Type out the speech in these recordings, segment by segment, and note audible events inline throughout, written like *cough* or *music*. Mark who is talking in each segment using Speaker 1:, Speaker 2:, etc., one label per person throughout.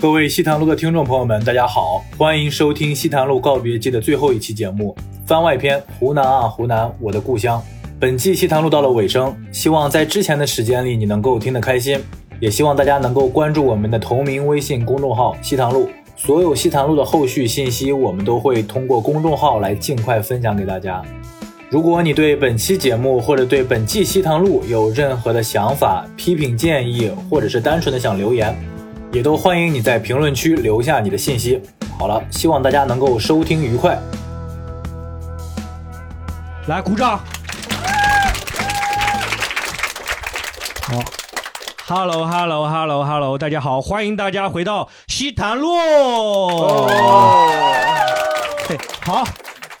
Speaker 1: 各位西塘路的听众朋友们，大家好，欢迎收听《西塘路告别季》的最后一期节目——番外篇《湖南啊湖南，我的故乡》。本季西塘路到了尾声，希望在之前的时间里你能够听得开心，也希望大家能够关注我们的同名微信公众号“西塘路”，所有西塘路的后续信息我们都会通过公众号来尽快分享给大家。如果你对本期节目或者对本季西塘路有任何的想法、批评建议，或者是单纯的想留言，也都欢迎你在评论区留下你的信息。好了，希望大家能够收听愉快。
Speaker 2: 来鼓掌。好，Hello Hello Hello Hello，大家好，欢迎大家回到西坛路。嘿好，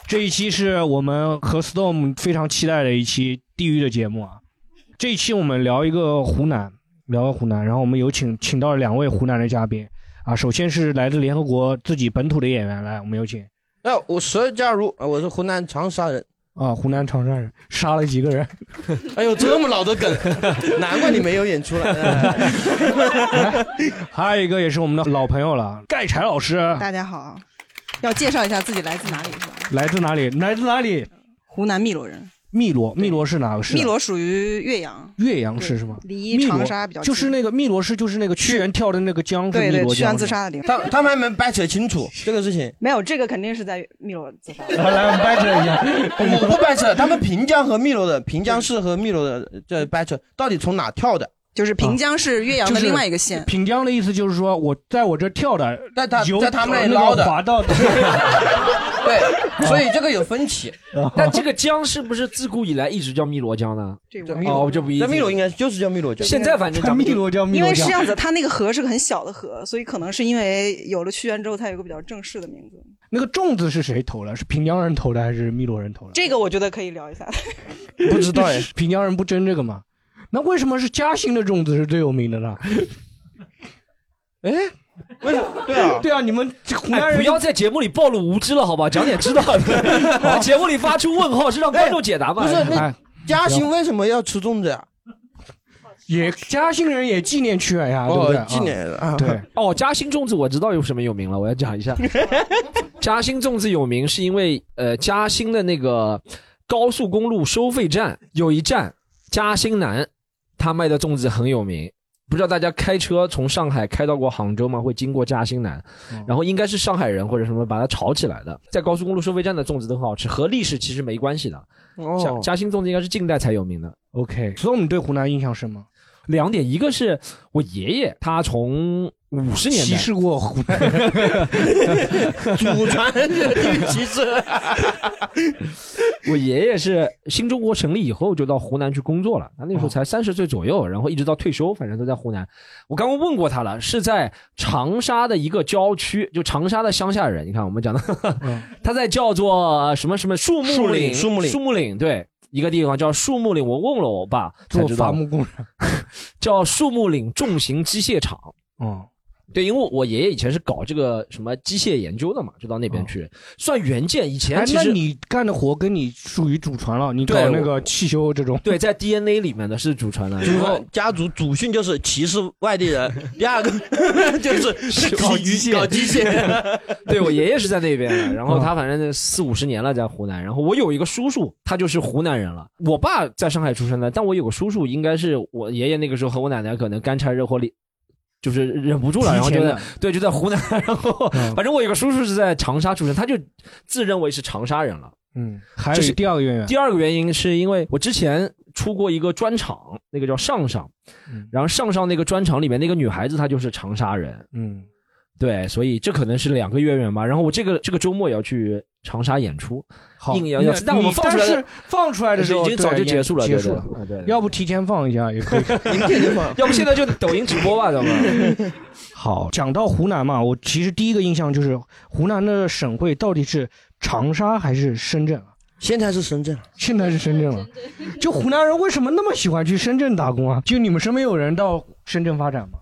Speaker 2: 这一期是我们和 Storm 非常期待的一期地狱的节目啊。这一期我们聊一个湖南，聊个湖南，然后我们有请请到了两位湖南的嘉宾啊，首先是来自联合国自己本土的演员，来，我们有请。
Speaker 3: 那哎我所以假如啊我是湖南长沙人，
Speaker 2: 啊，湖南长沙人杀了几个
Speaker 3: *laughs*
Speaker 2: 人？
Speaker 3: 哎呦，这么老的梗， *laughs* 难怪你没有演出来。 *laughs* 哎
Speaker 2: *laughs* 还有一个也是我们的老朋友了，盖柴老师，
Speaker 4: 大家好，要介绍一下自己来自哪里是吧？
Speaker 2: 来自哪里？来自哪里？
Speaker 4: 湖南汨罗人。
Speaker 2: 汨罗，汨罗是哪个市？
Speaker 4: 汨罗属于岳阳，
Speaker 2: 岳阳市是吗？
Speaker 4: 离
Speaker 2: 汨罗
Speaker 4: 长沙比较近
Speaker 2: 就是那个汨罗市，就是那个屈原跳的那个江是汨
Speaker 4: 对对
Speaker 2: 罗，江。
Speaker 4: 屈原自杀的地
Speaker 3: 他
Speaker 4: 方。
Speaker 3: 他们还没掰扯清楚这个事情。
Speaker 4: 没有，这个肯定是在汨罗自杀。
Speaker 2: 来来，我们掰扯一下。
Speaker 3: 我不掰扯，他们平江和汨罗的平江市和汨罗的这掰扯，到底从哪跳的？
Speaker 4: 就是平江是岳阳的另外一个
Speaker 2: 就
Speaker 4: 县
Speaker 2: 是。平江的意思就是说我在我这跳的，
Speaker 3: 在他
Speaker 2: 游
Speaker 3: 在他们那里
Speaker 2: 个
Speaker 3: 捞的
Speaker 2: 滑道的。
Speaker 5: *laughs*
Speaker 2: *laughs*
Speaker 3: 对，所以这个有分歧。
Speaker 5: 但这个江是不是自古以来一直叫汨罗江呢？
Speaker 4: 这
Speaker 3: 这
Speaker 4: 个
Speaker 3: 汨
Speaker 5: 哦，这不一
Speaker 3: 那
Speaker 5: 定。
Speaker 3: 汨罗应该就是 *laughs* 叫汨罗江。
Speaker 5: 现在反正咱们
Speaker 2: 汨
Speaker 5: 就
Speaker 2: 罗江，汨
Speaker 4: 因
Speaker 2: 罗
Speaker 4: 为是这
Speaker 2: 江。
Speaker 4: 样子，它那个河是个很小的河，所以可能是因为有了屈原之后，它有一个比较正式的名字。
Speaker 2: 那个粽子是谁投的？是平江人投的还是汨罗人投的？
Speaker 4: 这个我觉得可以聊一下。 *laughs*
Speaker 2: 不知道哎， *laughs* 平江人不争这个嘛？那为什么是嘉兴的粽子是最有名的呢？哎，
Speaker 3: 为什么？对啊，
Speaker 2: 对啊，你们这湖南
Speaker 5: 哎，
Speaker 2: 人
Speaker 5: 不要在节目里暴露无知了，好吧？讲点知道的。
Speaker 3: *laughs*
Speaker 5: *laughs* 把节目里发出问号是让观众解答嘛？
Speaker 3: 不是那
Speaker 2: 哎
Speaker 3: 嘉兴为什么要吃粽子呀？ *laughs*
Speaker 2: 也嘉兴人也纪念屈原呀，对不对？
Speaker 3: 哦纪念啊
Speaker 2: 啊，对，
Speaker 5: 哦，嘉兴粽子我知道有什么有名了，我要讲
Speaker 3: *laughs*
Speaker 5: 一下。嘉兴粽子有名是因为呃，嘉兴的那个高速公路收费站有一站嘉兴南，他卖的粽子很有名。不知道大家开车从上海开到过杭州吗？会经过嘉兴南，
Speaker 2: 嗯
Speaker 5: 然后应该是上海人或者什么把它炒起来的。在高速公路收费站的粽子都很好吃，和历史其实没关系的。像
Speaker 2: *laughs*
Speaker 3: 哦，
Speaker 5: 嘉兴粽子应该是近代才有名的。
Speaker 2: OK，所以我们对湖南印象深吗？
Speaker 5: 两点，一个是我爷爷，他从五十年代
Speaker 2: 歧视过湖南，
Speaker 3: 祖传 *laughs* 其实
Speaker 5: 我爷爷是新中国成立以后就到湖南去工作了，他那时
Speaker 2: 哦
Speaker 5: 候才三十岁左右，然后一直到退休，反正都在湖南。我刚刚问过他了，是在长沙的一个郊区，就长沙的乡下人。你看我们讲的，
Speaker 2: 嗯
Speaker 5: *laughs* 他在叫做什么什么树
Speaker 3: 树
Speaker 5: 木
Speaker 3: 岭
Speaker 5: 岭，
Speaker 3: 树木岭
Speaker 5: 树木岭，对，一个地方叫树木岭。我问了我爸才
Speaker 2: 做
Speaker 5: 知
Speaker 2: 伐
Speaker 5: 道，
Speaker 2: 木工人。
Speaker 5: *laughs* 叫树木岭重型机械厂。
Speaker 2: 哦，
Speaker 5: 对，因为我爷爷以前是搞这个什么机械研究的嘛，就到那边去、算原件。以前
Speaker 2: 哦哎，
Speaker 5: 其
Speaker 2: 那
Speaker 5: 实
Speaker 2: 你干的活跟你属于祖传了，你搞
Speaker 5: 对
Speaker 2: 那
Speaker 5: 我
Speaker 2: 个汽修这种，
Speaker 5: 对在 DNA 里面的是祖传的，
Speaker 3: 祖传家族祖训就是歧视外地人，第二个 *laughs* 就是
Speaker 2: 搞机械
Speaker 3: 搞机械。
Speaker 5: 对我爷爷是在那边
Speaker 2: *laughs*
Speaker 5: 的，然后他反正四五十年了在湖南，然后我有一个叔叔，他就是湖南人了。我爸在上海出生的，但我有个叔叔，应该是我爷爷那个时候和我奶奶可能干柴热火里。就是忍不住了，然后
Speaker 2: 提
Speaker 5: 就
Speaker 2: 前
Speaker 5: 在
Speaker 2: 的
Speaker 5: 对就在湖南，然后
Speaker 2: 嗯
Speaker 5: 反正我有个叔叔是在长沙出生，他就自认为是长沙人了。
Speaker 2: 嗯，还
Speaker 5: 这
Speaker 2: 有
Speaker 5: 是
Speaker 2: 第二个渊源，
Speaker 5: 第二个原因是因为我之前出过一个专场，那个叫上上
Speaker 2: 嗯，
Speaker 5: 然后上上那个专场里面那个女孩子她就是长沙人，
Speaker 6: *laughs*
Speaker 2: 嗯，
Speaker 5: 对，所以这可能是两个月远吧。然后我这个这个周末也要去长沙演出，
Speaker 2: 好，
Speaker 5: 硬要要
Speaker 2: 那
Speaker 5: 嗯但我们
Speaker 2: 你
Speaker 5: 放出来
Speaker 2: 但
Speaker 5: 的
Speaker 2: 是放出来的时候
Speaker 5: 已经早就
Speaker 2: 对
Speaker 5: 结束了，
Speaker 2: 结
Speaker 5: 对
Speaker 2: 束
Speaker 5: 对
Speaker 2: 了，啊
Speaker 5: 对
Speaker 2: *laughs*
Speaker 5: 对对
Speaker 2: 要不提前放一下也
Speaker 5: *laughs*
Speaker 2: 可以。
Speaker 5: 要不现在就抖音直播吧，咱们
Speaker 2: 好，讲到湖南嘛，我其实第一个印象就是湖南的省会到底是长沙还是深圳啊？
Speaker 3: 现在是深圳，
Speaker 2: 现在是深圳了，就湖南人为什么那么喜欢去深圳打工啊？就你们身边有人到深圳发展吗？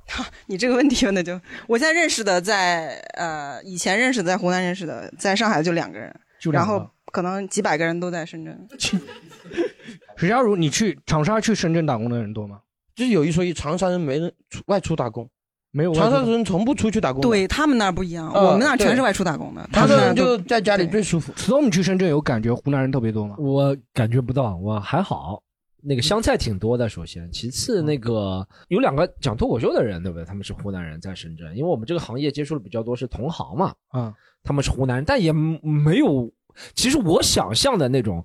Speaker 4: 你这个问题问的就，我现在认识的在呃以前认识的在湖南认识的，在上海就两个人，
Speaker 2: 就
Speaker 4: 然
Speaker 2: 两个
Speaker 4: 后可能几百个人都在深圳。
Speaker 2: 石佳如，你去长沙去深圳打工的人多吗？
Speaker 3: 就是有一说一，长沙人没人出外出打工。
Speaker 2: 没有
Speaker 3: 长沙人从不出去打工的。
Speaker 4: 对他们那儿不一样，
Speaker 3: 呃
Speaker 4: 啊我们那
Speaker 2: 嗯
Speaker 4: 儿全
Speaker 3: 对
Speaker 4: 是外出打工的。
Speaker 3: 长
Speaker 4: 们
Speaker 3: 沙
Speaker 4: 那
Speaker 3: 人
Speaker 4: 儿都
Speaker 3: 就在家里最舒服。
Speaker 2: storm 去深圳有感觉湖南人特别多吗？嗯
Speaker 5: 我感觉不到，我还好。那个湘菜挺多的，首先，其次那个有两个讲脱口秀的人，对不对？他们是湖南人，在深圳，因为我们这个行业接触的比较多是同行嘛，
Speaker 2: 啊，
Speaker 5: 他们是湖南人，但也没有，其实我想象的那种，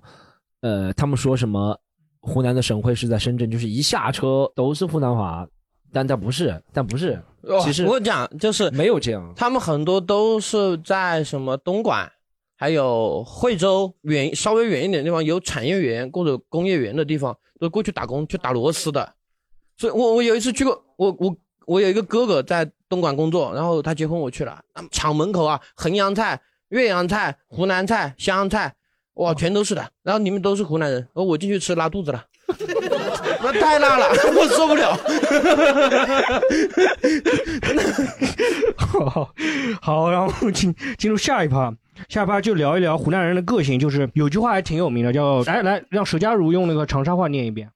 Speaker 5: 呃，他们说什么湖南的省会是在深圳，就是一下车都是湖南话，但但不是，但不是，
Speaker 3: 哦
Speaker 5: 其实
Speaker 3: 我跟你讲，就是
Speaker 5: 没有这样，
Speaker 3: 他们很多都是在什么东莞，还有惠州远稍微远一点的地方，有产业园或者工业园的地方，都过去打工去打螺丝的。所以我我有一次去过，我我我有一个哥哥在东莞工作，然后他结婚我去了，啊厂门口啊，衡阳菜、岳阳菜、湖南菜、湘菜，哇，全都是的。然后你们都是湖南人，而我进去吃拉肚子
Speaker 5: *laughs*
Speaker 3: 了。那太辣了，我受不了。
Speaker 2: 好， *laughs* 好，然后进进入下一趴，下一趴就聊一聊湖南人的个性，就是有句话还挺有名的，叫来来让佘佳茹用那个长沙话念一遍，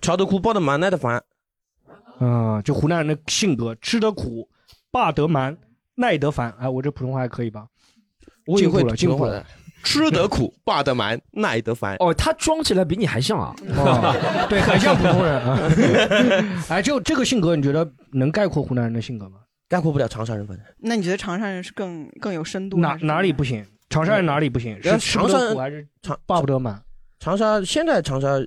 Speaker 3: 乔得哭，抱得蛮，耐得烦。
Speaker 2: 嗯、就湖南人的性格，吃得苦，霸得蛮，耐得烦，哎，我这普通话还可以吧？
Speaker 3: 我也
Speaker 2: 进
Speaker 3: 会
Speaker 2: 步了，进步了
Speaker 3: 的，。吃得苦，霸得蛮，耐得烦。
Speaker 5: 哦，他装起来比你还像啊，
Speaker 2: 哦 *laughs* 对，很像普通人啊。 *laughs* 哎，就这个性格，你觉得能概括湖南人的性格吗？
Speaker 3: 概括不了长沙人，反正。
Speaker 4: 那你觉得长沙人是更更有深度？
Speaker 2: 哪
Speaker 4: 还是
Speaker 2: 哪里不行？长沙人哪里不行？
Speaker 3: 然
Speaker 2: 是
Speaker 3: 后
Speaker 2: 吃
Speaker 3: 长沙
Speaker 2: 不得
Speaker 3: 人
Speaker 2: 苦还是
Speaker 3: 长
Speaker 2: 霸不得满？
Speaker 3: 长沙现在长沙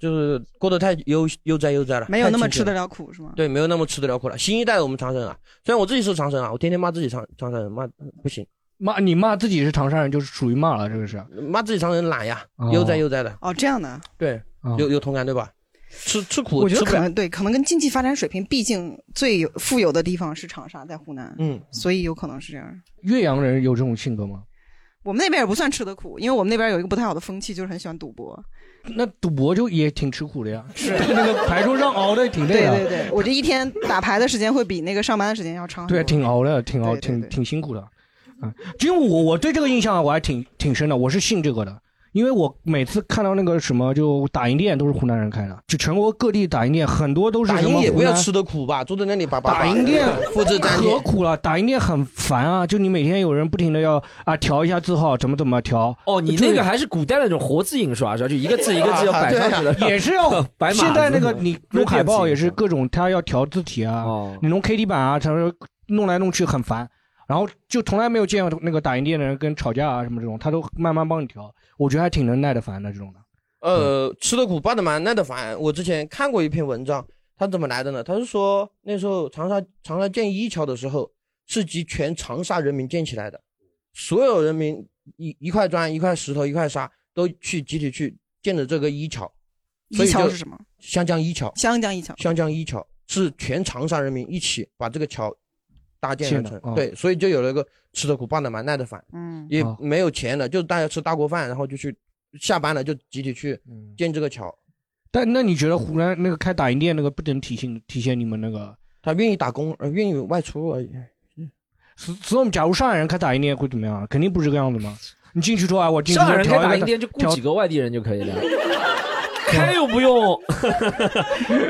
Speaker 3: 就是过得太悠悠哉悠哉了，
Speaker 4: 没有那么
Speaker 3: 太
Speaker 4: 吃
Speaker 3: 清
Speaker 4: 得
Speaker 3: 闲了。
Speaker 4: 了苦是吗？
Speaker 3: 对，没有那么吃得了苦了。新一代的我们长沙人啊，虽然我自己是长沙人啊，我天天骂自己长长沙人，骂不行，
Speaker 2: 骂你骂自己是长沙人，就是属于骂了，这个是。啊
Speaker 3: 骂自己长沙人懒呀
Speaker 2: 哦，
Speaker 3: 悠哉悠哉的。
Speaker 4: 哦，这样的，
Speaker 3: 对，
Speaker 2: 啊
Speaker 3: 有有同感对吧？吃吃苦，
Speaker 4: 我觉得
Speaker 3: 吃不
Speaker 4: 可
Speaker 3: 了。
Speaker 4: 能对，可能跟经济发展水平，毕竟最有富有的地方是长沙，在湖南，
Speaker 3: 嗯，
Speaker 4: 所以有可能是这样。
Speaker 2: 岳阳人有这种性格吗？
Speaker 4: 我们那边也不算吃得苦，因为我们那边有一个不太好的风气，就是很喜欢赌博。
Speaker 2: 那赌博就也挺吃苦的呀， *laughs* 是那个牌桌上熬的挺累
Speaker 3: 啊
Speaker 2: 的，
Speaker 4: 对对，我这一天打牌的时间会比那个上班的时间要长很
Speaker 2: 对
Speaker 4: 多。
Speaker 2: 啊，挺熬的，挺熬，
Speaker 4: 对对
Speaker 2: 挺
Speaker 4: 对
Speaker 2: 挺辛苦的。啊，因为我我对这个印象我还挺挺深的，我是信这个的，因为我每次看到那个什么就打印店都是湖南人开的，就全国各地打印店很多都是
Speaker 3: 打
Speaker 2: 什么
Speaker 3: 印也不
Speaker 2: 湖
Speaker 3: 要
Speaker 2: 南
Speaker 3: 吃得苦吧，坐在那里叭叭叭。
Speaker 2: 打印
Speaker 5: 啊
Speaker 2: 店
Speaker 3: 复制粘贴
Speaker 2: 可苦了，打印店很烦啊！就你每天有人不停的要啊调一下字号，怎么怎么调，
Speaker 5: 哦，你那个还是古代那种活字印刷是吧？就一个字一个字要摆上去的，
Speaker 2: 啊 *laughs* 也
Speaker 5: *laughs*
Speaker 2: 是要
Speaker 5: 白马子
Speaker 2: 现在那个你
Speaker 5: 不是
Speaker 2: 弄海
Speaker 5: 电
Speaker 2: 报
Speaker 5: 子
Speaker 2: 也是各种，他要调字体啊，
Speaker 5: 哦
Speaker 2: 你弄 K D 板啊，他说弄来弄去很烦。然后就从来没有见过那个打印店的人跟吵架啊什么这种，他都慢慢帮你调，我觉得还挺能耐得烦的这种的。
Speaker 3: 呃，吃得苦，霸得蛮，耐得烦。我之前看过一篇文章，它怎么来的呢？它是说那时候长沙长沙建一桥的时候，是集全长沙人民建起来的，所有人民一一块砖、一块石头、一块沙都去集体去建的这个一桥，所
Speaker 4: 一
Speaker 3: 以就
Speaker 4: 桥是什么？
Speaker 3: 湘江一桥。
Speaker 4: 湘江一桥。
Speaker 3: 湘江一桥是全长沙人民一起把这个桥搭建
Speaker 2: 建
Speaker 3: 而
Speaker 2: 的
Speaker 3: 成，
Speaker 2: 哦
Speaker 3: 对，所以就有了一个吃得苦，霸得蛮，耐得烦。
Speaker 4: 嗯，
Speaker 3: 也
Speaker 2: 哦
Speaker 3: 没有钱了，就是大家吃大锅饭，然后就去下班了就集体去
Speaker 5: 嗯
Speaker 3: 建这个
Speaker 5: *laughs*
Speaker 3: 桥。
Speaker 2: 但那你觉得湖南那个开打印店那个不能体现体现你们那个？
Speaker 3: 他愿意打工，呃，愿意外出而已。
Speaker 2: 所所以我们假如上海人开打印店会怎么样？啊肯定不是这个样子吗？你进去之后啊，我进去
Speaker 5: 上海人开
Speaker 2: 调一个
Speaker 5: 打印店就雇
Speaker 2: 调
Speaker 5: 几个外地人就可以了。开又不用，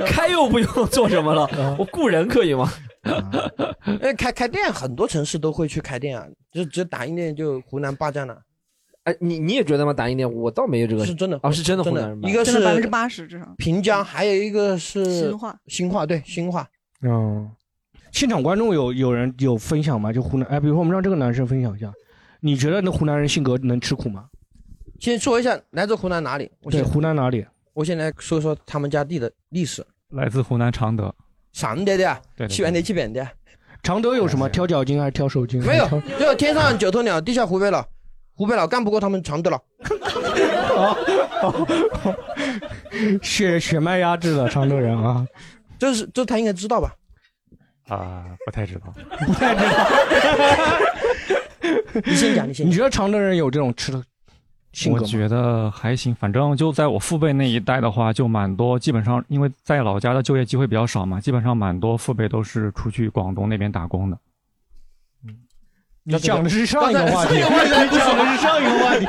Speaker 5: 开又不用做什么了，我雇人可以吗？
Speaker 3: 哎，开开店很多城市都会去开店啊，就只打印店就湖南霸占了，
Speaker 5: 哎，你你也觉得吗？打印店我倒没有这个
Speaker 3: 是真的
Speaker 5: 哦是真的
Speaker 3: 真
Speaker 5: 湖南
Speaker 3: 的
Speaker 5: 人。吧
Speaker 3: 一个
Speaker 4: 真的百分之
Speaker 3: 是
Speaker 4: 八十至少。
Speaker 3: 平江，还有一个是
Speaker 4: 新化，
Speaker 3: 新化对新化，
Speaker 2: 嗯，现场观众有有人有分享吗？就湖南，哎，比如说我们让这个男生分享一下，你觉得那湖南人性格能吃苦吗？
Speaker 3: 先说一下来自湖南哪里？我
Speaker 2: 对，
Speaker 3: 先
Speaker 2: 湖南哪里？
Speaker 3: 我先来说说他们家地的历史，
Speaker 7: 来自湖南常德，
Speaker 3: 常德的，
Speaker 7: 对
Speaker 3: 西
Speaker 7: 对
Speaker 3: 安
Speaker 7: 对，
Speaker 3: 的，西北的，
Speaker 2: 常德有什么？挑脚筋还是挑手筋？
Speaker 3: 没有，就天上九头鸟，地下湖北佬，湖北佬干不过他们常德佬。 *laughs*
Speaker 2: *laughs* 血血脉压制的常德人啊，
Speaker 3: 这是这他应该知道吧？
Speaker 7: 啊，不太知道，
Speaker 2: 不太知道。
Speaker 3: 你先讲，你先
Speaker 2: 你
Speaker 3: 讲。
Speaker 2: 觉得常德人有这种吃的性
Speaker 7: 我
Speaker 2: 格吗？
Speaker 7: 觉得还行，反正就在我父辈那一代的话，就蛮多，基本上因为在老家的就业机会比较少嘛，基本上蛮多父辈都是出去广东那边打工的。
Speaker 2: 你讲的是上一个
Speaker 3: 刚才
Speaker 2: 话题，你
Speaker 3: 上一个话题
Speaker 2: 讲的是上一啊个话题。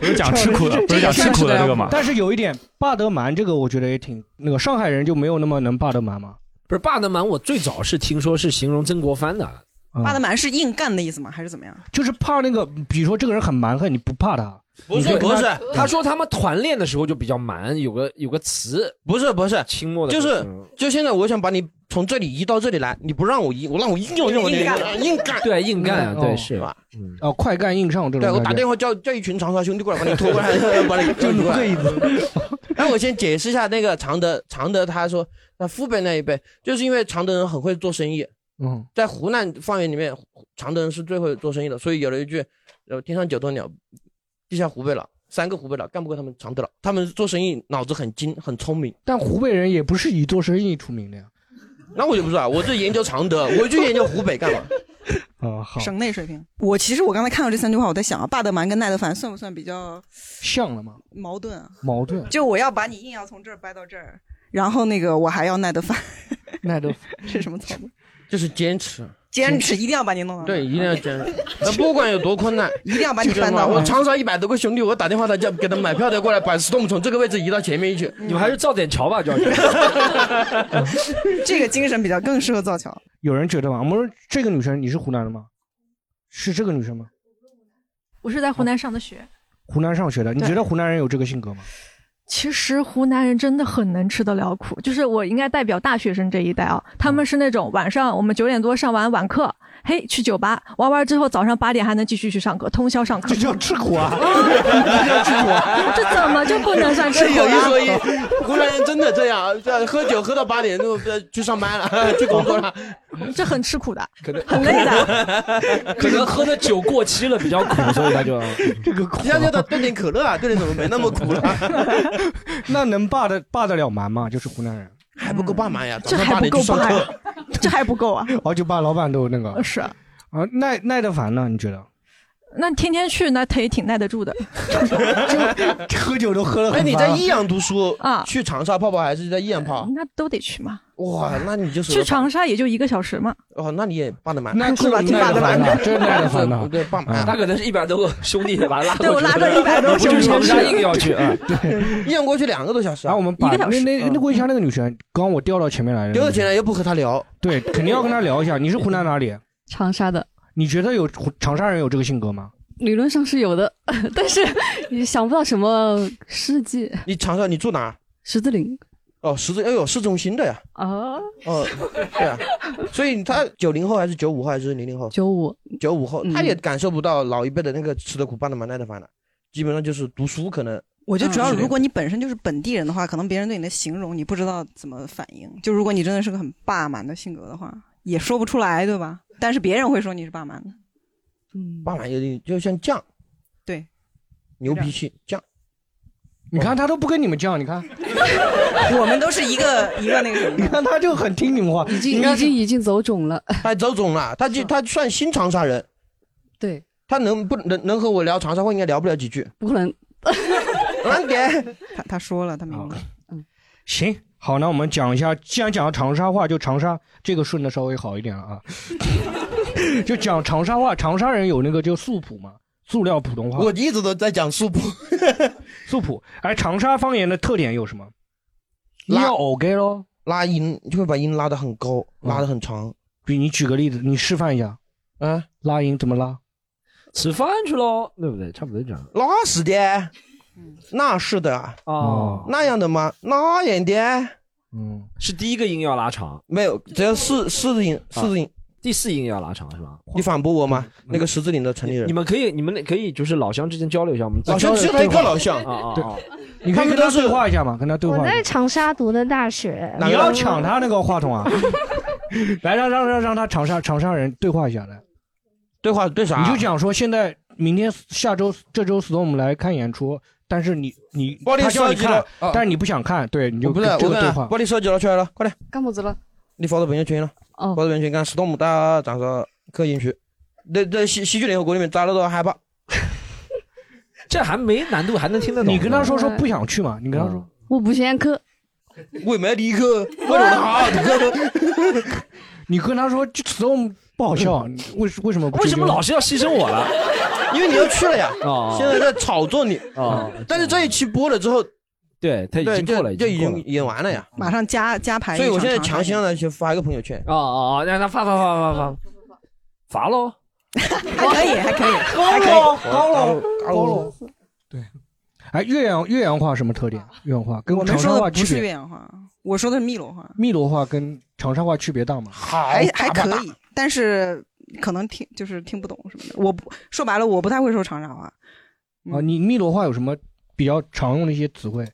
Speaker 7: 不是讲吃苦的，不是讲吃苦的这个嘛？
Speaker 2: 但是有一点，霸德蛮这个我觉得也挺那个，上海人就没有那么能霸德蛮吗？
Speaker 5: 不是霸的蛮，我最早是听说是形容曾国藩的，
Speaker 3: 嗯
Speaker 4: 霸的蛮是硬干的意思吗？还是怎么样？
Speaker 2: 就是怕那个，比如说这个人很蛮横，你不怕他？
Speaker 3: 不
Speaker 5: 你
Speaker 3: 是
Speaker 5: 就跟
Speaker 3: 不
Speaker 5: 他
Speaker 3: 是，
Speaker 5: 他说他们团练的时候就比较蛮，有个有个词，
Speaker 3: 不是不是，
Speaker 5: 清末的
Speaker 3: 就
Speaker 5: 时候
Speaker 3: 是 *laughs* 就现在我想把你从这里移到这里来，你不让我移，我让我硬用用我
Speaker 4: 硬干
Speaker 3: 的硬干，
Speaker 5: 对硬干啊，
Speaker 2: 嗯
Speaker 5: 对
Speaker 2: 哦
Speaker 5: 是
Speaker 3: 对吧？
Speaker 2: 哦，快干硬上这
Speaker 3: 对我
Speaker 2: 种
Speaker 3: 打
Speaker 2: 感觉。
Speaker 3: 电话叫叫一群长沙兄弟过来把你拖过来，把你就过来。
Speaker 5: *laughs*
Speaker 3: 那我先解释一下那个常德，常德他说那父辈那一辈，就是因为常德人很会做生意，
Speaker 2: 嗯，
Speaker 3: 在湖南方言里面，常德人是最会做生意的，所以有了一句，呃，天上九头鸟，地下湖北佬，三个湖北佬干不过他们常德佬，他们做生意脑子很精很聪明。
Speaker 2: 但湖北人也不是以做生意出名的呀。
Speaker 3: 那我就不知道，我就研究常德，我就研究湖北
Speaker 5: *laughs*
Speaker 3: 干嘛？
Speaker 5: 哦
Speaker 2: 啊，好，
Speaker 4: 省内水平。我其实我刚才看到这三句话，我在想啊，霸德蛮跟耐德烦算不算比较
Speaker 2: 像了吗？
Speaker 4: 矛盾啊？，
Speaker 2: 矛盾
Speaker 4: 就我要把你硬要从这儿掰到这儿，然后那个我还要耐得烦，
Speaker 2: 耐得
Speaker 4: *laughs* 是什么操作？
Speaker 3: 就是坚持，
Speaker 4: 坚持一定要把你弄到那儿，
Speaker 3: 对，一定要坚持，那不管有多困难。
Speaker 4: *laughs* 一定要把你
Speaker 3: 就这
Speaker 4: 搬
Speaker 3: 样吧
Speaker 4: 到那
Speaker 3: 我
Speaker 4: 儿。
Speaker 3: 长沙一百多个兄弟，我打电话他叫给他买票的过来，把 storm 从这个位置移到前面去。
Speaker 5: 你们还是 *laughs* 造点桥吧，
Speaker 3: *laughs*
Speaker 5: 教练。
Speaker 4: 这个精神比较更适合造桥。
Speaker 2: 有人觉得吗？我们说这个女生你是湖南的吗？是这个女生吗？
Speaker 8: 我是在湖南上的学。
Speaker 2: 湖南上学的，你
Speaker 8: 对
Speaker 2: 觉得湖南人有这个性格吗？
Speaker 8: 其实湖南人真的很能吃得了苦，就是我应该代表大学生这一代啊，
Speaker 3: 嗯
Speaker 8: 他们是那种晚上我们九点多上完晚课，嘿，去酒吧玩完之后，早上八点还能继续去上课，通宵上课
Speaker 2: 这，叫吃苦
Speaker 6: *laughs*
Speaker 2: 啊！
Speaker 8: *laughs* 这怎么就不能算吃
Speaker 3: 这
Speaker 8: 苦啊
Speaker 3: 有一
Speaker 8: 了？
Speaker 3: 说一，湖南人真的这样，这喝酒喝到八点就呃去上班了， *laughs* 去工作了。
Speaker 8: 这 *laughs* 很吃苦的
Speaker 5: 可能，
Speaker 8: 很累的。
Speaker 5: 可能喝的酒过期了，比较苦，所以他就
Speaker 2: 这个苦啊，
Speaker 3: 要不要兑点可乐啊？兑点怎么没那么苦了？
Speaker 2: *laughs* 那能霸得霸得了蛮吗？就是湖南人，
Speaker 3: 还不够霸蛮呀，
Speaker 8: *laughs* 这
Speaker 3: 早上
Speaker 8: 还
Speaker 3: 八
Speaker 8: 不
Speaker 3: 点
Speaker 8: 够
Speaker 3: 去上
Speaker 8: 霸呀
Speaker 2: *laughs*
Speaker 3: 课。，
Speaker 8: 这还不够啊！
Speaker 2: 哦，就霸老板都那个
Speaker 8: 是啊，
Speaker 2: 啊，耐耐得烦呢？你觉得？
Speaker 8: 那天天去那他也挺耐得住的
Speaker 2: 就喝酒都喝了很
Speaker 3: 哎，
Speaker 2: 烦。
Speaker 3: 你在益阳读书
Speaker 8: 啊
Speaker 3: 去长沙泡泡还是在益阳泡？
Speaker 8: 那都得去嘛。
Speaker 3: 哇，那你就是
Speaker 8: 去长沙也就一个小时嘛，
Speaker 3: 哦，那你也霸得蛮。
Speaker 2: 那够耐
Speaker 4: 挺
Speaker 2: 得
Speaker 4: 霸得
Speaker 2: 烦
Speaker 4: 蛮
Speaker 2: 的，真耐得
Speaker 3: *laughs*
Speaker 2: 烦
Speaker 3: 对
Speaker 2: 的。
Speaker 3: 对，霸蛮。
Speaker 5: 他可能是一百多个兄弟把他拉过去，
Speaker 8: 对我拉着一百多个
Speaker 5: 不
Speaker 8: 兄
Speaker 5: 去
Speaker 8: 弟
Speaker 5: 长沙
Speaker 8: 去
Speaker 5: 硬要去啊，
Speaker 3: 益阳过去两个多小时啊
Speaker 2: 然后我，们把
Speaker 8: 一个
Speaker 2: 那
Speaker 8: 小时嗯
Speaker 2: 那那桂香那个女生，刚刚我调到前面来了。
Speaker 3: 丢嗯了钱来又不和他聊，
Speaker 2: 对，肯定要跟她聊一下。你是湖南哪里？
Speaker 9: 长沙的，
Speaker 2: 你觉得有湖长沙人有这个性格吗？
Speaker 9: 理论上是有的，但是也想不到什么事迹。
Speaker 3: 你长沙你住哪儿？
Speaker 9: 十字岭
Speaker 3: 哦，市中，哎呦，市中心的呀。
Speaker 9: 啊，
Speaker 3: 哦，对啊，所以他九零后还是九五后还是零零后？
Speaker 9: 九五
Speaker 3: 九五后，
Speaker 9: 嗯
Speaker 3: 他也感受不到老一辈的那个吃得苦、办得蛮、耐得烦了，基本上就是读书可能
Speaker 4: 我觉得主要
Speaker 3: 嗯是
Speaker 4: 如果你本身就是本地人的话，可能别人对你的形容你不知道怎么反应。就如果你真的是个很霸蛮的性格的话，也说不出来，对吧？但是别人会说你是霸蛮的。
Speaker 9: 嗯，
Speaker 3: 爸妈有点就像犟，
Speaker 4: 对，
Speaker 3: 牛脾气犟，
Speaker 2: 你看他都不跟你们犟，你看，
Speaker 4: *laughs* 我们都是一个一个那个
Speaker 3: *laughs*
Speaker 4: 什么
Speaker 2: 你
Speaker 4: 的。
Speaker 2: 看他就很听你们话。
Speaker 9: 已经
Speaker 2: 应该
Speaker 9: 已
Speaker 2: 是
Speaker 9: 经已经走肿了，
Speaker 3: 他走总了，他就他算新长沙人，
Speaker 9: 对，
Speaker 3: 他能不能能和我聊长沙话，应该聊不了几句。
Speaker 9: 不可
Speaker 4: *laughs*
Speaker 9: 能
Speaker 3: 难点，
Speaker 4: 他他说了，他明白。
Speaker 2: 行，好，那我们讲一下，既然讲到长沙话，就长沙这个顺的稍微好一点了啊。 *laughs* 就讲长沙话，长沙人有那个就素朴嘛，塑料普通话
Speaker 3: 我，一直都在讲素 *laughs* 朴，
Speaker 2: 素朴。而长沙方言的特点有什么？你
Speaker 3: 拉
Speaker 2: 要 OK 咯，
Speaker 3: 拉音就会把音拉得很高，
Speaker 2: 嗯
Speaker 3: 拉得很长
Speaker 2: 比你举个例子，你示范一下
Speaker 3: 啊，
Speaker 2: 拉音怎么拉？
Speaker 5: 吃饭去喽，对不对？差不多这样
Speaker 3: 那是的，
Speaker 9: 嗯
Speaker 3: 那是的，啊
Speaker 2: 哦
Speaker 5: 哦，
Speaker 3: 那样的吗？那样的。
Speaker 2: 嗯，
Speaker 5: 是第一个音要拉长，
Speaker 3: 没有，只要四四音
Speaker 5: 啊
Speaker 3: 四音，
Speaker 5: 第四音要拉长是吧？
Speaker 3: 你反驳我吗？那个十字岭的城里
Speaker 5: 你
Speaker 3: 人，
Speaker 5: 们可以，你们可以就是老乡之间交流一下，我们
Speaker 3: 老乡只有他一个老乡
Speaker 5: 啊，啊
Speaker 2: 对
Speaker 5: 啊！
Speaker 2: 你可以跟他对话一下嘛，跟他对
Speaker 10: 我
Speaker 2: 话一
Speaker 10: 在
Speaker 2: 下。
Speaker 10: 长沙读的大学，
Speaker 3: 哪
Speaker 2: 你
Speaker 3: 个
Speaker 2: 要抢他那个话
Speaker 9: *laughs*
Speaker 2: 筒啊！来，让让让让他长沙长沙人对话一下来。
Speaker 3: 对话对啥？
Speaker 2: 你就讲说现在明天下周这周 storm 来看演出，但是你你
Speaker 3: 暴力
Speaker 2: 他叫
Speaker 3: 射
Speaker 2: 你
Speaker 3: 击
Speaker 2: 看
Speaker 3: 了，，啊
Speaker 2: 但是你不想看，对，你就
Speaker 3: 我不是
Speaker 2: 跟这
Speaker 3: 我
Speaker 2: 个对
Speaker 3: 跟
Speaker 2: 话
Speaker 3: 暴力射击了出来了，快点，
Speaker 9: 干么子了？
Speaker 3: 你发到朋友圈了，发
Speaker 9: 哦，
Speaker 3: 到朋友圈看，石头姆到长沙科研区，在在西西剧联合国里面扎了都害怕，
Speaker 5: *laughs* 这还没难度，还能听得懂。
Speaker 2: 你跟他说说
Speaker 9: 对
Speaker 2: 不想去嘛，你跟他说
Speaker 5: 嗯，
Speaker 9: 我不嫌客，
Speaker 3: 我也没理去，我懂他，
Speaker 2: *laughs* 你跟他说就 storm 不好
Speaker 3: *laughs*
Speaker 2: 笑，你为什为什么不去
Speaker 5: 为什么老
Speaker 2: 就是
Speaker 5: 要牺牲我了？
Speaker 3: 因为你要去了呀，
Speaker 5: 哦
Speaker 3: 现在在炒作你，
Speaker 5: 哦，
Speaker 3: 但是这一期播了之后，
Speaker 5: 对他已经过了，
Speaker 3: 就
Speaker 5: 已
Speaker 3: 已
Speaker 5: 经
Speaker 3: 经演完了呀。
Speaker 4: 马上加加牌一
Speaker 3: 所
Speaker 4: 场
Speaker 3: 以
Speaker 4: 长长的。
Speaker 3: 我现在强行让他去发一个朋友圈。
Speaker 5: 啊啊啊！让他发发发发发，发喽！
Speaker 4: 还可以，还可以，
Speaker 2: 高
Speaker 5: 哦
Speaker 3: 了
Speaker 2: 高
Speaker 3: 了高了。
Speaker 2: 哎，岳阳岳阳话什么特点？岳阳话跟
Speaker 4: 我
Speaker 2: 长
Speaker 4: 们
Speaker 2: 沙
Speaker 4: 说的
Speaker 2: 话
Speaker 4: 不
Speaker 2: 区
Speaker 4: 是岳
Speaker 2: 别？
Speaker 4: 阳话，我说的是汨罗话，
Speaker 2: 汨罗话跟长沙话区别大吗？
Speaker 4: 还还可以，但是可能听就是听不懂什么的。我不说白了，我不太会说长沙话。
Speaker 2: 啊，
Speaker 4: 嗯
Speaker 2: 你汨罗话有什么比较常用的一些词汇，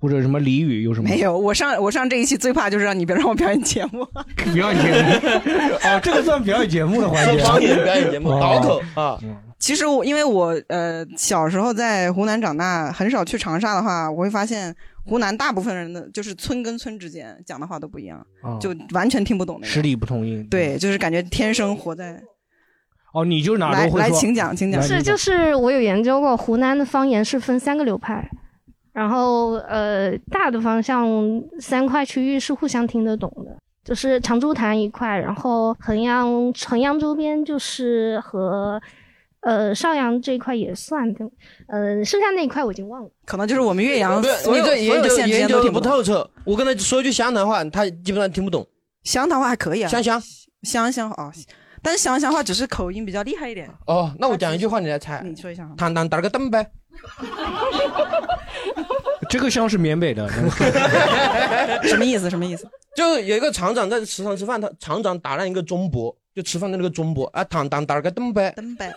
Speaker 2: 或者什么俚语有什么？
Speaker 4: 没，有，我上我上这一期最怕就是让你别让我表演节目。
Speaker 2: 表演节目。
Speaker 4: *laughs*
Speaker 2: 啊，这个算表演节目的环节。
Speaker 3: 方言表演节目
Speaker 2: 哦
Speaker 3: 倒口啊，
Speaker 4: 其实我因为我呃小时候在湖南长大，很少去长沙的话，我会发现湖南大部分人的就是村跟村之间讲的话都不一样，
Speaker 2: 哦嗯
Speaker 4: 就完全听不懂那
Speaker 2: *laughs* 十
Speaker 4: 种。
Speaker 2: 里不同音。
Speaker 4: 对，就是感觉天生活在
Speaker 2: 哦，你就是哪
Speaker 4: 来
Speaker 2: 都会
Speaker 4: 来，
Speaker 2: 说。
Speaker 4: 请讲，请讲。
Speaker 2: 来
Speaker 9: 是，就是我有研究过，湖南的方言是分三个流派，然后呃，大的方向三块区域是互相听得懂的，就是长株潭一块，然后衡阳衡阳周边就是和呃邵阳这一块也算的，呃，剩下那一块我已经忘了。
Speaker 4: 可能就是我们岳阳
Speaker 3: 对，
Speaker 4: 所有
Speaker 3: 你
Speaker 4: 所
Speaker 3: 这研
Speaker 4: 有
Speaker 3: 究
Speaker 4: 县之
Speaker 3: 研
Speaker 4: 间都
Speaker 3: 究的
Speaker 4: 听
Speaker 3: 不
Speaker 4: 懂。
Speaker 3: 透彻。我跟他说句湘南话，他基本上听不懂。
Speaker 4: 湘潭话还可以啊，
Speaker 3: 湘湘
Speaker 4: 湘湘哦，但是湘湘话只是口音比较厉害一点。
Speaker 3: 哦，那我讲一句话，你来猜。
Speaker 4: 你说一下好吗？
Speaker 3: 坦坦打了个灯呗，
Speaker 2: 这个香是缅
Speaker 3: *laughs*
Speaker 2: 北的，
Speaker 4: 什么意思？什么意思？
Speaker 3: 就是有一个厂长在食堂吃饭，他厂长打烂一个钟馗，就吃饭的那个钟馗啊，坦坦打了个灯呗。
Speaker 4: 灯呗，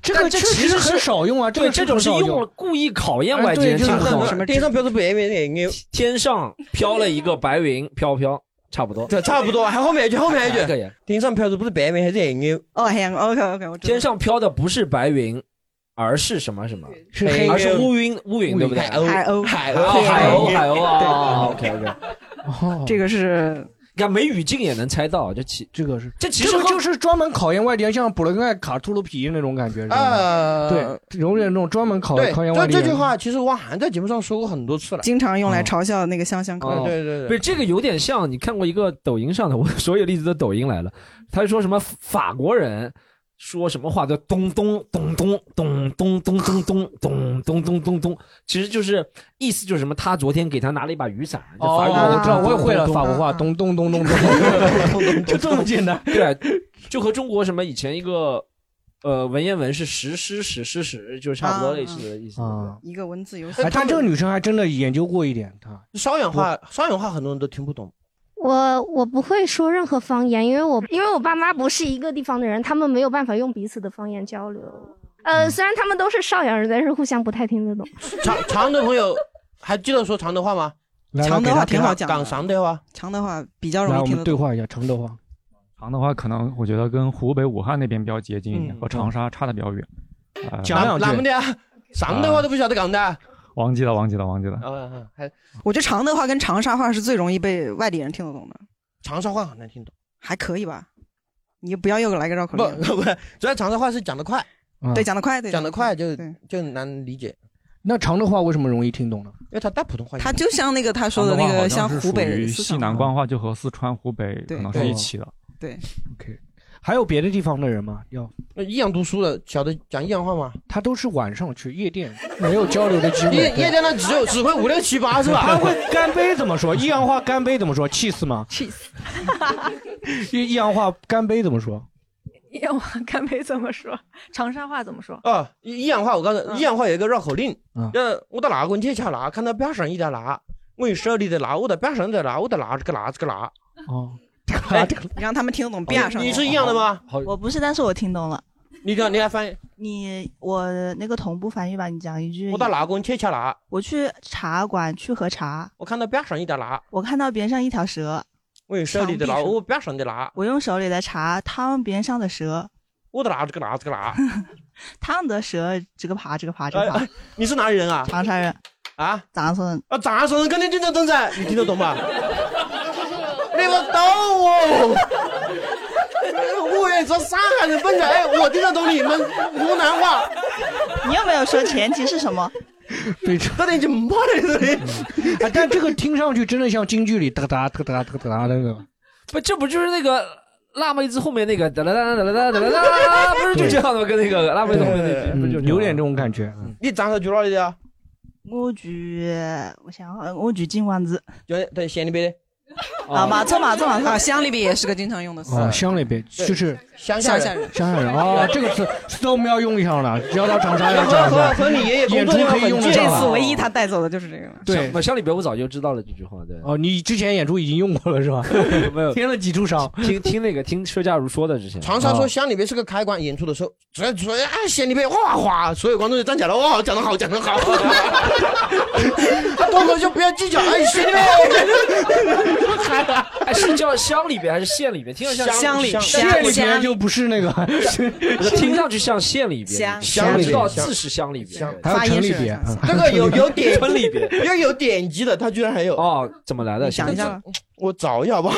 Speaker 2: 这个
Speaker 5: 但这
Speaker 2: 确实
Speaker 5: 其实
Speaker 2: 很
Speaker 5: 是
Speaker 2: 少用啊。
Speaker 5: 对，
Speaker 2: 这
Speaker 5: 这种
Speaker 2: 是
Speaker 5: 是
Speaker 2: 很少
Speaker 5: 用了故意考验外
Speaker 2: 哎
Speaker 5: 界
Speaker 2: 对
Speaker 5: 人，
Speaker 2: 这个
Speaker 5: 挺
Speaker 2: 很
Speaker 5: 好
Speaker 4: 什
Speaker 5: 的。
Speaker 4: 么
Speaker 3: 天上飘着白云的牛，
Speaker 5: 天上飘了一个白云，飘飘，差不多。哎
Speaker 3: 对，差不多。还后面一句，后面一
Speaker 5: 还
Speaker 3: 句，
Speaker 5: 可以。
Speaker 3: 天上飘着不是白云还是牛，
Speaker 4: 哦，黑阳，OK OK，我知道
Speaker 5: 天上飘的不是白云，而是什么什么？
Speaker 2: 是黑
Speaker 5: 而是乌云，乌云对不对？
Speaker 3: 海鸥，
Speaker 4: 海鸥
Speaker 3: 海
Speaker 5: 哦
Speaker 3: 鸥，
Speaker 5: 海
Speaker 3: 鸥
Speaker 5: 鸥，海鸥啊！OK OK，
Speaker 2: 哦
Speaker 4: 这个是
Speaker 5: 你看没语境也能猜到，这其
Speaker 2: 这个是
Speaker 5: 这其
Speaker 2: 这
Speaker 5: 实
Speaker 2: 个
Speaker 5: 和
Speaker 2: 就是专门考验外地人，像布伦盖卡秃噜皮那种感觉。是吧
Speaker 3: 啊，
Speaker 2: 对，有点那种专门考
Speaker 3: 对，
Speaker 2: 考验外
Speaker 3: 就
Speaker 2: 地人。
Speaker 3: 这句话，其实汪涵在节目上说过很多次了。
Speaker 4: 经常用来嘲笑那个湘湘口
Speaker 5: 哦
Speaker 4: 音。
Speaker 3: 嗯对对
Speaker 5: 不
Speaker 3: 对
Speaker 5: 是，这个有点像你看过一个抖音上的，我所有例子都抖音来了，他说什么法国人。说什么话叫咚咚咚咚咚咚咚咚咚咚咚咚咚咚，其实就是意思就是什么？他昨天给他拿了一把雨伞。就
Speaker 2: 哦
Speaker 5: 法语
Speaker 2: 我知道，我也会了
Speaker 5: 咚
Speaker 2: 法国话，咚咚咚咚 *laughs* 咚，就这么简单。
Speaker 5: *laughs* 对，就和中国什么以前一个呃文言文是实施实施实，就是差不多类似的意思。
Speaker 2: 啊
Speaker 4: 一个文字游戏
Speaker 2: 哎，，但这个女生还真的研究过一点，她
Speaker 3: 邵阳话，邵阳话很多人都听不懂。
Speaker 9: 我我不会说任何方言，因为我因为我爸妈不是一个地方的人，他们没有办法用彼此的方言交流。
Speaker 4: 嗯
Speaker 9: 呃，虽然他们都是邵阳人，但是互相不太
Speaker 4: *laughs*
Speaker 9: 听得懂。
Speaker 3: 常常德朋友还记得说常德话吗？
Speaker 2: 来
Speaker 4: 常
Speaker 2: 来给啊
Speaker 4: 德话
Speaker 2: 她
Speaker 4: 挺好讲
Speaker 3: 港
Speaker 4: 的，
Speaker 3: 常德话。
Speaker 4: 常德话比较
Speaker 2: 来
Speaker 4: 容
Speaker 2: 我
Speaker 4: 易听得
Speaker 2: 们对
Speaker 4: 懂。
Speaker 2: 话一下常德话。
Speaker 7: 长的话可能我觉得跟湖北武汉那边比较接近一点，
Speaker 3: 嗯
Speaker 7: 和长沙差的比较远。啊、
Speaker 2: 讲两句
Speaker 3: 哪门的啊？常德话都不晓得讲的啊。
Speaker 7: 忘记了，忘记了，忘记了。
Speaker 4: 哦
Speaker 3: 啊啊，还
Speaker 4: 我觉得常德话跟长沙话是最容易被外地人听得懂的，
Speaker 3: 长沙话很难听懂。
Speaker 4: 还可以吧？你不要又来个绕口
Speaker 3: 不
Speaker 4: 令，
Speaker 3: 不，主要长沙话是讲得快，
Speaker 2: 啊
Speaker 4: 对，，讲得快，对，
Speaker 3: 讲得快就
Speaker 4: 对
Speaker 3: 就难理解，
Speaker 2: 那常德话为什么容易听懂呢？
Speaker 3: 因为他带普通话音。
Speaker 4: 他就像那个他说的那个像湖北人
Speaker 7: 西南官话就和四川、湖北
Speaker 4: 对
Speaker 7: 可能是一起的。
Speaker 2: 哦还有别的地方的人吗？要
Speaker 3: 那益阳读书的晓得讲益阳话吗？
Speaker 2: 他都是晚上去夜店，没有交流的机会。
Speaker 3: 夜夜
Speaker 2: 对
Speaker 3: 店那只有只会五六七八是
Speaker 2: 他
Speaker 3: 吧？
Speaker 2: 会干杯怎么说？益阳话干杯怎么说？气死吗？气 *laughs* 死！益阳话干杯怎么说？
Speaker 8: 哎我干杯怎么说？长沙话怎么说？
Speaker 3: 啊，益益阳话我告诉你，
Speaker 8: 嗯
Speaker 3: 益阳话有一个绕口令
Speaker 2: 嗯，
Speaker 3: 呃，我到哪个去吃哪，看到边上一条哪，我有手里的拿，我到边上的拿，我到哪这个哪这个哪。
Speaker 2: 哦，
Speaker 3: 哎
Speaker 4: 你让他们听得懂，变上
Speaker 3: 哦你
Speaker 4: 了
Speaker 3: 是益阳的吗？
Speaker 5: 好，
Speaker 10: 我不是，但是我听懂了。
Speaker 3: 你看，你来翻译，
Speaker 10: 你我那个同步翻译吧，你讲一句。
Speaker 3: 我到哪个去吃哪，
Speaker 10: 我去茶馆去喝茶，
Speaker 3: 我看到边上一条哪，
Speaker 10: 我看到边上一条蛇，
Speaker 3: 我有手里的拿，
Speaker 10: 墙壁上
Speaker 3: 我边上的拿，
Speaker 10: 我用手里的茶烫边上的蛇，
Speaker 3: 我到哪这个哪这
Speaker 10: *laughs*
Speaker 3: 个哪。
Speaker 10: 烫的蛇这个爬这个爬啊这个爬。
Speaker 3: 哎你是哪里人啊？
Speaker 10: 长沙人，
Speaker 3: 啊
Speaker 10: 长沙人，
Speaker 3: 啊，长沙人肯定听得懂噻，你听得懂 *laughs* 吧？你们逗我！ *laughs* 哎我也说上海人笨的，哎，我听得懂你们 *laughs* 湖南话，
Speaker 10: 你有没有说前提是什么？
Speaker 2: 非常。
Speaker 3: 这点就没得这里。
Speaker 2: 哎但这个听上去真的像京剧里哒哒哒哒哒哒那个。
Speaker 5: 不这不就是那个辣妹子后面那个哒啦哒啦哒啦哒啦哒，
Speaker 2: 嗯
Speaker 5: 不是就这样的吗？跟那个辣妹子后面那句，不就
Speaker 2: 嗯有点这种感觉。
Speaker 3: 你长沙去哪里的啊？
Speaker 10: 我举，我想想，我举金丸子。
Speaker 3: 就是对县里边的
Speaker 10: 啊，马车马车马车，
Speaker 4: 啊，乡里边也是个经常用的词。
Speaker 2: 哦，乡里边
Speaker 3: 对
Speaker 2: 就是
Speaker 3: 啊乡
Speaker 4: 下人
Speaker 2: 乡下人哦，这个词 storm 要用上了，要到长沙要讲一下，
Speaker 3: 和和你爷爷工
Speaker 2: 演
Speaker 3: 作
Speaker 2: 出
Speaker 3: 那
Speaker 2: 可以
Speaker 3: 会
Speaker 2: 用
Speaker 3: 儿
Speaker 2: 得
Speaker 4: 这
Speaker 2: 上
Speaker 4: 次
Speaker 2: 了。
Speaker 4: 唯一他带走的就是这个了。
Speaker 2: 对
Speaker 5: 乡，乡里边我早就知道了这句话，对，
Speaker 2: 哦，你之前演出已经用过了是吧？
Speaker 5: *laughs* 没有
Speaker 2: 添了几处伤。
Speaker 5: 听听那个听薛家如说的之前，
Speaker 3: 长
Speaker 10: 哦
Speaker 3: 沙说乡里边是个开关，演出的时候，只要说哎县里边哗哗，所有观众就站起来，哇，讲得好，讲
Speaker 10: *laughs*
Speaker 3: 得好。 *laughs* 脱口秀不要计较，哎县里边。
Speaker 5: 哎，是叫乡里边还是县里边？听着像
Speaker 4: 乡里
Speaker 3: 乡
Speaker 2: 县里边
Speaker 4: 乡
Speaker 2: 就不是那个， *laughs*
Speaker 5: 不是听上去像县里边，
Speaker 4: 乡
Speaker 5: 乡
Speaker 3: 里
Speaker 5: 知道
Speaker 3: 边
Speaker 5: 字是乡里边
Speaker 3: 乡。
Speaker 2: 还有
Speaker 4: 发音
Speaker 2: 城里
Speaker 4: 是
Speaker 2: 边
Speaker 4: 上，
Speaker 3: 这个有有点
Speaker 5: 村里边
Speaker 3: 又有点击的，他居然还有。
Speaker 5: 哦，怎么来的？
Speaker 4: 你想一下，
Speaker 3: 我找一下 *laughs* 吧。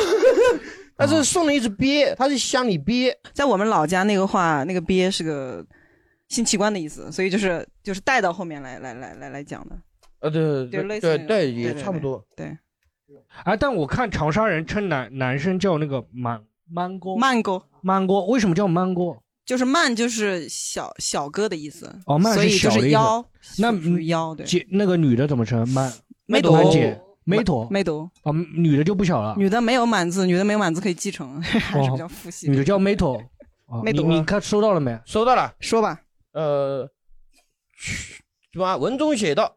Speaker 3: 但是送了一只鳖，它是乡里鳖，
Speaker 4: 在我们老家那个话，那个鳖是个性器官的意思，所以就是就是带到后面来来来来来讲的。
Speaker 3: 呃，对
Speaker 4: 对类
Speaker 3: 对
Speaker 4: 似那种
Speaker 3: 对对，
Speaker 4: 对
Speaker 3: 也
Speaker 4: 对
Speaker 3: 差不多。
Speaker 2: 哎，但我看长沙人称男男生叫那个满满哥，
Speaker 4: 慢哥
Speaker 2: 满哥为什么叫满哥？
Speaker 4: 就是慢，就是小小哥的意思。
Speaker 2: 哦慢是
Speaker 4: 所以就
Speaker 2: 小
Speaker 4: 是
Speaker 2: 的意思
Speaker 4: 腰，
Speaker 2: 那
Speaker 4: 属于腰对。
Speaker 2: 姐那个女的怎么称满？
Speaker 4: 没
Speaker 2: 懂
Speaker 4: 读，
Speaker 2: 满姐啊没妥
Speaker 4: 没读，
Speaker 2: 哦，女的就不小了，
Speaker 4: 女的没有满字，女的没有满字可以继承， *laughs* 还是比较父系
Speaker 2: 女
Speaker 4: 的。
Speaker 2: 哦的叫
Speaker 4: *laughs*
Speaker 2: 没妥。哦
Speaker 4: 没
Speaker 2: 你
Speaker 4: 妥啊
Speaker 2: 你看收到了没？
Speaker 3: 收到了，
Speaker 4: 说吧，
Speaker 3: 呃，什么文中写道，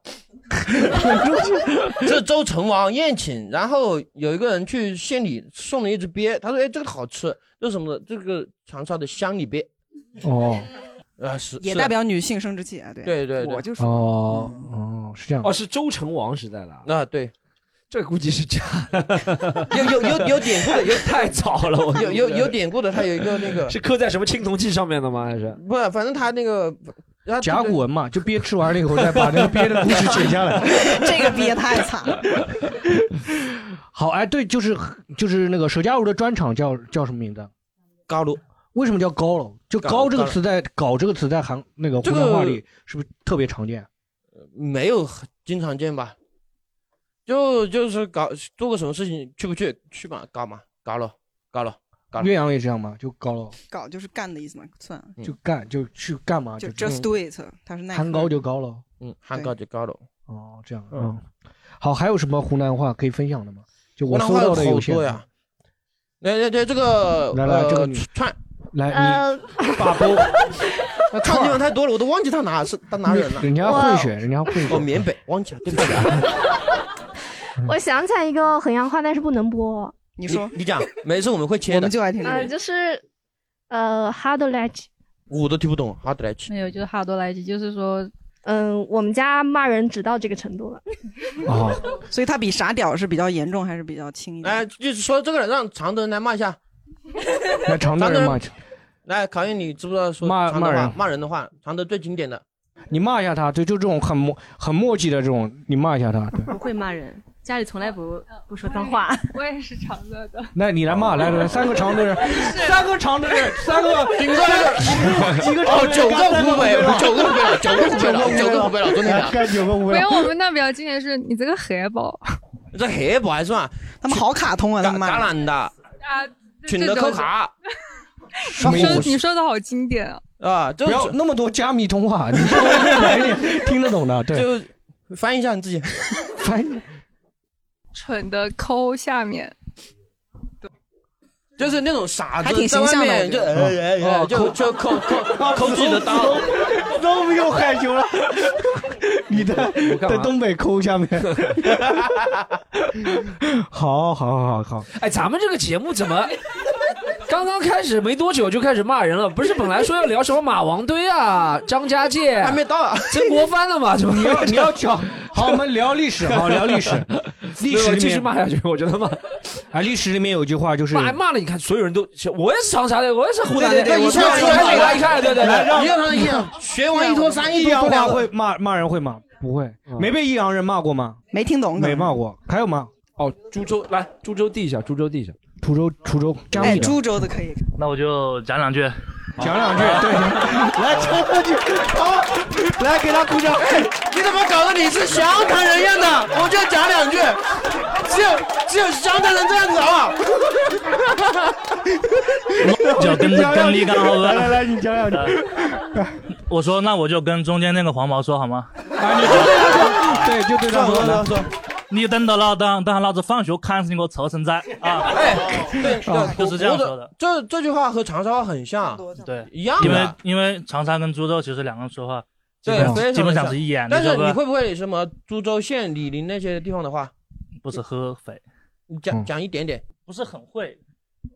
Speaker 3: *laughs* 这周成王宴请，然后有一个人去县里送了一只鳖，他说：“哎，这个好吃，这是什么的？这个长沙的乡里鳖。
Speaker 2: 哦”
Speaker 3: 啊，是
Speaker 4: 也
Speaker 3: 是
Speaker 4: 代表女性生殖器啊，对。
Speaker 3: 对对
Speaker 4: 我
Speaker 3: 对，
Speaker 5: *laughs*
Speaker 4: 就说
Speaker 2: 哦哦，是这样 *laughs*
Speaker 5: 哦，。是周成王时代了，
Speaker 3: 啊对，
Speaker 5: 这估计是假
Speaker 3: 有有
Speaker 5: *laughs*
Speaker 3: 有有典故的，有
Speaker 5: 太早了，我
Speaker 3: 有有有典故的，他有一个那个啊
Speaker 5: 是刻在什么青铜器上面的吗？还是
Speaker 3: 不，反正他那个他
Speaker 2: 甲骨文嘛，就鳖吃完了以后，再把那个 *laughs* 鳖的故事写下来。
Speaker 4: *laughs* 这个憋太惨了。
Speaker 2: 好，哎，对，就是就是那个佘佳茹的专场叫叫什么名字？啊
Speaker 3: 高卢
Speaker 2: 为什么叫高楼？就
Speaker 3: 高
Speaker 2: 高这个词在搞这个词在韩那个湖
Speaker 3: 这个
Speaker 2: 南话里是不是特别常见？
Speaker 3: 没有很经常见吧？就就是搞做个什么事情去不去去嘛搞嘛搞了搞了高
Speaker 2: 岳阳也这样吗？就高楼
Speaker 4: 搞就是干的意思嘛，算了，
Speaker 3: 嗯
Speaker 2: 就干就去干嘛？
Speaker 4: 就
Speaker 2: 啊就
Speaker 4: just do it，它是那
Speaker 2: 韩高就高楼。
Speaker 3: 嗯喊高就高了。
Speaker 2: 哦，这样，嗯
Speaker 3: 嗯，
Speaker 2: 好，还有什么湖南话可以分享的吗？就
Speaker 3: 湖
Speaker 2: 我
Speaker 3: 南
Speaker 2: 搜
Speaker 3: 话
Speaker 2: 到的有
Speaker 3: 好
Speaker 2: 些
Speaker 3: 多，呀。对对对，这个
Speaker 2: 来来这个
Speaker 3: 呃
Speaker 2: 你
Speaker 3: 串
Speaker 2: 来，
Speaker 9: 呃，
Speaker 3: *laughs*
Speaker 2: 你把包，那
Speaker 3: 串地
Speaker 2: 串
Speaker 3: 方
Speaker 2: 儿
Speaker 3: 太多了，我都忘记他哪是他哪人了。
Speaker 2: 人家会选，人家会
Speaker 3: 哦，
Speaker 2: 选，
Speaker 3: 缅北忘记了，对不起啊。
Speaker 9: 我想起来一个衡阳话，但是不能播，
Speaker 4: 你说，
Speaker 3: 你讲，每次我们会切
Speaker 4: 我
Speaker 3: 的哎
Speaker 4: 们，就爱听这
Speaker 9: 呃，
Speaker 4: 个。
Speaker 9: 就是呃 hard l e
Speaker 3: 我都听不懂，好的来去。
Speaker 11: 没有，就是哈多来吉，就是说
Speaker 9: 嗯，我们家骂人只到这个程度了。
Speaker 2: 啊，
Speaker 4: *laughs* 所以它比傻屌是比较严重还是比较轻一点？
Speaker 3: 哎，就是说这个人，让常德人来骂一
Speaker 2: *laughs*
Speaker 3: 下，
Speaker 2: 来常德人骂，
Speaker 3: 来考验你知不知道说
Speaker 2: 骂
Speaker 3: 常德
Speaker 2: 骂
Speaker 3: 话
Speaker 2: 人，
Speaker 3: 骂人的话，常德最经典的。
Speaker 2: 你骂一下他，对，就这种很默很默契的这种，你骂一下他，对，
Speaker 11: 不会骂人，家里从来不
Speaker 12: 嗯
Speaker 11: 不说脏话。我也是常乐的，
Speaker 2: 那你来骂，来来来，三个常德人，三个常德人，三个
Speaker 3: *laughs* 顶上那个
Speaker 2: 一个常
Speaker 3: 哦
Speaker 2: 德，人
Speaker 3: 九个
Speaker 2: 干三
Speaker 3: 湖北
Speaker 2: 湖，
Speaker 3: 九个湖北佬，九个湖北佬，九个湖北佬，真的
Speaker 2: 来
Speaker 3: 假的？
Speaker 2: 干 *laughs* 九个湖
Speaker 11: *laughs*
Speaker 2: 北
Speaker 11: 没有
Speaker 2: 佬，
Speaker 11: 我们那比较经典是你这个黑
Speaker 2: *laughs*
Speaker 11: 包
Speaker 3: *laughs* 这黑不还啊是吧？
Speaker 4: 他们好卡通啊，他
Speaker 3: 橄
Speaker 4: 们
Speaker 3: 橄
Speaker 4: 骂。
Speaker 3: 榄的，
Speaker 11: 啊，
Speaker 3: 群的扣卡
Speaker 2: 什么意
Speaker 11: 说
Speaker 2: 思？
Speaker 11: 你说的好经典啊，
Speaker 3: 啊，就
Speaker 2: 不要那么多加密通话，你稍微明白一点，听得懂的，对，
Speaker 3: 就翻译一下你自
Speaker 2: *laughs*
Speaker 3: 己。
Speaker 2: 反正
Speaker 11: 蠢的抠下面，
Speaker 3: 就是那种傻
Speaker 4: 还挺
Speaker 3: 子，在
Speaker 4: 形
Speaker 3: 外
Speaker 4: 象的
Speaker 3: 面就
Speaker 4: 我觉
Speaker 3: 哎哎哎，
Speaker 2: 哦
Speaker 3: 就就扣扣扣自己的刀，
Speaker 2: 都不用害羞了。你的
Speaker 5: 我
Speaker 2: 在
Speaker 5: 干嘛？
Speaker 2: 东北抠下
Speaker 3: *laughs*
Speaker 2: 面，好好好好，
Speaker 5: 哎，咱们这个节目
Speaker 3: *laughs*
Speaker 5: 怎么刚刚开始没多久就开始骂人了？不是本来说要聊什么马王堆啊、张家界、
Speaker 3: 还没到啊。
Speaker 5: 曾国藩了吗？怎么
Speaker 2: 你要你要讲好，我们聊历史，好
Speaker 3: *laughs*
Speaker 2: 聊历史，历史里
Speaker 5: 继续
Speaker 2: 面
Speaker 5: 骂下去？我觉得骂
Speaker 2: 啊，历史里面有句话就是，
Speaker 5: 骂骂了，你看所有人都，我也是长沙的，我也是湖南的，
Speaker 3: 对对对
Speaker 5: 一
Speaker 3: 我知
Speaker 5: 下
Speaker 3: 道
Speaker 5: 来
Speaker 3: 我知道
Speaker 5: 一看，对对
Speaker 2: 来
Speaker 5: 对，
Speaker 2: 让
Speaker 3: 一样一样，学完一拖三，一
Speaker 2: 益
Speaker 3: 拖
Speaker 2: 阳
Speaker 3: 两
Speaker 2: 话
Speaker 3: 会
Speaker 2: 会骂骂人会吗？不会，没被益阳人骂过吗？
Speaker 4: 没听懂，
Speaker 2: 没骂。过，还有吗？
Speaker 5: 哦，株洲来，株洲地一下，株洲地一下，
Speaker 2: 滁州，滁州，江
Speaker 4: 哎，
Speaker 2: 米的，
Speaker 4: 株洲的可以，
Speaker 6: 那我就讲两句。
Speaker 2: 讲两句，
Speaker 6: 啊
Speaker 2: 对， *laughs* 来讲两句，啊好，来给他鼓掌。
Speaker 3: 哎你怎么搞得你是湘潭人样的？我就讲两句，只有只有湘潭人这样子好不好？ *laughs*
Speaker 6: 就跟跟立刚好吧 *laughs*
Speaker 2: 来来来，你讲两句。
Speaker 6: 我说那我就跟中间那个黄毛说好吗？
Speaker 2: 啊，你就对他说， *laughs* 对，就对他说的。
Speaker 6: 你等等老等等老子放学看见我愁成灾啊！
Speaker 3: 哎对，
Speaker 6: 啊就是这样
Speaker 3: 我
Speaker 6: 说的。
Speaker 3: 这这句话和长沙话很像，
Speaker 6: 对，
Speaker 3: 一样
Speaker 6: 因为
Speaker 3: 的。
Speaker 6: 因为长沙跟株洲其实两个人说话，基
Speaker 3: 对
Speaker 6: 本，
Speaker 3: 非常
Speaker 6: 基本上
Speaker 3: 像
Speaker 6: 是一样的，
Speaker 3: 但是
Speaker 6: 对
Speaker 3: 你
Speaker 6: 吧
Speaker 3: 会不会什么株洲县、醴陵那些地方的话，
Speaker 6: 不是合肥？
Speaker 3: 你讲讲一点点，
Speaker 6: 不是很会。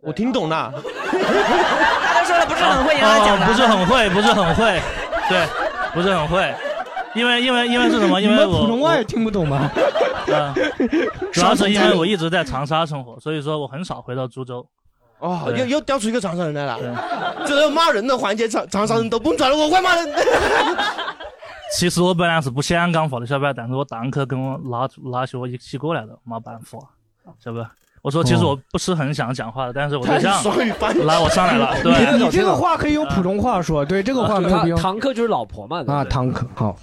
Speaker 3: 我听懂了。
Speaker 6: 他都说了不是很
Speaker 3: 会让啊他讲的
Speaker 6: 啊哦不是很会，不是很会，
Speaker 3: *laughs*
Speaker 6: *laughs* 对，不是很会，因为因为因为是什么？因
Speaker 2: 你
Speaker 6: 为
Speaker 2: 们
Speaker 6: 我
Speaker 2: 普通话也听不懂吗？ *laughs*
Speaker 6: 嗯，主要是因为我一直在长沙生活，所以说我很少回到株洲。
Speaker 3: 哦，
Speaker 6: 对
Speaker 3: 又又调出一个长沙人来了，这个骂人的环节，长长沙人都蹦出来了，我会骂人。
Speaker 6: 其实我本来是不想讲法的，晓得吧？但是我堂客跟我拉拉起我一起过来的，没办法，晓得吧？我说其实我不是很想讲话的，但是我对象
Speaker 2: 哦太双语班
Speaker 6: 拉我上来
Speaker 2: *laughs*
Speaker 6: 了，对，啊
Speaker 2: 你这个话可以
Speaker 6: 嗯
Speaker 2: 用普通话说，对，这个话没有必要。
Speaker 5: 堂客就是老婆嘛，对不
Speaker 2: 啊，
Speaker 5: 对
Speaker 2: 堂客，好，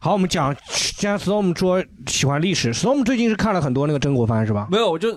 Speaker 2: 好，我们讲，既然 Storm 说喜欢历史，Storm 最近是看了很多那个曾国藩是吧？
Speaker 5: 没有，我就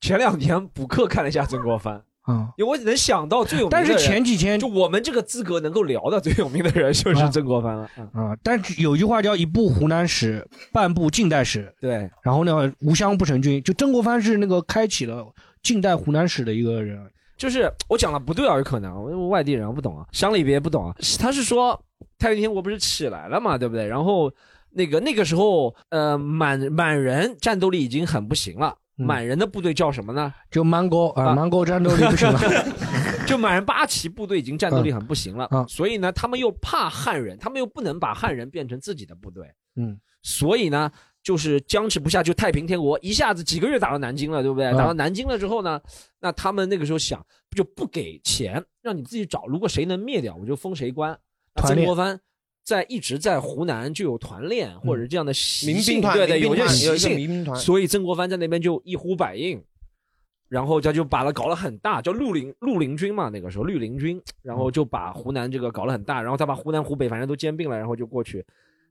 Speaker 5: 前两天补课看了一下曾国藩。
Speaker 2: 啊，
Speaker 5: 因为我能想到最有名的
Speaker 2: 但
Speaker 5: 人，
Speaker 2: 是前几天
Speaker 5: 就我们这个资格能够聊的最有名的人就是曾国藩了。嗯
Speaker 2: 啊，但是有一句话叫“一部湖南史，半部近代史”。
Speaker 5: 对，
Speaker 2: 然后呢，无湘不成军，就曾国藩是那个开启了近代湖南史的一个人。
Speaker 5: 就是我讲的不对啊，有可能我我外地人我不懂啊，乡里别不懂啊。他是说太平天国不是起来了嘛，对不对？然后那个那个时候，呃，满满人战斗力已经很不行了，满人的部队叫什么呢？
Speaker 2: 嗯就 Mango 啊，Mango 战斗力不 *laughs* 行了，
Speaker 5: *laughs* 就满人八旗部队已经战斗力很不行了，
Speaker 2: 嗯
Speaker 5: 所以呢，他们又怕汉人，他们又不能把汉人变成自己的部队，
Speaker 2: 嗯，
Speaker 5: 所以呢，就是僵持不下，就太平天国一下子几个月打到南京了，对不对？
Speaker 2: 嗯
Speaker 5: 打到南京了之后呢，那他们那个时候想，就不给钱，让你自己找，如果谁能灭掉，我就封谁官。那
Speaker 2: 团
Speaker 5: 曾
Speaker 2: 练
Speaker 5: 国藩在一直在湖南就有团练或
Speaker 2: 嗯
Speaker 5: 者这样的习
Speaker 3: 民
Speaker 5: 性，
Speaker 3: 兵团
Speaker 5: 对对，
Speaker 3: 民兵
Speaker 5: 有这
Speaker 3: 团有
Speaker 5: 习
Speaker 3: 一个
Speaker 5: 性，嗯
Speaker 3: 民兵团
Speaker 5: 所以曾国藩在那边就一呼百应。然后他就把它搞了很大，叫绿林绿林军嘛，那个时候绿林军，然后就把湖南这个搞了很大，然后他把湖南、湖北反正都兼并了，然后就过去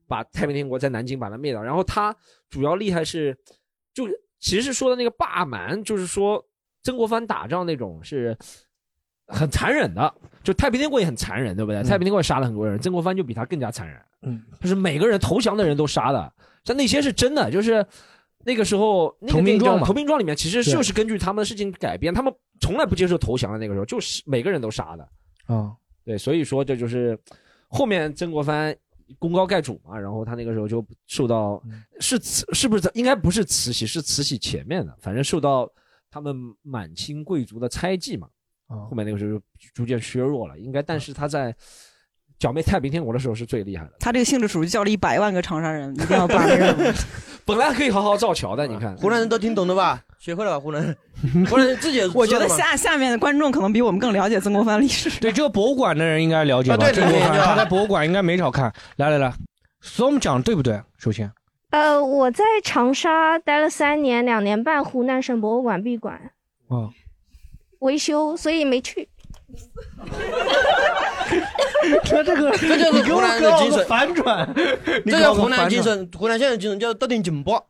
Speaker 5: 把太平天国在南京把它灭掉。然后他主要厉害是，就其实说的那个罢蛮，就是说曾国藩打仗那种是很残忍的，就太平天国也很残忍，对不对？太平天国也杀了很多人，曾国藩就比他更加残忍。
Speaker 2: 嗯，
Speaker 5: 就是每个人投降的人都杀的，但那些是真的，就是那个时候那个
Speaker 2: 投名
Speaker 5: 电影叫
Speaker 2: 状嘛
Speaker 5: 投名状》里面其实
Speaker 2: 对
Speaker 5: 就是根据他们的事情改编，他们从来不接受投降的那个时候，就是每个人都杀的。
Speaker 2: 啊，
Speaker 5: 对，所以说这就是后面曾国藩功高盖主嘛，然后他那个时候就受到
Speaker 2: 嗯
Speaker 5: 是慈是不是应该不是慈禧，是慈禧前面的，反正受到他们满清贵族的猜忌嘛。
Speaker 2: 后
Speaker 5: 面那个时候就逐渐削弱了，应该，
Speaker 2: 啊
Speaker 5: 但是他在剿灭太平天国的时候是最厉害的。
Speaker 4: 他这个性质属于叫了一百万个长沙人，一定要把那个
Speaker 5: *laughs* 本来可以好好造桥的，你看，
Speaker 3: 湖南人都听懂了吧？学会了吧？湖南人，湖南人自己也
Speaker 4: 我觉得
Speaker 3: 知道吗
Speaker 4: 下下面的观众可能比我们更了解曾国藩历史。
Speaker 2: 对这个博物馆的人应该了解
Speaker 4: 啊
Speaker 2: 吧？
Speaker 4: 对
Speaker 2: 曾国
Speaker 4: 了解
Speaker 2: 藩
Speaker 4: 了解
Speaker 2: 他在博物馆应该没少看。来来来，Storm 讲得对不对？首先，
Speaker 9: 呃，我在长沙待了三年，两年半，湖南省博物馆闭馆
Speaker 2: 啊，
Speaker 9: 维修，所以没去。
Speaker 2: 他 *laughs* 这个
Speaker 3: 这就是湖南人的精神
Speaker 2: 反
Speaker 3: *laughs*
Speaker 2: 转，
Speaker 3: 这叫湖南精神，湖南现在精神叫斗顶警报，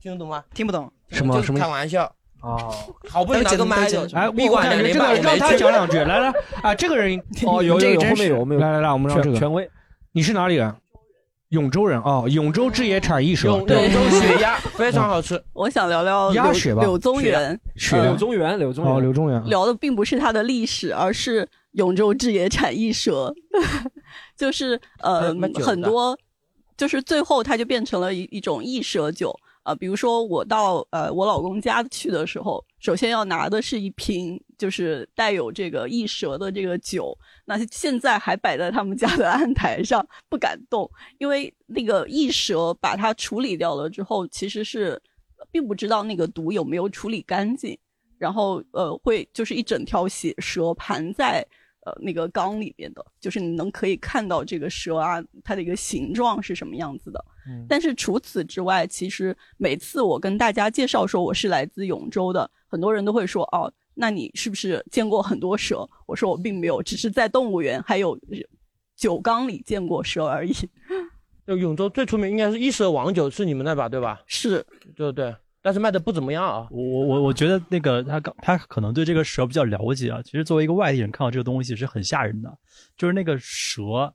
Speaker 3: 听得懂吗？
Speaker 4: 听不懂。
Speaker 2: 什么
Speaker 3: 就是
Speaker 2: 什么
Speaker 3: 开玩笑。
Speaker 2: 哦，
Speaker 3: 好不容易拿个麦
Speaker 2: 哎
Speaker 3: 子，，
Speaker 2: 我我感觉这个让他讲两句，来来啊，这个人 *laughs*
Speaker 5: 哦有有有后面有后面有
Speaker 2: 来来来，我们让
Speaker 5: 权
Speaker 2: 这个
Speaker 5: 权威，
Speaker 2: 你是哪里人？永州人哦，永州制野产一蛇，
Speaker 3: 永
Speaker 2: 对
Speaker 3: 永州血
Speaker 13: *laughs*
Speaker 3: 鸭非常好吃。
Speaker 13: 我想聊聊
Speaker 2: 鸭
Speaker 13: 柳
Speaker 2: 血吧，
Speaker 13: 柳宗元，
Speaker 2: 血
Speaker 13: 呃
Speaker 5: 宗元，柳
Speaker 2: *laughs* 哦，柳宗元，
Speaker 3: 啊
Speaker 13: 聊的并不是他的历史，而是永州制野产一蛇， *laughs* 就是
Speaker 3: 还
Speaker 13: 呃
Speaker 3: 蛮久的
Speaker 13: 很多，就是最后它就变成了一一种一蛇酒啊、呃比如说我到呃我老公家去的时候，首先要拿的是一瓶就是带有这个一蛇的这个酒，那现在还摆在他们家的案台上，不敢动，因为那个一蛇把它处理掉了之后，其实是呃并不知道那个毒有没有处理干净。然后呃会就是一整条血蛇盘在呃那个缸里边的，就是你能可以看到这个蛇啊它的一个形状是什么样子的。
Speaker 8: 嗯
Speaker 3: 嗯
Speaker 13: 但是除此之外，其实每次我跟大家介绍说我是来自永州的，很多人都会说哦，那你是不是见过很多蛇？我说我并没有，只是在动物园还有呃酒缸里见过蛇而已。
Speaker 3: *laughs* 就永州最出名应该是一蛇王酒，是你们那把对吧？
Speaker 13: 是，
Speaker 3: 对对，但是卖的不怎么样啊。
Speaker 14: *laughs* 我我我我觉得那个他刚他可能对这个蛇比较了解啊。其实作为一个外地人看到这个东西是很吓人的，就是那个蛇，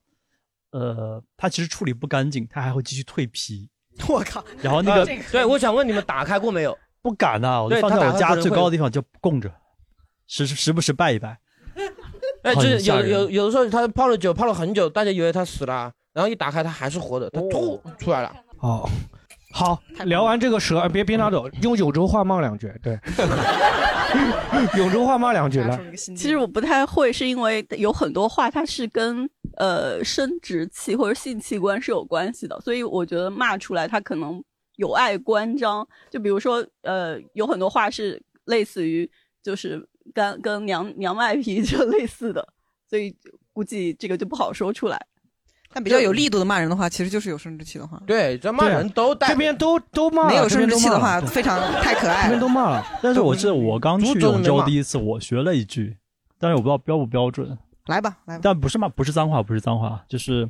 Speaker 14: 呃，它其实处理不干净，它还会继续蜕皮。
Speaker 4: *laughs* 我靠！
Speaker 14: 然后那个，
Speaker 3: 对，我想问你们打开过没有？
Speaker 14: 不敢呐、我就
Speaker 3: 对
Speaker 14: 放
Speaker 3: 它
Speaker 14: 在
Speaker 3: 打
Speaker 14: 我
Speaker 3: 开
Speaker 14: 家
Speaker 3: 可能
Speaker 14: 最
Speaker 3: 会
Speaker 14: 高的地方就供着，时时不时拜一拜。
Speaker 3: 哎，就
Speaker 14: 很
Speaker 3: 是
Speaker 14: 吓
Speaker 3: 有
Speaker 14: 人
Speaker 3: 有有的时候他泡了酒，泡了很久，大家以为他死了，啊然后一打开他还是活的，他吐出来了。
Speaker 2: 哦，好，聊完这个蛇，哎别别拿走，用永州话骂两句，对， *laughs* 永州话骂两句来。
Speaker 13: 其实我不太会，是因为有很多话它是跟呃生殖器或者性器官是有关系的，所以我觉得骂出来它可能有碍关张。就比如说呃，有很多话是类似于就是跟跟娘娘卖 *laughs* 皮就类似的，所以估计这个就不好说出来。
Speaker 4: 但比较有力度的骂人的话，其实就是有生殖器的话。
Speaker 3: 对，这骂人都带
Speaker 2: 啊这边都都骂了
Speaker 4: 没有
Speaker 2: 这
Speaker 4: 生
Speaker 2: 边
Speaker 4: 殖
Speaker 2: 都
Speaker 4: 器的
Speaker 2: 骂
Speaker 4: 话，
Speaker 2: 了
Speaker 4: 非常太可爱
Speaker 15: 嗯
Speaker 4: 了。
Speaker 2: 都骂了。
Speaker 14: 但是我记得我刚去
Speaker 4: 竹子
Speaker 14: 永
Speaker 4: 没
Speaker 14: 州
Speaker 4: 骂
Speaker 14: 第一次，我学了一句，但是我不知道标不标准。
Speaker 4: 来吧，来吧。
Speaker 14: 但不是骂，不是脏话，不是脏话，就是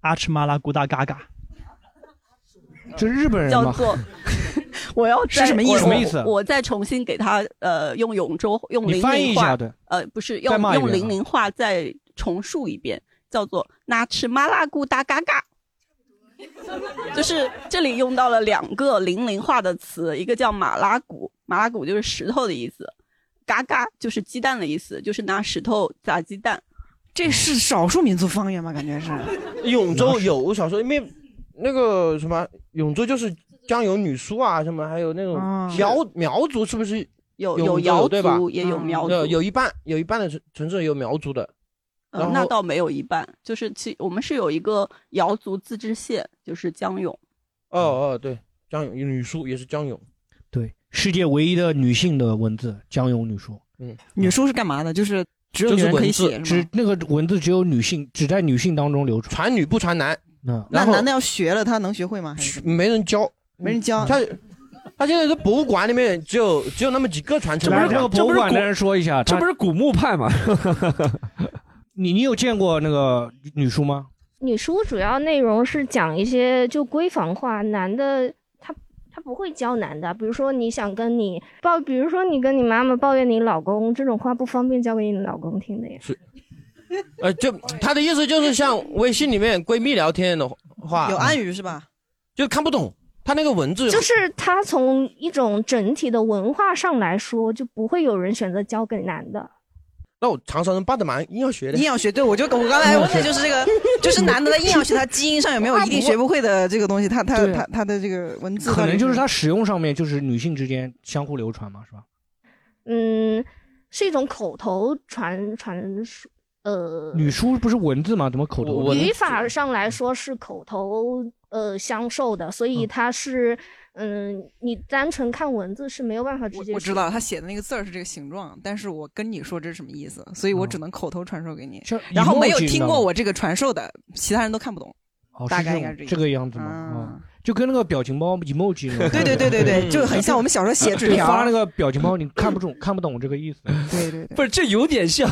Speaker 14: 阿吃麻拉咕哒嘎嘎。
Speaker 2: 这日本
Speaker 14: *laughs*
Speaker 13: 叫做我要
Speaker 14: 是
Speaker 13: 再
Speaker 14: 什么意思
Speaker 13: 我
Speaker 14: 什么意思
Speaker 13: 我我再重新给他呃用永州用
Speaker 2: 啊你
Speaker 13: 零
Speaker 2: 翻译
Speaker 13: 零
Speaker 2: 一
Speaker 13: 话
Speaker 2: 下对
Speaker 13: 呃不是
Speaker 2: 再
Speaker 13: 用
Speaker 2: 骂一
Speaker 13: 用
Speaker 2: 遍啊
Speaker 13: 零零话再重述一遍，叫做那吃麻辣咕哒嘎嘎。 *laughs* 就是这里用到了两个零零化的词，一个叫马拉骨，马拉骨就是石头的意思，嘎嘎就是鸡蛋的意思，就是拿石头砸鸡蛋。
Speaker 4: 这是少数民族方言吗？感觉是。
Speaker 3: *laughs* 永州有小说，因为那个什么永州就是江油女苏啊，什么还有那种苗苗族是不是
Speaker 13: 有
Speaker 3: 有
Speaker 13: 有瑶
Speaker 3: 对吧
Speaker 13: 族？也有苗
Speaker 3: 有
Speaker 13: 族
Speaker 3: 有一半有一半的城城市有苗族的，
Speaker 4: 嗯
Speaker 3: 然
Speaker 13: 呃
Speaker 3: 后，
Speaker 13: 那倒没有一半，就是其我们是有一个瑶族自治县，就是江永。
Speaker 3: 哦哦对，江永女苏也是江永，
Speaker 2: 对，世界唯一的女性的文字江永女书，
Speaker 3: 嗯，
Speaker 4: 女书是干嘛的？就是只有女人可以写，是
Speaker 2: 只
Speaker 4: 吗？
Speaker 2: 那个文字只有女性，只在女性当中流传，
Speaker 3: 传女不传男。
Speaker 2: 嗯，
Speaker 4: 那男的要学了，他能学会吗？还是怎么
Speaker 3: 没人教，
Speaker 4: 没人教
Speaker 3: 他他现在这博物馆里面只有只有那么几个传承
Speaker 2: 来
Speaker 3: 人，
Speaker 2: 这个博物馆的人说一下，
Speaker 3: 这不是
Speaker 2: 古墓派吗？ *laughs* 你你有见过那个女书吗？
Speaker 9: 女书主要内容是讲一些就闺房话，男的他他不会教男的，比如说你想跟你抱，比如说你跟你妈妈抱怨你老公这种话不方便教给你老公听的呀。
Speaker 3: 是呃，就他的意思就是像微信里面闺蜜聊天的话，嗯
Speaker 4: 有暗语是吧？
Speaker 3: 就看不懂他那个文字，
Speaker 9: 就是他从一种整体的文化上来说，就不会有人选择教给男的。
Speaker 3: 那我长沙人巴德蛮硬要学的，
Speaker 4: 硬要学，对我就我刚才问的就是这个，就是男的他硬要学，他基因上有没有一定学不会的这个东西？他他
Speaker 2: 对
Speaker 4: 他他的这个文字
Speaker 2: 可
Speaker 4: 到底
Speaker 2: 能就是它使用上面就是女性之间相互流传嘛，是吧？
Speaker 9: 嗯，是一种口头传传说，呃，
Speaker 2: 女书不是文字吗？怎么口头
Speaker 9: 语法上来说是口头呃相授的，所以它是嗯、你单纯看文字是没有办法直接。
Speaker 4: 我知道他写的那个字儿是这个形状，但是我跟你说这是什么意思，所以我只能口头传授给你。然后没有
Speaker 2: emoji
Speaker 4: 听
Speaker 2: 呢
Speaker 4: 过我这个传授的，其他人都看不懂。
Speaker 2: 哦，
Speaker 4: 大
Speaker 2: 是
Speaker 4: 概
Speaker 2: 这
Speaker 4: 应该
Speaker 2: 种
Speaker 4: 是
Speaker 2: 这个样子吗？啊，就跟那个表情包 emoji 那种
Speaker 4: 嗯对对对对对
Speaker 2: 嗯
Speaker 4: 就很像我们小时候写纸
Speaker 2: 对
Speaker 4: 条
Speaker 2: 发那个表情包，你看不懂看不懂这个意思。
Speaker 4: *laughs* 对对对，
Speaker 5: 不是，这有点
Speaker 2: *laughs*
Speaker 5: 像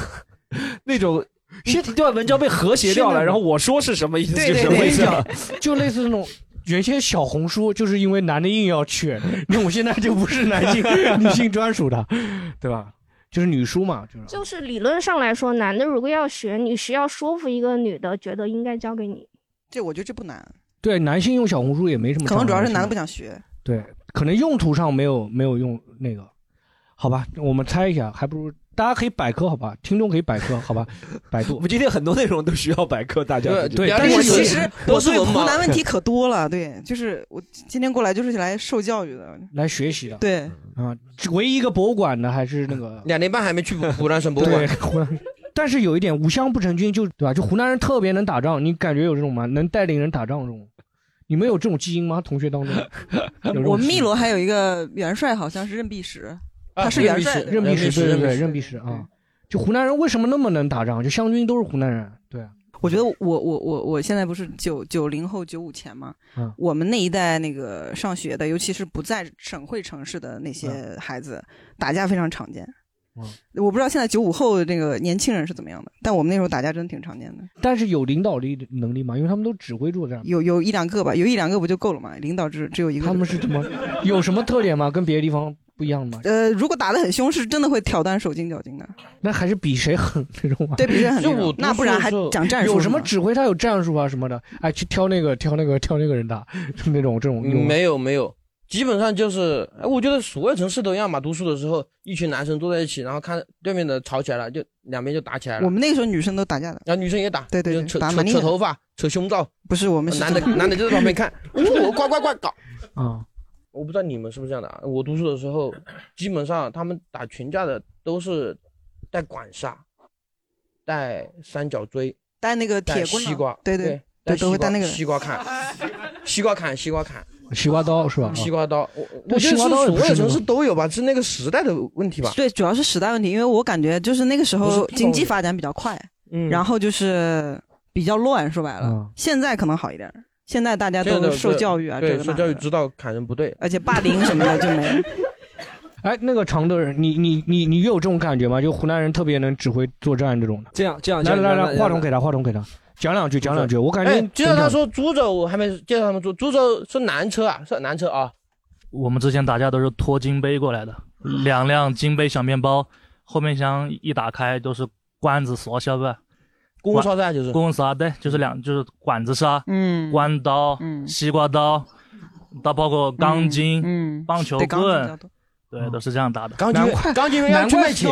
Speaker 5: 那种一段文章被和谐掉
Speaker 2: 是那
Speaker 5: 了，
Speaker 2: 种
Speaker 5: 然后我说是什么意思
Speaker 2: 对
Speaker 5: 就什
Speaker 2: 对对，我
Speaker 5: 么意
Speaker 2: 跟你
Speaker 5: 思。
Speaker 2: 讲，就类似那种。原先小红书就是因为男的硬要去，那我现在就不是男
Speaker 5: *laughs*
Speaker 2: 性女性专属的，对吧？就是女书嘛，就是
Speaker 9: 就是理论上来说，男的如果要学，你需要说服一个女的觉得应该交给你。
Speaker 4: 这我觉得这不难， *laughs*
Speaker 2: 对男性用小红书也没什么
Speaker 4: 可
Speaker 2: 障碍，
Speaker 4: 能主要是男的
Speaker 2: 吧
Speaker 4: 不想学。
Speaker 2: 对，可能用途上没有没有用那个，好吧，我们猜一下，还不如大家可以百科，好吧，听众可以百科，好吧，百度。我们
Speaker 5: 今天很多内容都需要百科，大家
Speaker 2: 对对
Speaker 4: 但
Speaker 2: 但
Speaker 4: 是
Speaker 2: 是
Speaker 4: 其实
Speaker 2: 都
Speaker 4: 我
Speaker 2: 是
Speaker 4: 对
Speaker 2: 文盲
Speaker 4: 湖南问题可多了，对，就是我今天过来就是来受教育的。
Speaker 2: *laughs* 来学习的。
Speaker 4: 对
Speaker 2: 啊，唯一一个博物馆呢，还是那个
Speaker 3: 两年半还
Speaker 4: *laughs*
Speaker 3: 没去湖湖南省博物
Speaker 2: 对
Speaker 4: 啊
Speaker 3: 馆，
Speaker 2: 湖南。但是有一点，无湘不成军就，对吧？就湖南人特别能打仗，你感觉有这种吗？能带领人打仗这种，你们有这种基因吗？同学当中，有这种
Speaker 4: 我们
Speaker 2: 基因
Speaker 4: 汨罗还有一个元帅，好像是任弼时，他是
Speaker 2: 啊任
Speaker 4: 元
Speaker 2: 弼
Speaker 4: 帅的，
Speaker 2: 时，任弼时，对对对，
Speaker 4: 任
Speaker 2: 任弼时
Speaker 3: 嗯
Speaker 2: 啊。就湖南人为什么那么能打仗？就湘军都是湖南人，对啊，
Speaker 4: 我觉得我我我我现在不是九九零后九五前嘛，
Speaker 2: 嗯
Speaker 4: 我们那一代那个上学的，尤其是不在省会城市的那
Speaker 2: 嗯
Speaker 4: 些孩子，打架非常常见。我不知道现在九五后的这个年轻人是怎么样的，但我们那时候打架真的挺常见的，
Speaker 2: 但是有领导力的能力吗？因为他们都指挥作战，
Speaker 4: 有有一两个吧，有一两个不就够了嘛？领导只只有一个。
Speaker 2: 他们是怎么有什么特点吗？跟别的地方不一样的吗？
Speaker 4: 呃，如果打得很凶，是真的会挑断手筋脚筋的。
Speaker 2: 那还是比谁狠那种啊。
Speaker 4: 对比谁狠
Speaker 2: 就
Speaker 4: 那种
Speaker 2: 我
Speaker 4: 那不然还讲战术
Speaker 2: 有什
Speaker 4: 是
Speaker 2: 么
Speaker 4: 吗
Speaker 2: 指挥他有战术啊什么的？哎，去挑那个挑那个挑那个人打，那种这种有
Speaker 3: 嗯
Speaker 2: 吗啊
Speaker 3: 没有没有，基本上就是，哎，我觉得所有城市都一样吧。读书的时候，一群男生坐在一起，然后看对面的吵起来了，就两边就打起来了。
Speaker 4: 我们那个时候女生都打架的，
Speaker 3: 然后女生也打，
Speaker 4: 对对对，
Speaker 3: 扯
Speaker 4: 打
Speaker 3: 扯
Speaker 4: 蛮厉害
Speaker 3: 扯
Speaker 4: 的
Speaker 3: 头发，扯胸罩，
Speaker 4: 不是我们是
Speaker 3: 男的
Speaker 4: 这样
Speaker 3: 男的就在旁
Speaker 4: *laughs*
Speaker 3: 边看，我呱呱呱搞。
Speaker 2: 啊，
Speaker 3: 我不知道你们是不是这样的啊？我读书的时候，基本上他们打群架的都是带管杀，带三角锥，
Speaker 4: 带那个铁棍
Speaker 3: 西瓜
Speaker 4: 啊，对对
Speaker 3: 对，
Speaker 4: 对
Speaker 3: 带
Speaker 4: 都会
Speaker 3: 西瓜
Speaker 4: 带那个
Speaker 3: 西瓜砍，西瓜砍，西瓜砍，
Speaker 2: 西瓜刀是吧？
Speaker 3: 嗯西瓜刀。我我
Speaker 4: 对
Speaker 3: 我觉得
Speaker 4: 啊西瓜
Speaker 3: 是
Speaker 4: 刀也不
Speaker 3: 所有
Speaker 4: 是那
Speaker 3: 城市
Speaker 4: 种
Speaker 3: 都有吧，是那个时代的问题吧？
Speaker 4: 对，主要是时代问题，因为我感觉就是那个时
Speaker 3: 不是
Speaker 4: 候
Speaker 3: 不懂
Speaker 4: 经济发展比较快，
Speaker 3: 嗯
Speaker 4: 然后就是比较乱，说白了，
Speaker 3: 嗯
Speaker 4: 现在可能好一点儿，现在大家
Speaker 3: 现在
Speaker 4: 都
Speaker 3: 的
Speaker 4: 受
Speaker 3: 这
Speaker 4: 教育啊，这
Speaker 3: 对，
Speaker 4: 个
Speaker 3: 受
Speaker 4: 那
Speaker 3: 教
Speaker 4: 个
Speaker 3: 育知道砍人不对，
Speaker 4: 而且霸凌什么的就没
Speaker 3: *laughs*
Speaker 4: 了。
Speaker 2: 哎，那个常德人，你你你你有这种感觉吗？就湖南人特别能指挥作战这种的。
Speaker 5: 这样这样
Speaker 2: 来
Speaker 5: 这样
Speaker 2: 来
Speaker 5: 这样
Speaker 2: 来，
Speaker 5: 这样
Speaker 2: 话筒给他，话筒给他，讲两句，讲两句。我感
Speaker 3: 哎
Speaker 2: 觉，
Speaker 3: 接着他说株洲，我还没介绍他们株株洲是南车啊，是南车啊，
Speaker 6: 我们之前打架都是拖金杯过来的，
Speaker 3: 嗯
Speaker 6: 两辆金杯小面包，后备箱一打开都是罐子锁，晓得吧？
Speaker 3: 公烧菜就是嗯
Speaker 6: 公杀，对，就是两就是管子杀，
Speaker 4: 嗯
Speaker 6: 关刀，
Speaker 4: 嗯
Speaker 6: 西瓜刀，到包括钢筋，
Speaker 4: 嗯，
Speaker 6: 棒球
Speaker 2: 对钢筋比较
Speaker 6: 棍，对，都是这样打的。
Speaker 3: 钢
Speaker 2: 难怪难怪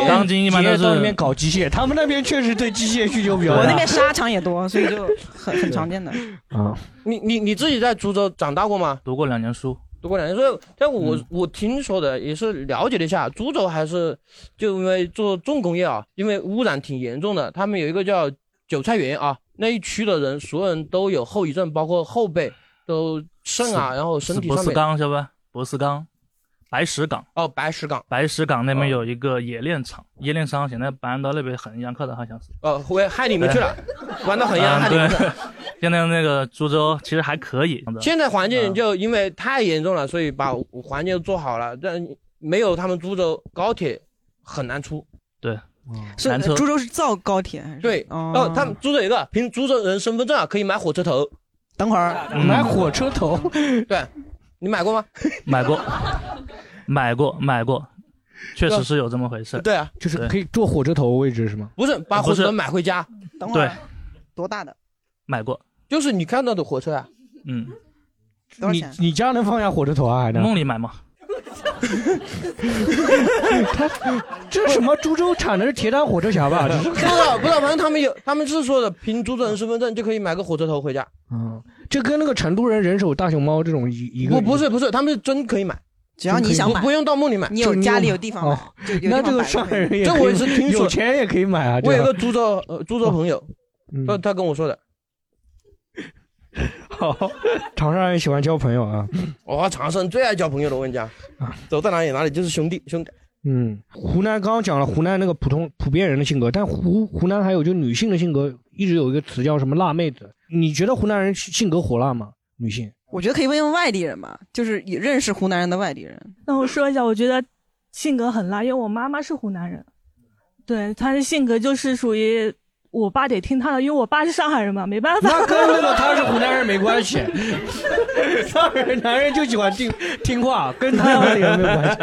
Speaker 6: 钢筋一般都
Speaker 2: 到那
Speaker 6: 是
Speaker 2: 边搞机械，他们那边确实对机械需求比较
Speaker 3: 啊
Speaker 2: 大。
Speaker 4: 我那边沙场也
Speaker 3: *laughs*
Speaker 4: 多，所以就很很常见的。
Speaker 2: 啊，
Speaker 3: 你你你自己在株洲长大过吗？
Speaker 6: 读过两年书，嗯
Speaker 3: 读过两年书。但我、我听说的也是了解了一下，株洲还是就因为做重工业啊，因为污染挺严重的，他们有一个叫韭菜园啊，那一区的人所有人都有后遗症，包括后背都肾啊，然后身体
Speaker 6: 是
Speaker 3: 上
Speaker 6: 不是
Speaker 3: 面
Speaker 6: 钢是吧？不是钢，白石港
Speaker 3: 哦，白石哦港，
Speaker 6: 白石港那边有一个冶炼厂，冶炼厂现在搬到那边衡阳去了，好像是。
Speaker 3: 呃，我害你
Speaker 6: *laughs*
Speaker 3: 们去了，玩到很
Speaker 6: 嗯
Speaker 3: 阳害你们去
Speaker 6: 对
Speaker 3: 了。，
Speaker 6: 现在那个株洲其实还可以。
Speaker 3: *laughs*
Speaker 6: 嗯
Speaker 3: 现在环
Speaker 4: 嗯
Speaker 3: 境就因为太严重了，所以把环境做好了，但没有他们株洲高铁很难出。
Speaker 6: 对，
Speaker 4: 是
Speaker 3: 南车
Speaker 4: 株洲是造高铁还是？
Speaker 3: 对，哦，他们株洲有一个凭株洲人身份证啊，可以买火车头。
Speaker 2: 等会儿买火车头，
Speaker 3: *laughs* 对，你买过吗？
Speaker 6: 买
Speaker 3: *laughs*
Speaker 6: 过，买过，买过，确实是有这么回事。
Speaker 3: 对啊，
Speaker 2: 就是可以坐火车头位置是吗？
Speaker 3: 不是把火车
Speaker 6: 呃不是
Speaker 3: 头买回家，
Speaker 4: 等
Speaker 6: 对，
Speaker 4: 多大的？
Speaker 6: 买过。
Speaker 3: 就是你看到的火车啊。
Speaker 6: 嗯，
Speaker 4: 多少
Speaker 2: 你
Speaker 4: 钱？
Speaker 2: 你家能放下火车头啊？还能
Speaker 6: 梦里买吗？
Speaker 3: *laughs*
Speaker 2: 这是什么？株洲产的是铁胆火车
Speaker 3: *laughs*
Speaker 2: 侠吧？这
Speaker 3: 不
Speaker 2: 是
Speaker 3: 知道不知道，反正他们有，他们是说的凭株洲人身份证就可以买个火车头回家。
Speaker 2: 嗯，这跟那个成都人人手大熊猫这种一一个
Speaker 3: 不不是不是，他们是真可以买，
Speaker 4: 只要你想买
Speaker 3: 不不用到梦里买，
Speaker 4: 你有家里有地方买就有地
Speaker 2: 哦那
Speaker 4: 方
Speaker 2: 这个
Speaker 4: 摆
Speaker 2: 上
Speaker 4: 着
Speaker 2: 海人也
Speaker 3: 这
Speaker 2: 可以
Speaker 3: 我也是听说
Speaker 2: 有钱也可以买啊。
Speaker 3: 我有
Speaker 2: 这哦嗯
Speaker 3: 个
Speaker 2: 样
Speaker 3: 株洲呃株洲朋友，他他跟我说的，
Speaker 2: *laughs* 好，长沙人喜欢交朋友啊。
Speaker 3: 哦，长生最爱交朋友的，我跟你讲，走到哪里哪里就是兄弟兄弟。
Speaker 2: 嗯，湖南刚刚讲了湖南那个普通普遍人的性格，但湖湖南还有就女性的性格，一直有一个词叫什么“辣妹子”。你觉得湖南人性格火辣吗？女性？
Speaker 4: 我觉得可以问问外地人吧，就是也认识湖南人的外地人。
Speaker 12: 那我说一下，我觉得性格很辣，因为我妈妈是湖南人，对，她的性格就是属于我爸得听她的，因为我爸是上海人嘛，没
Speaker 2: *laughs*
Speaker 12: 办法。
Speaker 2: 那跟那个他是湖南人没关 *laughs* 系，上海人男人就喜欢听听话，跟他们也没有关系。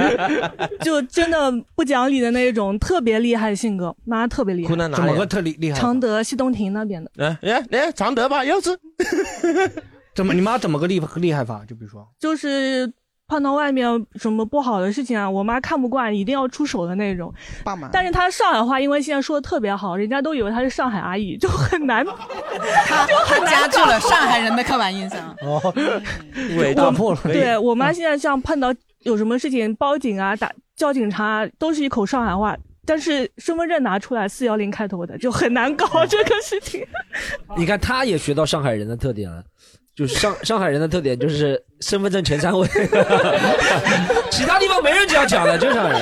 Speaker 12: 就真的不讲理的那一种，特别厉害的性格，妈特别厉害。
Speaker 3: 湖南哪里啊怎么个特厉厉害
Speaker 12: 常德西东亭那边的，
Speaker 3: *laughs* 哎哎哎，常德吧，又是
Speaker 2: *laughs* 怎么你妈怎么个厉厉害法？就比如说，
Speaker 12: 就是碰到外面什么不好的事情啊，我妈看不惯，一定要出手的那种。
Speaker 4: 爸妈
Speaker 12: 但是她上海话，因为现在说的特别好，人家都以为她是上海阿姨，就很难，
Speaker 16: 他
Speaker 12: *laughs* 就很
Speaker 16: 他加
Speaker 12: 难
Speaker 16: 剧
Speaker 12: 搞
Speaker 16: 了上海人的刻板印象。
Speaker 2: 哦，
Speaker 3: 伟
Speaker 12: 大
Speaker 2: 破
Speaker 12: 嗯对我
Speaker 2: 嗯
Speaker 12: 妈现在像碰到有什么事情报警啊、打叫警察啊，都是一口上海话，但是身份证拿出来四幺零开头的就很难
Speaker 2: 嗯
Speaker 12: 搞这个事情。
Speaker 5: 你看，他也学到上海人的特点了，就是上上海人的特点就是身份证前三
Speaker 2: *laughs*
Speaker 5: 位，其他地方没人这样讲的，就上海人，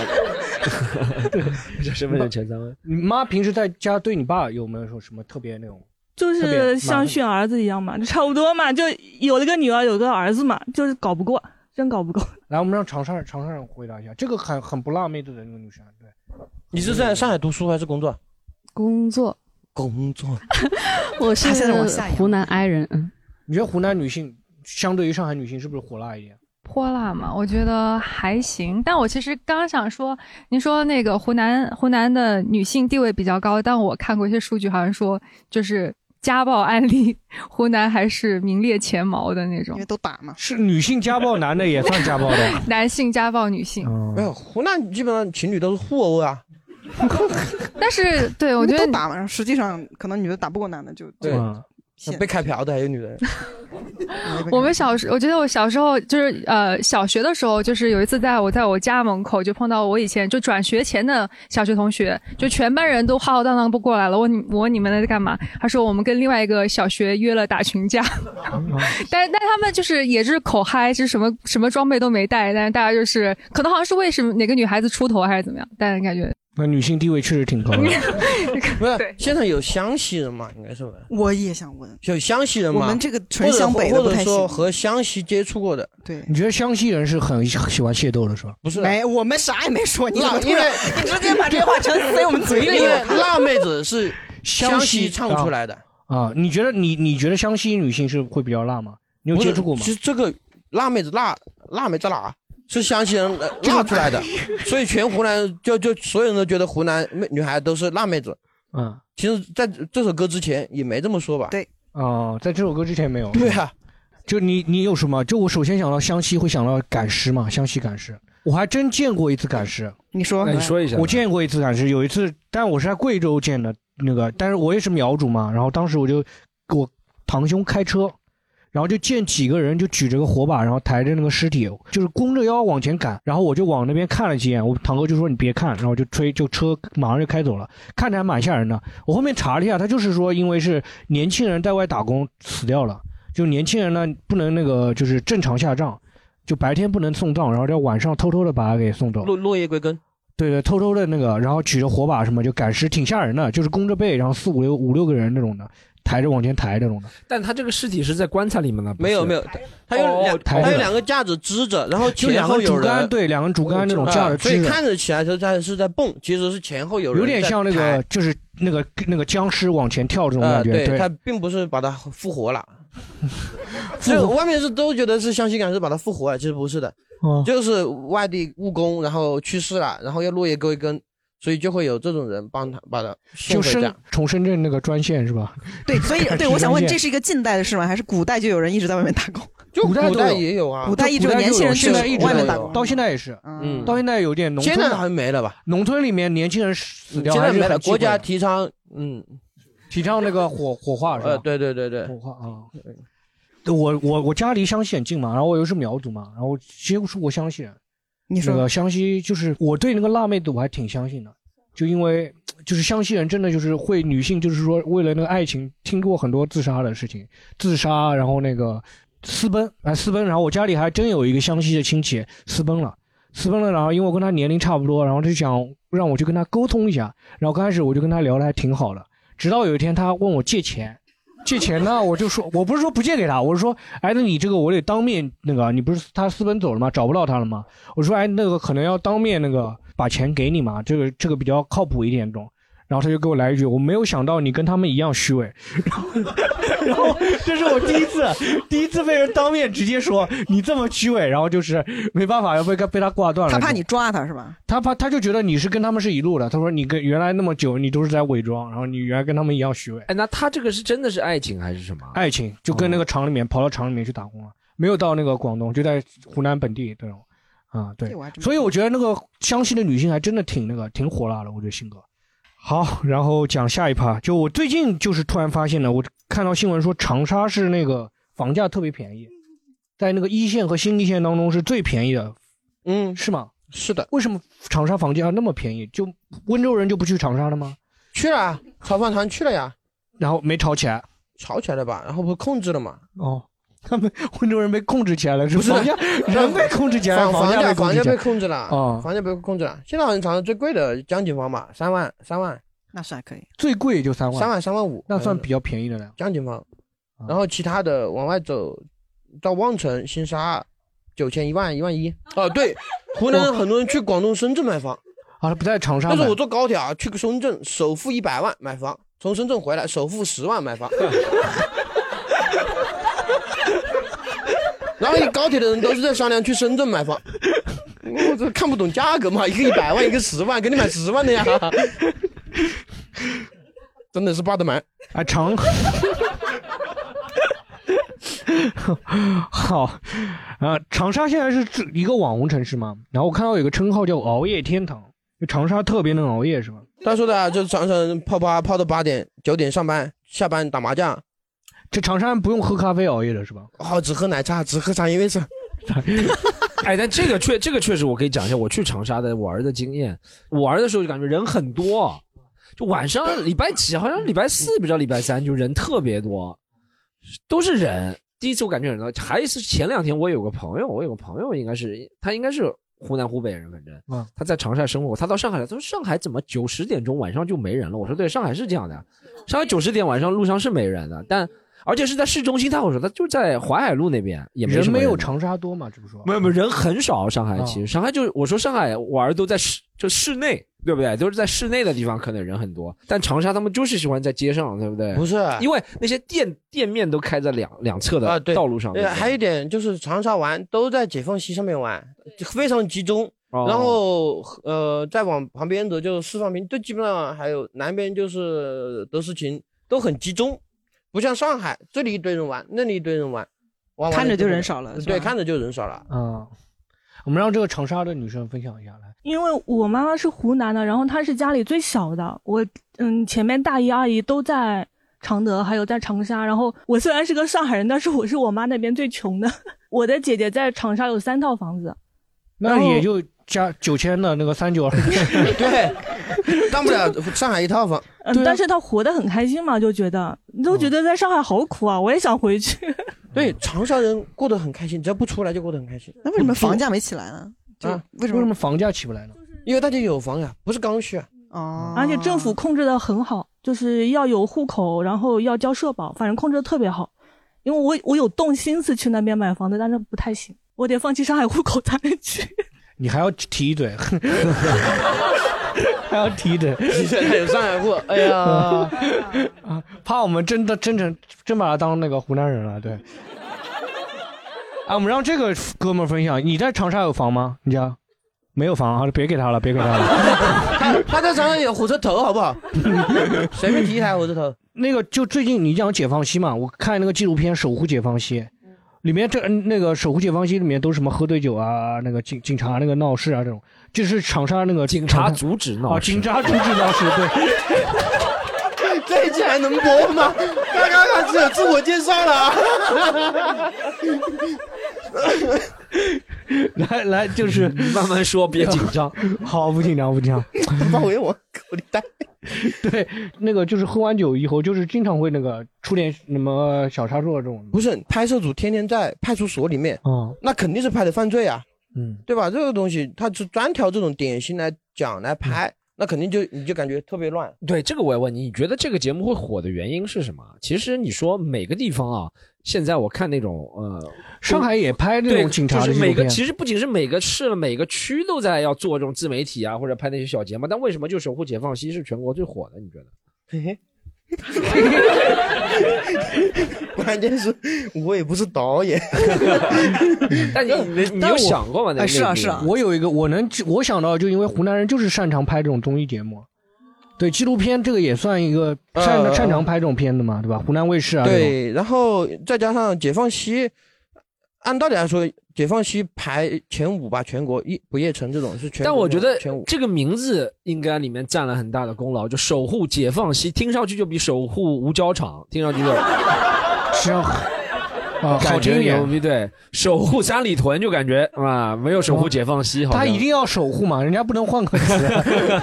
Speaker 5: 身份证前三位。
Speaker 2: *laughs* 你妈平时在家对你爸有没有说什么特别那种？
Speaker 12: 就
Speaker 2: 特别麻
Speaker 12: 是
Speaker 2: 烦
Speaker 12: 像选儿子一样嘛，就差不多嘛，就有了个女儿，有个儿子嘛，就是搞不过，真搞不过。
Speaker 2: 来，我们让长沙人长沙人回答一下，这个很很不辣妹子的那个女生，对，
Speaker 3: 你是在上海读书还是工作？
Speaker 17: 工作，
Speaker 3: 工作。
Speaker 17: 我是
Speaker 2: 他现在往下啊
Speaker 17: 湖南 i 人，嗯，
Speaker 2: 你觉得湖南女性相对于上海女性是不是火辣一点？
Speaker 17: 泼辣嘛，我觉得还行。但我其实刚想说，您说那个湖南湖南的女性地位比较高，但我看过一些数据，好像说就是家暴案例，湖南还是名列前茅的那种。因为
Speaker 4: 都打嘛，
Speaker 2: 是女性家暴，男的也算家暴的。
Speaker 17: *laughs*
Speaker 2: 嗯
Speaker 17: 男性家暴女性。
Speaker 3: 没有，湖南基本上情侣都是互殴啊。
Speaker 17: 但是对我觉
Speaker 4: 得打嘛，实际上可能女的打不过男的就
Speaker 3: 对，被开瓢的还有女人。
Speaker 17: 我们小时，我觉得我小时候就是呃，小学的时候，就是有一次在我在我家门口就碰到我以前就转学前的小学同学，就全班人都浩浩荡荡不过来了。我你我问你们在干嘛？他说我们跟另外一个小学约了打群架，但但他们就是也是口嗨，是什么什么装备都没带，但是大家就是可能好像是为什么哪个女孩子出头还是怎么样，但感觉
Speaker 2: *laughs* 那女性地位确实挺
Speaker 4: *laughs*
Speaker 2: 高的。
Speaker 3: 不是，现在有湘西人嘛，应该是吧？
Speaker 4: 我也想问，
Speaker 3: 有湘西人嘛？
Speaker 4: 我们这个纯湘北的
Speaker 3: 或
Speaker 4: 不
Speaker 3: 者
Speaker 4: 太
Speaker 3: 或者说
Speaker 4: 行
Speaker 3: 和湘西接触过的，
Speaker 4: 对，
Speaker 2: 你觉得湘西人是很喜欢械斗的是吧？
Speaker 3: 不是
Speaker 4: 没，我们啥也没说，你怎么
Speaker 3: 辣
Speaker 4: 突
Speaker 3: 因为
Speaker 4: 然你直接把这话全塞我们嘴里
Speaker 3: *laughs* 因为
Speaker 4: 了？
Speaker 3: 辣妹子是
Speaker 2: *laughs* 湘
Speaker 3: 西唱出来的。
Speaker 2: 啊啊你觉得你你觉得湘西女性是会比较辣吗？你有
Speaker 3: 不是
Speaker 2: 接触过吗？
Speaker 3: 其实这个辣妹子辣辣妹子辣是湘西人呃辣出来的， *laughs* 所以全湖南就就所有人都觉得湖南妹女孩都是辣妹子。
Speaker 2: 嗯，
Speaker 3: 其实在这首歌之前也没这么说吧？
Speaker 4: 对，
Speaker 2: 哦，在这首歌之前没有。
Speaker 3: 对啊，
Speaker 2: 就你你有什么？就我首先想到湘西，会想到赶尸嘛，湘西赶尸。我还真见过一次赶尸。
Speaker 4: 你说哎那你说一下
Speaker 2: 我见过一次赶尸，有一次，但我是在贵州见的那个，但是我也是苗族嘛，然后当时我就给我堂兄开车。然后就见几个人就举着个火把，然后抬着那个尸体，就是弓着腰往前赶。然后我就往那边看了几眼，我堂哥就说你别看，然后就吹，就车马上就开走了，看着还蛮吓人的。我后面查了一下，他就是说因为是年轻人在外打工死掉了，就年轻人呢不能那个就是正常下葬，就白天不能送葬，然后在晚上偷偷的把他给送走。
Speaker 3: 落落叶归根。
Speaker 2: 对对，偷偷的那个，然后举着火把什么就赶尸，挺吓人的，就是弓着背，然后四五六五六个人那种的，抬着往前抬那种的。
Speaker 5: 但他这个尸体是在棺材里面的，
Speaker 3: 没有没有，它有两
Speaker 2: 抬着
Speaker 3: 它有两个架子支着，然后
Speaker 2: 就
Speaker 3: 前
Speaker 2: 两
Speaker 3: 后
Speaker 2: 根
Speaker 3: 有
Speaker 2: 竹竿，
Speaker 3: 人
Speaker 2: 对，两根竹竿那种架着
Speaker 3: 啊所以
Speaker 2: 支着
Speaker 3: 看，着起来就在是在蹦，其实是前后有人
Speaker 2: 有点
Speaker 3: 在
Speaker 2: 像那
Speaker 3: 抬
Speaker 2: 个就是那个那个僵尸往前跳这种
Speaker 3: 呃，
Speaker 2: 感觉，
Speaker 3: 对，
Speaker 2: 对
Speaker 3: 他并不是把它复活
Speaker 2: *laughs*
Speaker 3: 了。就外面是都觉得是湘西赶尸把它复活了，其实不是的，
Speaker 2: 哦
Speaker 3: 就是外地务工然后去世了，然后要落叶归根，所以就会有这种人帮他把他送
Speaker 2: 就
Speaker 3: 回
Speaker 2: 深
Speaker 3: 家。
Speaker 2: 从深圳那个专线是吧？
Speaker 4: *laughs* 对，所
Speaker 2: *laughs*
Speaker 4: 以
Speaker 2: 赶
Speaker 4: 对，
Speaker 2: 尸
Speaker 4: 我想问，
Speaker 2: 专线
Speaker 4: 这是一个近代的事吗？还是古代就有人一直在外面打工？
Speaker 3: 就
Speaker 2: 古代
Speaker 3: 古代
Speaker 2: 都有
Speaker 3: 也有啊
Speaker 4: 古代一直
Speaker 2: 就
Speaker 4: 有
Speaker 2: 有
Speaker 4: 年轻人去
Speaker 2: 现在一直
Speaker 4: 外面
Speaker 2: 都
Speaker 4: 打
Speaker 2: 有
Speaker 4: 工，
Speaker 2: 到现在也是，
Speaker 3: 嗯
Speaker 2: 到现在有点农村
Speaker 3: 现在好像没了吧？
Speaker 2: 农村里面年轻人死
Speaker 5: 嗯
Speaker 3: 嗯
Speaker 2: 掉
Speaker 3: 现
Speaker 2: 还
Speaker 3: 在
Speaker 2: 是
Speaker 3: 没了，
Speaker 2: 很忌
Speaker 3: 国
Speaker 2: 讳
Speaker 3: 家
Speaker 2: 的
Speaker 3: 提倡嗯，
Speaker 2: 提倡那个火火化是吧
Speaker 3: 呃，对对对对，
Speaker 2: 火化啊。对我我我家离湘西很近嘛，然后我又是苗族嘛，然后接触过湘西人。
Speaker 4: 你说
Speaker 2: 那个湘西就是我对那个辣妹子我还挺相信的，就因为就是湘西人真的就是会女性，就是说为了那个爱情，听过很多自杀的事情，自杀，然后那个私奔，哎私奔，然后我家里还真有一个湘西的亲戚私奔了。私奔了，然后因为我跟他年龄差不多，然后就想让我去跟他沟通一下。然后刚开始我就跟他聊的还挺好的，直到有一天他问我借钱，借钱呢，我就说，我不是说不借给他，我是说，哎，那你这个我得当面那个，你不是他私奔走了吗？找不到他了吗？我说，哎，那个可能要当面那个把钱给你嘛，这个这个比较靠谱一点，懂？然后他就给我来一句，我没有想到你跟他们一样虚伪，然后 *laughs* 这是我啊第一 *laughs* 次，第一次被人当面直接说你这么虚伪，然后就是没办法，要被被他挂断了。
Speaker 4: 他怕你抓他是吧？
Speaker 2: 他怕他就觉得你是跟他们是一路的，他说你跟原来那么久你都是在伪装，然后你原来跟他们一样虚伪。
Speaker 5: 哎，那他这个是真的是爱情还是什么？
Speaker 2: 爱情，就跟那个厂里面、跑到厂里面去打工了，没有到那个广东，就在湖南本地这种，啊，对
Speaker 5: 这我还，真
Speaker 2: 所以我觉得那个湘西的女性还真的挺那个，挺火辣的，我觉得性格。好，然后讲下一趴，就我最近就是突然发现了，我看到新闻说长沙是那个房价特别便宜，在那个一线和新一线当中是最便宜的，
Speaker 3: 嗯，
Speaker 2: 是吗？
Speaker 3: 是的。
Speaker 2: 为什么长沙房价那么便宜？就温州人就不去长沙了吗？
Speaker 3: 去了啊，炒饭团去了呀，
Speaker 2: 然后没吵起来。
Speaker 3: 吵起来了吧？然后不控制了嘛？
Speaker 2: 哦，他们温州人被控制起来了，是不是？
Speaker 3: 不
Speaker 2: 房
Speaker 3: 是 *laughs*
Speaker 2: 价人被控制起来
Speaker 3: 房
Speaker 2: 了，
Speaker 3: 房
Speaker 2: 价
Speaker 3: 价
Speaker 2: 被控
Speaker 3: 房
Speaker 2: 制
Speaker 3: 价
Speaker 2: 起来
Speaker 3: 被控制啊了，
Speaker 2: 哦
Speaker 3: 房价被控制了。现在好像长沙最贵的江景房吧，三万三万，
Speaker 4: 那算可以。
Speaker 2: 最贵也就三万，
Speaker 3: 三万三万五，嗯
Speaker 2: 那算比较便宜的了。
Speaker 3: 江景房，然后其他的往外走到望城、新沙，九千一万一万一。哦，对，湖南人很多人去广东、深圳买房，
Speaker 2: 啊，不在长沙
Speaker 3: 但是
Speaker 2: 买
Speaker 3: 我，坐高铁啊，去个深圳，首付一百万买房，从深圳回来首付十万买房。然后你高铁的人都是在商量去深圳买房，我这看不懂价格嘛，一个一百万，一个十万，给你买十万的呀，真的是巴德蛮
Speaker 2: 啊，长。 *laughs* 好，呃，长沙现在是这一个网红城市嘛，然后我看到有个称号叫“熬夜天堂”，就长沙特别能熬夜是吧？
Speaker 3: *laughs* 他说的啊就是长沙人泡吧泡到八点九点上班，下班打麻将。
Speaker 2: 这长沙人不用喝咖啡熬夜的是吧？
Speaker 3: 哦，只喝奶茶，只喝茶颜悦色。
Speaker 5: *laughs* 哎，但这个确这个确实，我可以讲一下我去长沙的玩的经验。我玩的时候就感觉人很多，就晚上礼拜几，好像礼拜四比较礼拜三就人特别多，都是人。第一次我感觉很多，还有一次是前两天我有个朋友，我有个朋友应该是他应该是湖南湖北人，反正
Speaker 2: 嗯
Speaker 5: 他在长沙生活，他到上海来，他说上海怎么九十点钟晚上就没人了？我说对，上海是这样的，上海九十点晚上路上是没人的，但而且是在市中心，他跟我说他就在淮海路那边也没
Speaker 2: 人
Speaker 5: 什么
Speaker 2: 没有
Speaker 5: 的
Speaker 2: 长沙多嘛，这不是说？
Speaker 5: 没有没有人很少，上海
Speaker 3: 嗯
Speaker 2: 啊
Speaker 5: 其实上海就是我说上海玩儿都在室就室内，对不对？都是在室内的地方可能人很多，但长沙他们就是喜欢在街上，对不对？
Speaker 3: 不是
Speaker 5: 因为那些店店面都开在两两侧的道路上，
Speaker 3: 啊对，呃还有一点就是长沙玩都在解放西上面玩，就非常集中。
Speaker 5: 哦
Speaker 3: 然后呃，再往旁边走就是四方坪，都基本上还有南边就是德斯琴，都很集中，不像上海这里一堆人玩，那里一堆人玩，玩完
Speaker 4: 看着就人
Speaker 3: 走
Speaker 4: 少了是
Speaker 3: 对，
Speaker 4: 吧
Speaker 3: 看着就人少了。
Speaker 2: 嗯，我们让这个长沙的女生分享一下来。
Speaker 12: 因为我妈妈是湖南的，然后她是家里最小的。我嗯，前面大姨阿姨都在常德，还有在长沙。然后我虽然是个上海人，但是我是我妈那边最穷的。 *laughs* 我的姐姐在长沙有三套房子，
Speaker 2: 那也就加九千的那个三
Speaker 3: *laughs*
Speaker 2: 九二，
Speaker 3: 当不了上海一套房。
Speaker 2: 啊
Speaker 12: 嗯，但是她活得很开心嘛，就觉得你都觉得在上海好苦啊，我也想回去。
Speaker 3: 对，长沙人过得很开心，只要不出来就过得很开心。
Speaker 4: 那为什么房价没起来呢？就
Speaker 3: 啊
Speaker 4: 为什么？
Speaker 2: 房价起不来呢？
Speaker 3: 因为大家有房呀，不是刚需啊。
Speaker 4: 哦
Speaker 12: 而且政府控制的很好，就是要有户口，然后要交社保，反正控制的特别好。因为我我有动心思去那边买房子，但是不太行，我得放弃上海户口才能去。
Speaker 2: 你还要提一嘴，还要提一嘴，
Speaker 3: 现在有上海户，哎呀，
Speaker 2: *laughs* 啊，怕我们真的真成真把他当那个湖南人了，对。啊，我们让这个哥们儿分享，你在长沙有房吗？你家没有房啊？别给他了，别给他了。
Speaker 3: 他他在长沙有火车头，好不 *laughs* 好？随便提一台火车头。
Speaker 2: 那个就最近你讲解放西嘛，我看那个纪录片《守护解放西》，里面这嗯那个《守护解放西》里面都是什么喝醉酒啊，那个警警察那个闹事啊这种，就是长沙那个警察
Speaker 5: 阻止
Speaker 2: 啊，警察阻止闹事，对。
Speaker 3: 这一期还能播吗？刚刚开始有 *laughs* 自我
Speaker 6: *laughs*
Speaker 3: 介绍了啊。
Speaker 2: *laughs*
Speaker 12: 嗯
Speaker 2: 来来，就是
Speaker 5: 慢慢说，别紧张。
Speaker 2: *laughs* 好，不紧张，不紧张。
Speaker 3: 把我往口里带。
Speaker 2: *laughs* 对，那个就是喝完酒以后，就是经常会那个出点什么小差错这种。
Speaker 3: *laughs* 不是，拍摄组天天在派出所里面，
Speaker 2: 嗯，
Speaker 3: 那肯定是拍的犯罪啊，
Speaker 18: *laughs*
Speaker 2: 嗯，
Speaker 3: 对吧？这个东西他就专挑这种典型来讲来拍，那肯定就你就感觉特别乱。
Speaker 5: 对，这个我也问你，你觉得这个节目会火的原因是什么？其实你说每个地方啊，现在我看那种呃，
Speaker 2: 上海也拍那
Speaker 5: 对
Speaker 2: 种警察的
Speaker 5: 就是
Speaker 2: 纪录
Speaker 5: 每个
Speaker 2: 片啊
Speaker 5: 其实不仅是每个市了，每个区都在要做这种自媒体啊，或者拍那些小节目。但为什么就《守护解放西》是全国最火的？你觉得？ *laughs*
Speaker 3: 关键是我也不是导演，
Speaker 5: 但哎你你你有想过
Speaker 2: 哎
Speaker 5: 吗？那那个
Speaker 2: 啊我有一个，我能我想到，就因为湖南人就是擅长拍这种综艺节目，啊对纪录片这个也算
Speaker 5: 嗯
Speaker 2: 一个擅、
Speaker 3: 呃
Speaker 2: 擅长拍这种片子嘛，对吧？湖南卫视啊，
Speaker 3: 对，然后再加上解放西，按道理来说，解放西排前五吧，全国一不夜城这种是全国
Speaker 5: 但我觉得
Speaker 3: 前五。
Speaker 5: 这个名字应该里面占了很大的功劳，就守护解放西，听上去就比守护五角场听上去就
Speaker 2: 实际
Speaker 5: *laughs*
Speaker 2: 上啊，好
Speaker 5: 感觉
Speaker 2: 听一
Speaker 5: 牛
Speaker 2: 点。
Speaker 5: 逼。对，守护三里屯就感觉啊，没有守护解放西好像。
Speaker 2: 他一定要守护嘛，人家不能换个词。
Speaker 5: *laughs*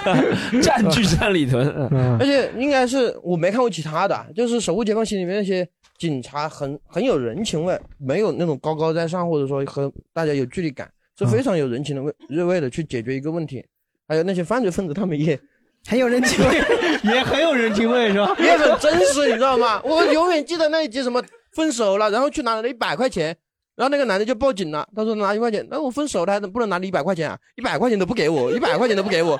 Speaker 5: 占据三里屯，嗯
Speaker 3: 而且应该是我没看过其他的，就是《守护解放西》里面那些警察很很有人情味，没有那种高高在上，或者说和大家有距离感，是非常有人情的味，是为了去解决一个问题。还有那些犯罪分子，他们也很有人情 *laughs* 味，
Speaker 2: 也很有人情味是吧
Speaker 3: 也很真实，你知道吗？我永远记得那一集什么分手了，然后去拿了一百块钱。然后那个男的就报警了，他说拿一块钱，那我分手了还能不能拿你一百块钱啊？一百块钱都不给我，一百块钱都不给我，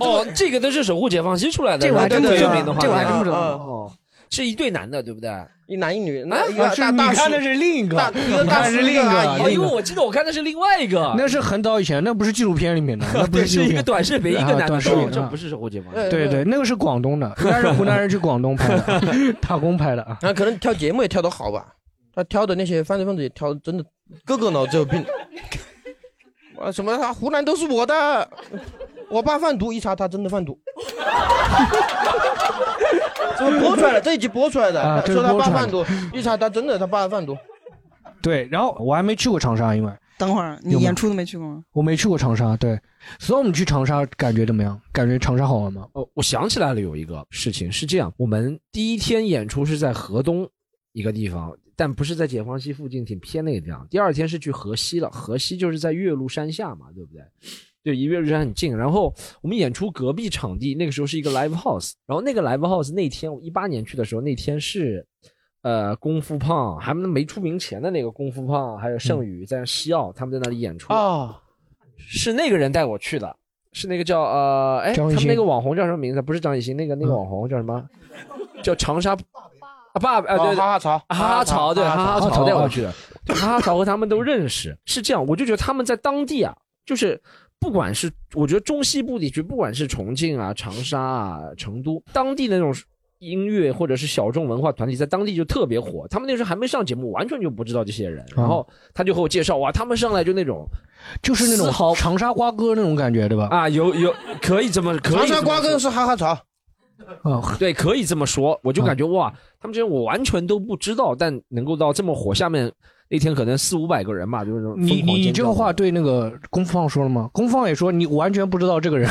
Speaker 5: 哦，这个都是守护解放西出来的，
Speaker 3: 这我还
Speaker 5: 对
Speaker 3: 真不
Speaker 5: 对
Speaker 3: 知道
Speaker 5: 有名的话，
Speaker 3: 这我还真不知道
Speaker 5: 哦，是一对男的，对不对？
Speaker 3: 一男一女，
Speaker 5: 啊
Speaker 3: 那一个
Speaker 5: 是
Speaker 3: 大
Speaker 5: 你
Speaker 3: 大叔
Speaker 5: 看的是
Speaker 2: 另一个
Speaker 3: 大一个
Speaker 2: 你
Speaker 3: 大
Speaker 2: 看
Speaker 3: 叔
Speaker 2: 是另一个
Speaker 3: 阿姨
Speaker 5: 哦，因为我记得我看的是另外一个，
Speaker 2: 那是很早以前，那不是纪录片里面的，那不
Speaker 5: 对
Speaker 2: 纪录片
Speaker 5: *laughs* 是一个短视
Speaker 2: *laughs*
Speaker 5: 频一个
Speaker 2: 啊
Speaker 5: 男的
Speaker 2: 短视
Speaker 5: 哦
Speaker 2: 频，
Speaker 5: 这
Speaker 2: 啊
Speaker 5: 不是守护节目
Speaker 2: 对对对，那个是广东的，应该是湖南人去广东拍
Speaker 5: *laughs*
Speaker 2: 的，打工拍的啊。
Speaker 3: 啊，可能挑节目也挑得好吧？他挑的那些犯罪分子也挑，真的个个脑子有 *laughs* 病。啊，什么？他湖南都是我的，我爸贩毒，一查他真的
Speaker 4: *laughs*
Speaker 3: 贩毒。这么播出来了，这一集播出来的，
Speaker 2: 啊这是
Speaker 3: 说他
Speaker 2: 播
Speaker 3: 爸
Speaker 2: 出来
Speaker 3: 贩毒，一查他真的他爸贩毒。
Speaker 2: 对，然后我还没去过长沙，因为
Speaker 4: 等会儿你
Speaker 2: 有吗
Speaker 4: 演出都没去过吗？
Speaker 2: 我没去过长沙。对，所以我们去长沙感觉怎么样？感觉长沙好玩吗？
Speaker 5: 哦，我想起来了，有一个事情是这样：我们第一天演出是在河东一个地方，但不是在解放西附近，挺偏那个地方。第二天是去河西了，河西就是在岳麓山下嘛，对不对？对，离岳麓山很近。然后我们演出隔壁场地，那个时候是一个 live house，然后那个 live house 那天我一八年去的时候，那天是。呃，功夫胖还没出名前的那个功夫胖，还有
Speaker 3: 嗯
Speaker 5: 盛宇在西澳，他们在那里演出
Speaker 3: 啊，
Speaker 5: 是那个人带我去的，是那个叫呃，哎，他
Speaker 2: 张艺
Speaker 5: 们
Speaker 2: 兴
Speaker 5: 那个网红叫什么名字？不是张艺兴，那个
Speaker 3: 嗯
Speaker 5: 那个网红叫什么？叫长沙啊爸啊，对，
Speaker 3: 哦哈哈潮
Speaker 5: 啊哈哈潮，对，
Speaker 3: 哈哈潮哈
Speaker 5: 哈哈
Speaker 3: 哈
Speaker 5: 潮带
Speaker 3: 潮
Speaker 5: 我去的，对哈哈潮和他们都认识。是这样，我就觉得他们在当地啊，就是不管是我觉得中西部地区，不管是重庆啊、长沙啊、成都，当地那种。音乐或者是小众文化团体在当地就特别火，他们那时候还没上节目，完全就不知道这些人。然后他就和我介绍，哇，他们上来就那种，
Speaker 2: 啊就是那种长沙瓜哥那种感觉，对吧？
Speaker 5: 啊，有有可以这么可以
Speaker 3: 长
Speaker 5: 这么
Speaker 3: 沙瓜
Speaker 5: 说
Speaker 3: 哥是哈哈潮，
Speaker 5: 哦对，可以这么说。我就感觉、哇，他们这些我完全都不知道，但能够到这么火，下面那天可能四五百个人吧，就是那种
Speaker 2: 你
Speaker 5: 疯狂
Speaker 2: 你
Speaker 5: 尖
Speaker 2: 这
Speaker 5: 叫
Speaker 2: 个话对那个功夫胖说了吗？功夫胖也说你完全不知道这个
Speaker 5: *laughs*
Speaker 2: 人，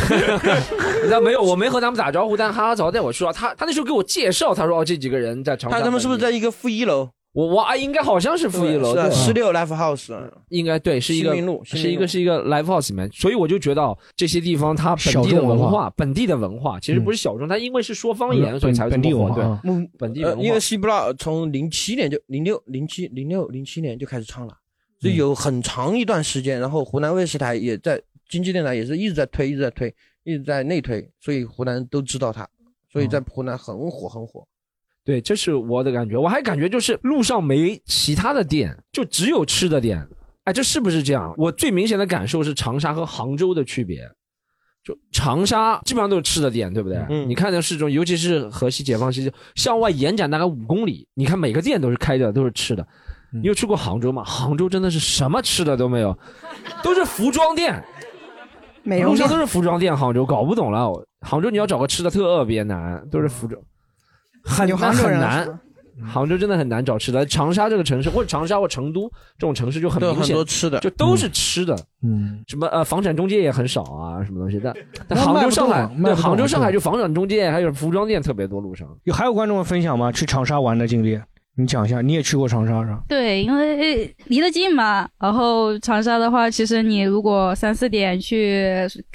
Speaker 5: 那没有，我没和他们打招呼，但哈哈早带我去了。他他那时候给我介绍，他说哦，这几个人在长沙。
Speaker 3: 看他们是不是在一个负一楼？
Speaker 5: 我我啊，应该好像是负一楼，
Speaker 3: 是啊
Speaker 5: 对吧嗯
Speaker 3: 十六 live house，
Speaker 5: 应该对，是一个
Speaker 3: 新民路新民
Speaker 5: 是一
Speaker 3: 路
Speaker 5: 个是一个 live house 里面，所以我就觉得这些地方它本地
Speaker 2: 小
Speaker 5: 的
Speaker 2: 众文
Speaker 5: 文
Speaker 2: 化
Speaker 5: 本地的文化其实不是小众，它因为是说方言，
Speaker 2: 嗯
Speaker 5: 所以才会
Speaker 2: 本地
Speaker 5: 这么火
Speaker 2: 文化
Speaker 5: 对本地文
Speaker 3: 呃，
Speaker 5: 化。
Speaker 3: 因为西布拉从零七年就零六、零七、零六、零七年就开始唱了，
Speaker 5: 嗯
Speaker 3: 所以有很长一段时间。然后湖南卫视台也在经济电台也是一直在推，一直在推，一直在内推，所以湖南都知道他，所
Speaker 5: 嗯
Speaker 3: 以在湖南很火很火。
Speaker 5: 对，这是我的感觉。我还感觉就是路上没其他的店，就只有吃的店。哎，这是不是这样？我最明显的感受是长沙和杭州的区别。就长沙基本上都是吃的店，对不对？嗯、你看那市中，尤其是河西解放西，向外延展大概五公里，你看每个店都是开着，都是吃的。你有去过杭州吗？杭州真的是什么吃的都没有，都是服装店。
Speaker 3: 哎
Speaker 4: 美
Speaker 5: 路
Speaker 4: 容
Speaker 5: 上
Speaker 4: 店
Speaker 5: 都是服装店，杭州搞不懂了。
Speaker 3: 嗯
Speaker 5: 我杭州你要找个吃的特别难，都是服装，很
Speaker 4: 有杭州
Speaker 5: 很
Speaker 4: 人是
Speaker 3: 啊
Speaker 5: 难。杭州真的很难找吃的，长沙这个城市或者长沙或成都这种城市就很
Speaker 3: 都有
Speaker 5: 明
Speaker 3: 很
Speaker 5: 显，
Speaker 3: 多吃的
Speaker 5: 就都是吃的，
Speaker 2: 嗯，
Speaker 5: 什么呃房产中介也很少啊，什么东西的。但
Speaker 2: 那
Speaker 5: 杭
Speaker 2: 卖
Speaker 5: 州、
Speaker 2: 不
Speaker 5: 上
Speaker 2: 动
Speaker 5: 海
Speaker 2: 啊，
Speaker 5: 对
Speaker 2: 卖不动
Speaker 5: 杭州、
Speaker 2: 啊
Speaker 5: 上海
Speaker 2: 对
Speaker 5: 就房产中介还有服装店特别多，路上。
Speaker 2: 有还有观众分享吗？去长沙玩的经历，你讲一下。你也去过长沙是吧？
Speaker 19: 对，因为离得近嘛。然后长沙的话，其实你如果三四点去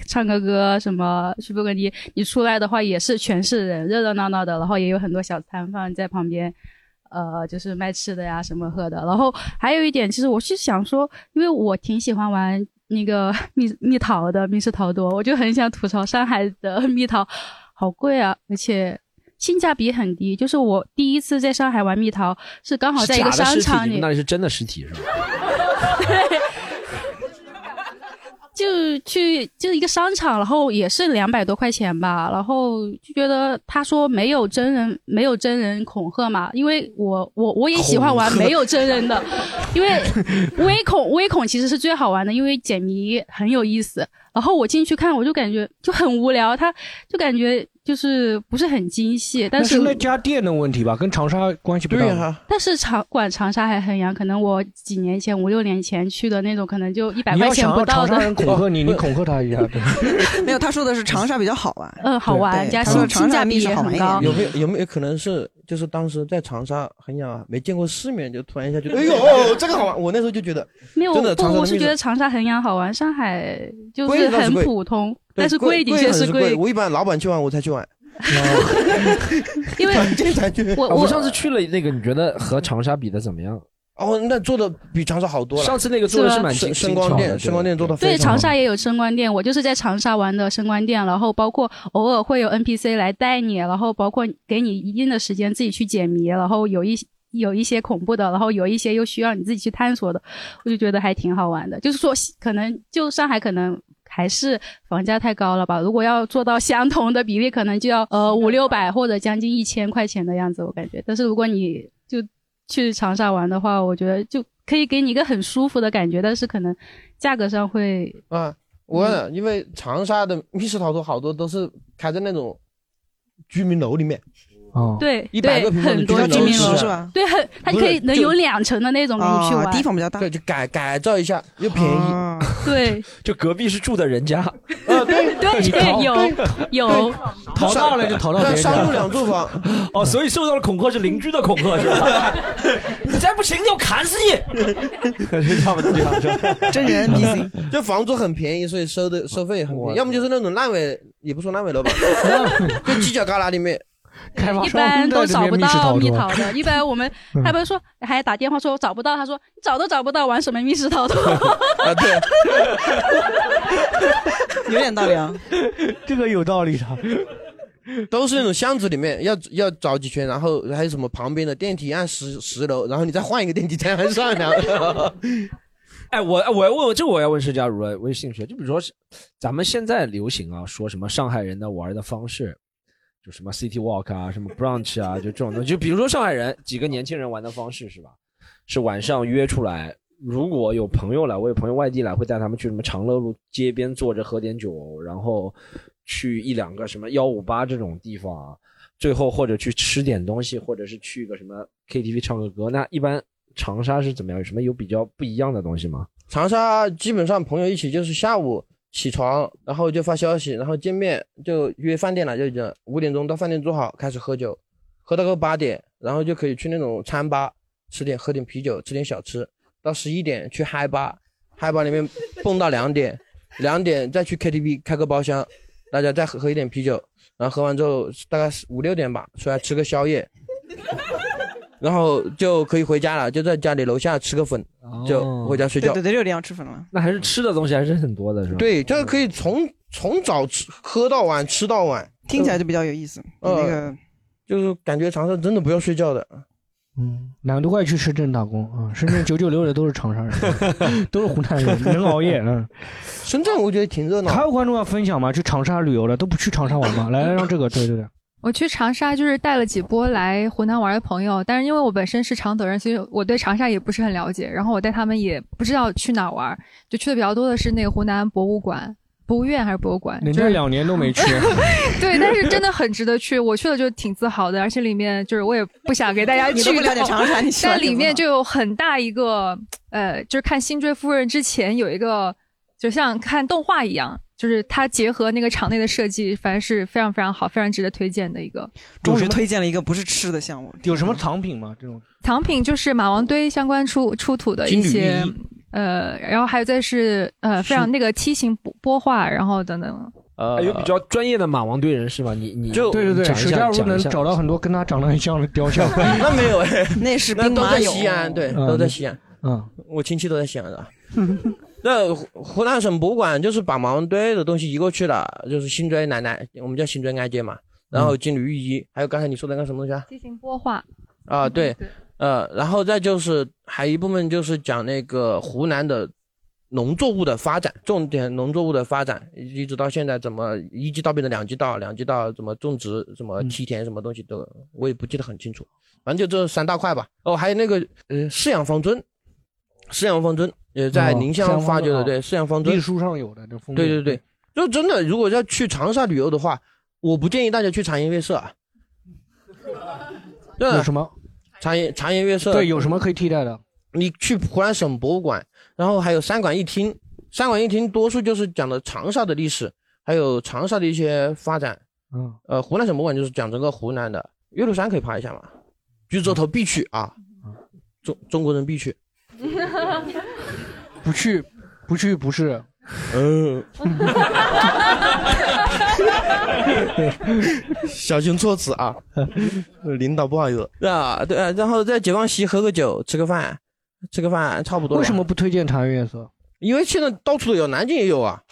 Speaker 19: 唱个歌，什么去蹦个迪，你出来的话也是全是人，热热闹闹的。然后也有很多小摊贩在旁边，呃，就是卖吃的呀，什么喝的。然后还有一点，其实我是想说，因为我挺喜欢玩那个 *laughs* 蜜蜜桃的密室逃脱，我就很想吐槽上海的蜜桃好贵啊，而且。性价比很低，就是我第一次在上海玩蜜桃，是刚好在一个
Speaker 5: 是假的
Speaker 19: 商
Speaker 5: 尸体
Speaker 19: 场里
Speaker 5: 你们，那里是真的尸体是吧？
Speaker 19: 就去就一个商场，然后也是两百多块钱吧，然后就觉得他说没有真人，没有真人恐吓嘛，因为我我我也喜欢玩
Speaker 18: 恐吓
Speaker 19: 没有真人的， *laughs* 因为微恐微恐其实是最好玩的，因为解谜很有意思。然后我进去看，我就感觉就很无聊，他就感觉就是不是很精细，但
Speaker 2: 那
Speaker 19: 是
Speaker 2: 是那家店的问题吧，跟长沙关系不大。对啊，
Speaker 19: 但是长管长沙还衡阳，可能我几年前五六年前去的那种，可能就一百
Speaker 2: 你
Speaker 19: 块
Speaker 2: 要
Speaker 19: 钱
Speaker 2: 想
Speaker 19: 不
Speaker 2: 让
Speaker 19: 到
Speaker 2: 长
Speaker 19: 的。
Speaker 2: 沙人恐吓
Speaker 4: *laughs*
Speaker 2: 你，你恐吓
Speaker 5: 哎
Speaker 2: 他一下。
Speaker 19: *laughs*
Speaker 2: 对
Speaker 4: 没有，他说的是长沙比较好玩。
Speaker 19: 嗯，好玩，
Speaker 4: 对
Speaker 19: 加
Speaker 4: 他说
Speaker 19: 性
Speaker 4: 长
Speaker 19: 性
Speaker 4: 沙
Speaker 19: 价
Speaker 4: 历
Speaker 19: 比
Speaker 4: 史
Speaker 19: 也
Speaker 4: 好玩
Speaker 19: 很
Speaker 4: 一
Speaker 19: 高
Speaker 4: 点。
Speaker 3: *laughs* 有没有有没有可能是就是当时在长沙衡阳啊没见过世面，就突然一
Speaker 5: *laughs*
Speaker 3: 下觉得哎呦这个好玩，我那时候就觉得
Speaker 19: 没有，
Speaker 3: 真的
Speaker 19: 不，
Speaker 3: 长沙的
Speaker 19: 我是
Speaker 3: 蜜
Speaker 19: 觉得
Speaker 3: 桃
Speaker 19: 长沙衡阳好玩，上海就
Speaker 3: 贵
Speaker 19: 是
Speaker 3: 倒是
Speaker 19: 很
Speaker 3: 贵
Speaker 19: 普通，
Speaker 3: 对
Speaker 19: 但是
Speaker 3: 贵
Speaker 19: 的确
Speaker 3: 很
Speaker 19: 是
Speaker 3: 贵，我一般老板去玩我
Speaker 19: *laughs*
Speaker 3: 才去玩，
Speaker 19: 因为
Speaker 3: 这才去
Speaker 19: 我
Speaker 5: 啊
Speaker 19: 我
Speaker 5: 我
Speaker 3: *laughs* 啊
Speaker 5: 上次去了那个，你觉得和长沙比的怎么样？
Speaker 3: 哦，那做的比长沙好多了。
Speaker 5: 上次那个做的是蛮精
Speaker 3: 声声
Speaker 5: 精
Speaker 3: 光
Speaker 5: 巧的
Speaker 3: 电，
Speaker 5: 对
Speaker 3: 声光电做的
Speaker 19: 对，
Speaker 3: 非常
Speaker 19: 长
Speaker 3: 好。
Speaker 19: 沙也有声光电，我就是在长沙玩的声光电，然后包括偶尔会有 NPC 来带你，然后包括给你一定的时间自己去解谜，然后有一有一些恐怖的，然后有一些又需要你自己去探索的，我就觉得还挺好玩的。就是说，可能就上海可能。还是房价太高了吧？如果要做到相同的比例，可能就要呃五六百或者将近一千块钱的样子，我感觉。但是如果你就去长沙玩的话，我觉得就可以给你一个很舒服的感觉，但是可能价格上会
Speaker 3: 啊，我问了因为长沙的密室逃脱好多都是开在那种居民楼里面，
Speaker 2: 哦
Speaker 19: 对
Speaker 3: 一百
Speaker 19: 对
Speaker 3: 个平方
Speaker 19: 很
Speaker 3: 米
Speaker 19: 多
Speaker 3: 居
Speaker 19: 民
Speaker 3: 楼
Speaker 19: 楼？对，很它
Speaker 3: 不是
Speaker 19: 可以能
Speaker 3: 就
Speaker 19: 有两层的那种给你去玩，啊
Speaker 3: 较大，对，就改改造一下又便宜。 *laughs*
Speaker 19: 对
Speaker 5: 就隔壁是住的人
Speaker 19: *laughs*
Speaker 5: 家，
Speaker 19: 对对有有
Speaker 5: 逃到了就逃到别人家，
Speaker 3: 商住两住房。
Speaker 5: 哦，所以受到的恐吓是邻居的恐吓，是 *laughs* 吧？你再不行就砍死你！ *laughs* 差不多这样 *laughs* 说，
Speaker 3: 真人 NPC，就 *laughs* 房租很便宜，所以收的收费也很便宜，要么就是那种烂尾，也不说烂尾 *laughs* 楼吧，就犄角旮旯里面，
Speaker 2: 开
Speaker 19: 一般都找不到蜜桃 *laughs* 的，一般我们他们说还打电话说找不到，他说你找都找不到，玩什么密室逃 *laughs* 脱？
Speaker 3: 啊，对，
Speaker 2: *laughs*
Speaker 4: 有点道理啊，
Speaker 2: *laughs* 这个有道理的。
Speaker 3: 都是那种巷子里面，要要找几圈，然后还有什么旁边的电梯按十十楼，然后你再换一个电梯，再按上两楼。
Speaker 5: 哎，我我要问问这个我要问施佳茹了，我有兴趣。就比如说是，咱们现在流行啊，说什么上海人的玩的方式，就什么 City Walk 啊，什么 Brunch 啊，就这种东西。就比如说上海人几个年轻人玩的方式是吧？是晚上约出来，如果有朋友来，我有朋友外地来，会带他们去什么长乐路街边坐着喝点酒，然后去一两个什么幺五八这种地方啊，最后或者去吃点东西，或者是去个什么 KTV 唱个歌。那一般长沙是怎么样？有什么有比较不一样的东西吗？
Speaker 3: 长沙基本上朋友一起就是下午起床，然后就发消息，然后见面就约饭店了，就已经五点钟到饭店坐好，开始喝酒，喝到个八点，然后就可以去那种餐吧吃点喝点啤酒，吃点小吃，到十一点去嗨吧，嗨吧里面蹦到两点， *laughs* 两点再去 KTV 开个包厢，大家再喝喝一点啤酒，然后喝完之后大概是五六点吧，出来吃个宵夜，然后就可以回家了，就在家里楼下吃个粉，
Speaker 5: 哦
Speaker 3: 就回家睡觉。
Speaker 4: 对对对，就这样吃粉了。
Speaker 5: 那还是吃的东西还是很多的，是吧？
Speaker 3: 对，这个可以从从早吃喝到晚，吃到晚，
Speaker 4: 听起来就比较有意思。
Speaker 3: 呃
Speaker 4: 那个
Speaker 3: 就是感觉长沙真的不要睡
Speaker 4: *laughs*
Speaker 3: 觉的。
Speaker 2: 难怪去深圳打工啊、深圳九九六的都是长沙 *laughs* 人，都是湖南人，能熬夜。嗯，
Speaker 3: 深圳我觉得挺热闹。
Speaker 2: 还有观众要分享吗？去长沙旅游的都不去长
Speaker 3: *laughs*
Speaker 2: 沙玩吗？来，让这个，对对对，
Speaker 17: 我去长沙就是带了几波来湖南玩的朋友，但是因为我本身是常德人，所以我对长沙也不是很了解。然后我带他们也不知道去哪儿玩，就去的比较多的是那个湖南博物馆、博物院还是博物馆。
Speaker 2: 人
Speaker 17: 就
Speaker 2: 家
Speaker 17: 是
Speaker 2: 两年都 *laughs* 没去。
Speaker 17: 对，但是真的很值得去。我去了就挺自豪的，而且里面就是我也不想给大家
Speaker 4: 你
Speaker 17: 去
Speaker 4: 都不了解长沙你去了
Speaker 17: 但
Speaker 4: 就
Speaker 17: 里
Speaker 4: 不
Speaker 17: 面
Speaker 4: 好
Speaker 17: 就有很大一个呃，就是看《新追夫人》之前有一个，就像看动画一样，就是它结合那个场内的设计，反正是非常非常好，非常值得推荐的一个。
Speaker 4: 终于推荐了一个不是吃的项目，
Speaker 2: 有什么藏品吗？这种
Speaker 17: 藏品就是马王堆相关出出土的一些
Speaker 2: 金缕衣，
Speaker 17: 呃，然后还有再是呃非常那个梯形波波画，然后等等。
Speaker 5: 呃，有比较专业的马王堆人是吧？你你
Speaker 2: 对对对，
Speaker 5: 讲一
Speaker 2: 史
Speaker 5: 下
Speaker 2: 佳茹
Speaker 5: 讲一
Speaker 2: 能
Speaker 5: 下
Speaker 2: 找到很多跟他长得很像的雕像。
Speaker 3: 那没有
Speaker 2: *laughs*
Speaker 3: 哎，
Speaker 4: 那是
Speaker 3: 那
Speaker 4: 兵
Speaker 3: 都
Speaker 4: 马
Speaker 3: 在
Speaker 4: 俑
Speaker 3: 西安，对，
Speaker 2: 嗯
Speaker 3: 都在西安。
Speaker 2: 嗯，
Speaker 3: 我亲戚都在西安的。那湖湖南省博物馆就是把马王堆的东西移过去了，就是新追奶奶，我们叫新追挨街嘛。然后金缕玉衣，还有刚才你说的那个什么东西啊？
Speaker 17: 梯形波画，
Speaker 3: 啊，对，呃，然后再就是还一部分就是讲那个湖南的农作物的发展，重点农作物的发展，一直到现在怎么一季稻变成两季稻，两季稻怎么种植，什么
Speaker 2: 嗯
Speaker 3: 梯田，什么东西都我也不记得很清楚，反正就这三大块吧。哦，还有那个呃四养方尊，四养方尊也在
Speaker 2: 哦
Speaker 3: 宁
Speaker 2: 四
Speaker 3: 乡
Speaker 2: 羊方
Speaker 3: 发掘
Speaker 2: 尊
Speaker 3: 的，
Speaker 2: 啊
Speaker 3: 对，四养方尊
Speaker 2: 历书上有的这封面。嗯
Speaker 3: 对对对，就真的，如果要去长沙旅游的话，我不建议大家去长颜悦色
Speaker 2: *laughs*
Speaker 3: 啊。真的
Speaker 2: 有什么？
Speaker 3: 长颜长颜悦色
Speaker 2: 对有什么可以替代的？
Speaker 3: 啊你去湖南省博物馆，然后还有三馆一厅，三馆一厅多数就是讲的长沙的历史，还有长沙的一些发展。
Speaker 2: 嗯，
Speaker 3: 呃，湖南省博物馆就是讲整个湖南的，岳麓山可以爬一下嘛，橘洲头必去啊，
Speaker 2: 嗯
Speaker 3: 中中国人必去。
Speaker 2: 不去，不去不是。
Speaker 3: 嗯， *laughs* 小心措辞呃啊，领导不好意思。啊，对啊，然后在解放西喝个酒，吃个饭，吃个饭差不多了。
Speaker 2: 为什么不推荐茶颜悦色？
Speaker 3: 因为现在到处都有，南京也有啊。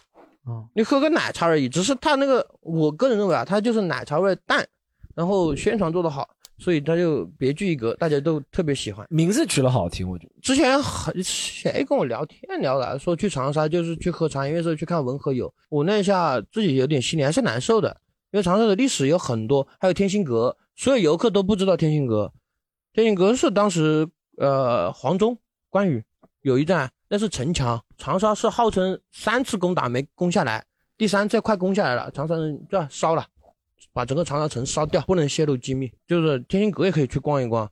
Speaker 5: 嗯
Speaker 3: 你喝个奶茶而已，只是它那个，我个人认为啊，它就是奶茶味淡，然后宣传做得好，所以它就别具一格，大家都特别喜欢。
Speaker 5: 名字取得好听，我觉得。
Speaker 3: 之前很谁跟我聊天聊的，说去长沙就是去喝茶颜悦色去看文和友，我那一下自己有点心里还是难受的，因为长沙的历史有很多，还有天心阁，所有游客都不知道天心阁，天心阁是当时呃黄忠关羽有一战，那是城墙，长沙是号称三次攻打没攻下来，第三次快攻下来了，长沙人就要烧了，把整个长沙城烧掉，不能泄露机密，就是天心阁也可以去逛一逛，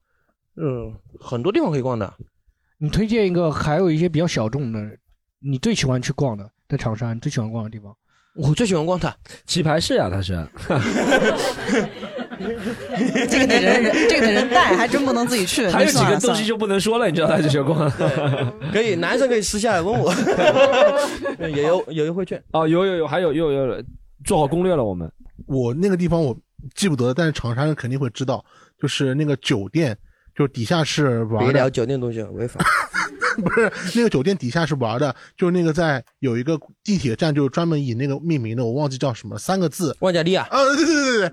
Speaker 3: 嗯，很多地方可以逛的。
Speaker 2: 你推荐一个，还有一些比较小众的，你最喜欢去逛的，在长沙你最喜欢逛的地方。
Speaker 3: 我最喜欢逛它
Speaker 5: 棋牌室啊，它是。
Speaker 4: *laughs*
Speaker 3: *laughs*
Speaker 4: 这个得人人，这个得人带，还真不能自己
Speaker 3: *laughs*
Speaker 4: 去。
Speaker 5: 还有几
Speaker 4: 算
Speaker 5: 个
Speaker 4: 了
Speaker 5: 东
Speaker 4: 算
Speaker 5: 西
Speaker 4: 了
Speaker 5: 就不能说了，你知道他这些光。
Speaker 3: 可以，男生可以私下来问我， *laughs* 也有有优惠券。
Speaker 5: 哦，有有有，还有有有，做好攻略了我们。
Speaker 18: 我那个地方我记不得，但是长沙人肯定会知道，就是那个酒店，就是底下是玩
Speaker 3: 别
Speaker 18: 的
Speaker 3: 聊酒店东西，违法。
Speaker 18: *laughs* 不是那个酒店底下是玩的，就是那个在有一个地铁站，就是专门以那个命名的，我忘记叫什么三个字。
Speaker 3: 万家丽啊！
Speaker 18: 啊，对对对对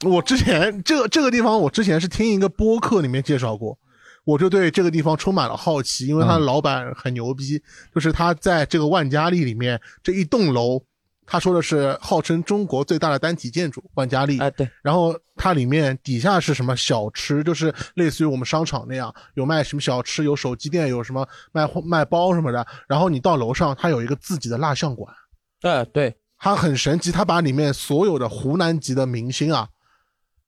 Speaker 18: 对，我之前这个这个地方，我之前是听一个播客里面介绍过，我就对这个地方充满了好奇，因为
Speaker 3: 嗯
Speaker 18: 他的老板很牛逼，就是他在这个万家丽里面这一栋楼。他说的是号称中国最大的单体建筑万家丽，
Speaker 3: 哎对，
Speaker 18: 然后它里面底下是什么小吃，就是类似于我们商场那样，有卖什么小吃，有手机店，有什么卖卖包什么的。然后你到楼上，它有一个自己的蜡像馆，
Speaker 3: 哎对，
Speaker 18: 它很神奇，它把里面所有的湖南籍的明星啊，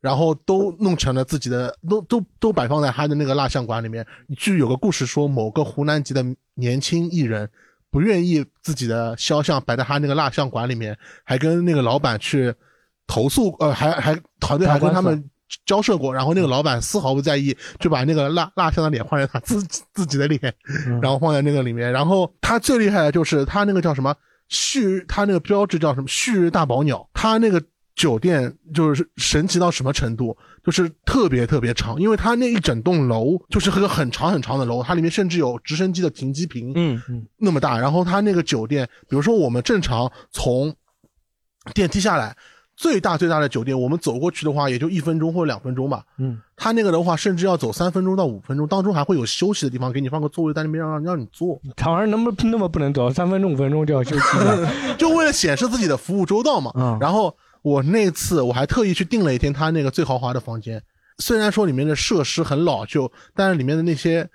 Speaker 18: 然后都弄成了自己的，都都都摆放在他的那个蜡像馆里面。就有个故事说，某个湖南籍的年轻艺人不愿意自己的肖像摆在他那个蜡像馆里面，还跟那个老板去投诉，呃，还还团队还跟他
Speaker 5: 打官
Speaker 18: 们交涉过，然后那个老板丝毫不在意，就把那个蜡蜡像的脸换成他 *laughs* 自己自己的脸，然后放在那个里面。然后他最厉害的就是他那个叫什么旭日，他那个标志叫什么旭日大宝鸟，他那个。酒店就是神奇到什么程度，就是特别特别长，因为它那一整栋楼就是个很长很长的楼，它里面甚至有直升机的停机坪，
Speaker 3: 嗯
Speaker 18: 嗯，那么大。然后它那个酒店，比如说我们正常从电梯下来，最大最大的酒店，我们走过去的话，也就一分钟或者两分钟吧。
Speaker 2: 嗯，
Speaker 18: 他那个的话，甚至要走三分钟到五分钟，当中还会有休息的地方，给你放个座位在那边让让让你坐。
Speaker 2: 长安能不那么不能走，三分钟五分钟就要休息嗯一下。
Speaker 18: *laughs* 就为了显示自己的服务周到嘛。然后我那次我还特意去订了一天他那个最豪华的房间，虽然说里面的设施很老旧，但是里面的那些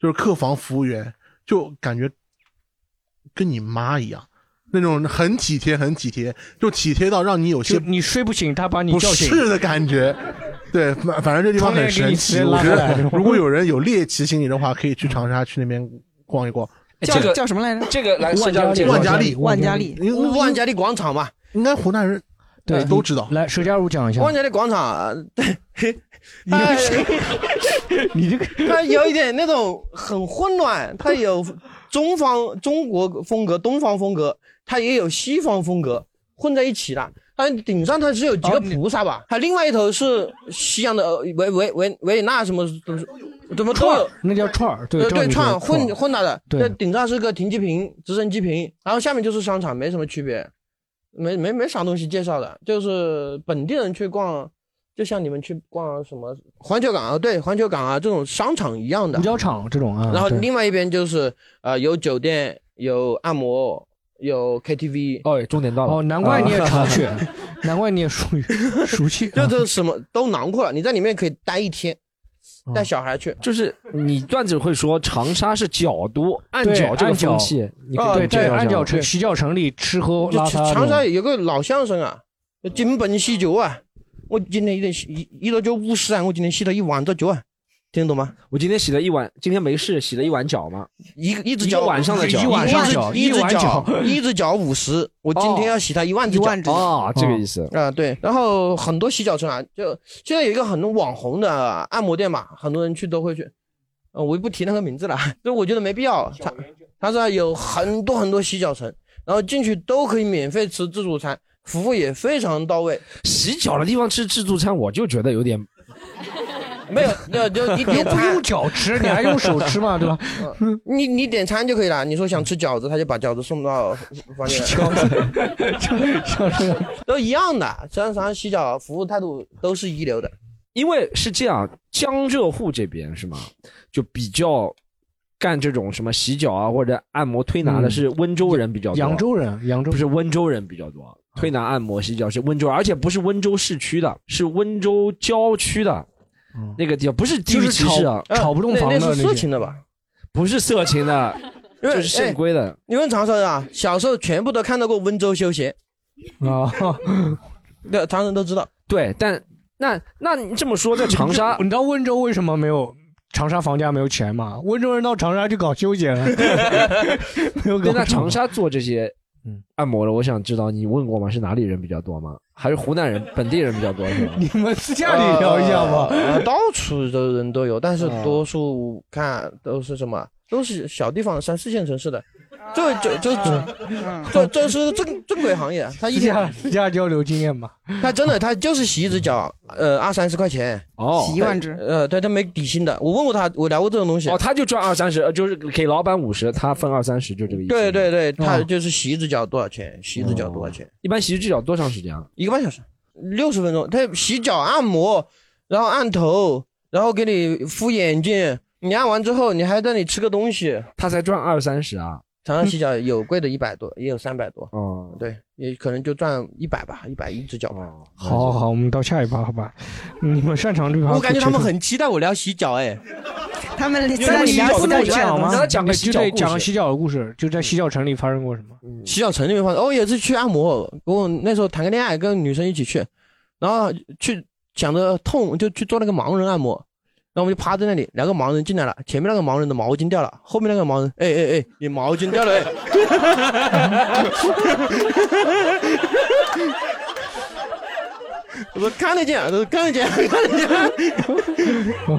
Speaker 18: 就是客房服务员就感觉跟你妈一样。那种很体贴，很体贴，就体贴到让你有些
Speaker 2: 你睡不醒，他把你
Speaker 18: 不
Speaker 2: 叫醒
Speaker 18: 适的感觉。对，反反正这地方很神奇。
Speaker 2: 窗帘给你
Speaker 18: 我觉
Speaker 2: 直接拉开来
Speaker 18: 得如果有人有猎奇心理的话，可以去长沙去那边逛一逛。
Speaker 4: 叫叫什么来着？
Speaker 5: 哎这个来啊
Speaker 18: 万家丽
Speaker 4: 万
Speaker 18: 万家丽
Speaker 4: 万家丽，
Speaker 3: 万家丽广场嘛，
Speaker 18: 应该哎湖南人
Speaker 2: 对，
Speaker 18: 都知道。
Speaker 2: 来，佘佳茹讲一下。
Speaker 3: 万家丽广场，呃哎
Speaker 2: 你这个
Speaker 3: 它有一点那种很混乱，它有中方中国风格、东方风格，它也有西方风格混在一起了。它顶上它是有几个菩萨吧？它另外一头是西洋的呃维维维维也纳什么东西，怎么都有。
Speaker 2: 那叫串儿，
Speaker 3: 呃
Speaker 2: 对
Speaker 3: 哦对，串混混搭的，
Speaker 2: 对
Speaker 3: 那顶上是个停机坪、直升机坪，然后下面就是商场，没什么区别，没没没啥东西介绍的，就是本地人去逛，就像你们去逛什么环球港啊，对，环球港啊这种商场一样的
Speaker 2: 五。角场这种啊。
Speaker 3: 然后
Speaker 2: 对
Speaker 3: 另外一边就是呃有酒店、有按摩、有 KTV。
Speaker 5: 哦，重点到了。啊
Speaker 2: 哦，难怪你也常
Speaker 5: *laughs*
Speaker 2: 去，难怪你也 *laughs* 熟熟悉。
Speaker 3: 就这什么都囊括了，你在里面可以待一天，带小孩去。
Speaker 5: 啊就是你段子会说长沙是角都，按
Speaker 2: 对
Speaker 5: 角这个
Speaker 2: 按角
Speaker 5: 风气，啊你可以
Speaker 2: 对，
Speaker 5: 介
Speaker 2: 在
Speaker 5: 绍一下
Speaker 2: 按角城、洗脚城里
Speaker 5: *laughs*
Speaker 2: 吃喝
Speaker 3: 就
Speaker 2: 拉撒这种。
Speaker 3: 长沙有个老相声啊，金盆洗脚啊，我今天一天洗一一头就五十啊，我今天洗了一碗的脚啊，听得懂吗？
Speaker 5: 我今天洗了一碗，今天没事洗了一碗脚嘛，
Speaker 3: 一个一只
Speaker 5: 一
Speaker 3: 脚
Speaker 5: 个晚上的脚，
Speaker 3: 一
Speaker 5: 晚上
Speaker 3: 只
Speaker 5: 脚，
Speaker 3: 一只
Speaker 5: 晚
Speaker 3: 脚
Speaker 5: 脚，
Speaker 3: 一只脚五十，我今天要洗它一万只脚，
Speaker 5: 哦，这个意思。
Speaker 3: 啊，对，然后很多洗脚城啊，就现在有一个很多网红的按摩店嘛，很多人去都会去。呃，我就不提那个名字了，就我觉得没必要。他他说有很多很多洗脚城，然后进去都可以免费吃自助餐，服务也非常到位。
Speaker 5: 洗脚的地方吃自助餐，我就觉得有点
Speaker 3: 没有，就就你点
Speaker 2: 又不
Speaker 3: 餐
Speaker 2: 用脚吃你还用手吃嘛对吧？
Speaker 3: 嗯你你点餐就可以了。你说想吃饺子，他就把饺子送到房间。 *laughs* 都一样的，正常洗脚服务态度都是一流的。
Speaker 5: 因为是这样，江浙沪这边是吗？就比较干这种什么洗脚啊或者按摩推拿的，
Speaker 2: 嗯
Speaker 5: 是温州人比较多。
Speaker 2: 扬州人，扬州
Speaker 5: 不是温州人比较
Speaker 3: 啊
Speaker 5: 多，推拿按摩洗脚是温州，而且不是温州市区的，是温州郊区的。那个地方不是地域歧视啊，
Speaker 3: 嗯就是炒炒不动房的那那是色情的吧？
Speaker 5: 不是色情的，
Speaker 3: *laughs* 因为哎
Speaker 5: 就是正规的。
Speaker 3: 你问长沙人啊，小时候全部都看到过温州修鞋，
Speaker 5: 啊，
Speaker 3: 对，常人都知道。
Speaker 5: 对，但那那你这么说，在
Speaker 3: *laughs*
Speaker 5: 长沙，
Speaker 2: 你知道温州为什么没有长沙房价没有钱吗？温州人到长沙去搞修剪啊了，没有搞
Speaker 5: 对， *laughs* 那
Speaker 2: 什
Speaker 5: 长
Speaker 2: 么
Speaker 5: 沙做这些
Speaker 2: 嗯
Speaker 5: 按摩的，我想知道你问过吗？是哪里人比较多吗？还是湖南人本地人比较多是吧？
Speaker 2: 你们私下里聊一下吧。嗯
Speaker 3: 呃到处的人都有，但是
Speaker 5: 啊
Speaker 3: 多数看都是什么，啊都是小地方三四线城市的，这
Speaker 2: 啊
Speaker 3: 这这这这是正正规行
Speaker 2: *laughs*
Speaker 3: 业，啊他一
Speaker 2: 嗯私下
Speaker 3: 天
Speaker 2: 私下交流经验吧。
Speaker 3: 他真的他就是洗一只脚，呃二三十块钱
Speaker 5: 哦洗一万
Speaker 3: 只，呃对他没底薪的，我问过他，我聊过这种东西
Speaker 5: 哦，，他就赚二三十，呃就是给老板五十，他分二三十，就这个意思。
Speaker 3: 对对对，他
Speaker 5: 哦
Speaker 3: 就是洗一只脚多少钱，洗一只脚多少钱，
Speaker 5: 一般洗至少多长时间啊？
Speaker 3: 一个半小时，六十分钟。他洗脚、按摩，然后按头，然后给你敷眼睛。你按完之后，你还在那里吃个东西。
Speaker 5: 他才赚二三十啊！
Speaker 3: 长沙洗脚有贵的一百多，也有三百多。
Speaker 5: 哦，
Speaker 3: 对，也可能就赚一百吧，一百一只脚吧。
Speaker 2: 好好好，我们到下一趴好吧？嗯你们擅长这个，
Speaker 3: 我感觉他们很期待我聊洗脚，哎，
Speaker 4: 他们
Speaker 3: 期待你聊洗脚以外的东西
Speaker 2: 让
Speaker 3: 让
Speaker 2: 他
Speaker 3: 他讲个洗脚
Speaker 2: 对，
Speaker 3: 故事嗯
Speaker 2: 讲个洗脚的故事，就在洗脚城里发生过什么？
Speaker 3: *laughs* 洗脚城里面发生，哦，也是去按摩。 *laughs* 我那时候谈个恋爱，跟女生一起去，然后去想着痛，就去做那个盲人按摩。然后我们就趴在那里，两个盲人进来了，前面那个盲人的毛巾掉了，后面那个盲人，哎哎哎，你毛巾掉了，哎，我说看得见，我说看得见，看得见。我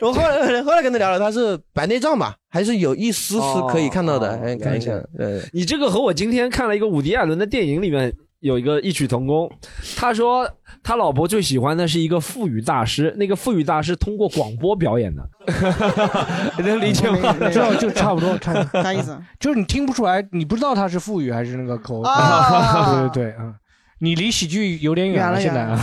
Speaker 3: 我后来后来跟他聊了，他是白内障吧，还是有一
Speaker 5: 哦
Speaker 3: 丝丝可以
Speaker 2: 哦
Speaker 3: 看到的， *laughs* 哎，看一下，对。
Speaker 5: 你这个和我今天看了一个伍迪·艾伦的电影里面有一个异曲同工。他说他老婆最喜欢的是一个腹语大师，那个腹语大师通过广播表演的， *laughs* 能理解吗？
Speaker 2: 就就差不多，差不多
Speaker 4: 啥意思？
Speaker 2: 就是你听不出来，你不知道他是腹语还是那个口。
Speaker 5: 啊
Speaker 2: 对对对，啊，你离喜剧有点远
Speaker 5: 远
Speaker 2: 现在
Speaker 5: 了
Speaker 2: 啊。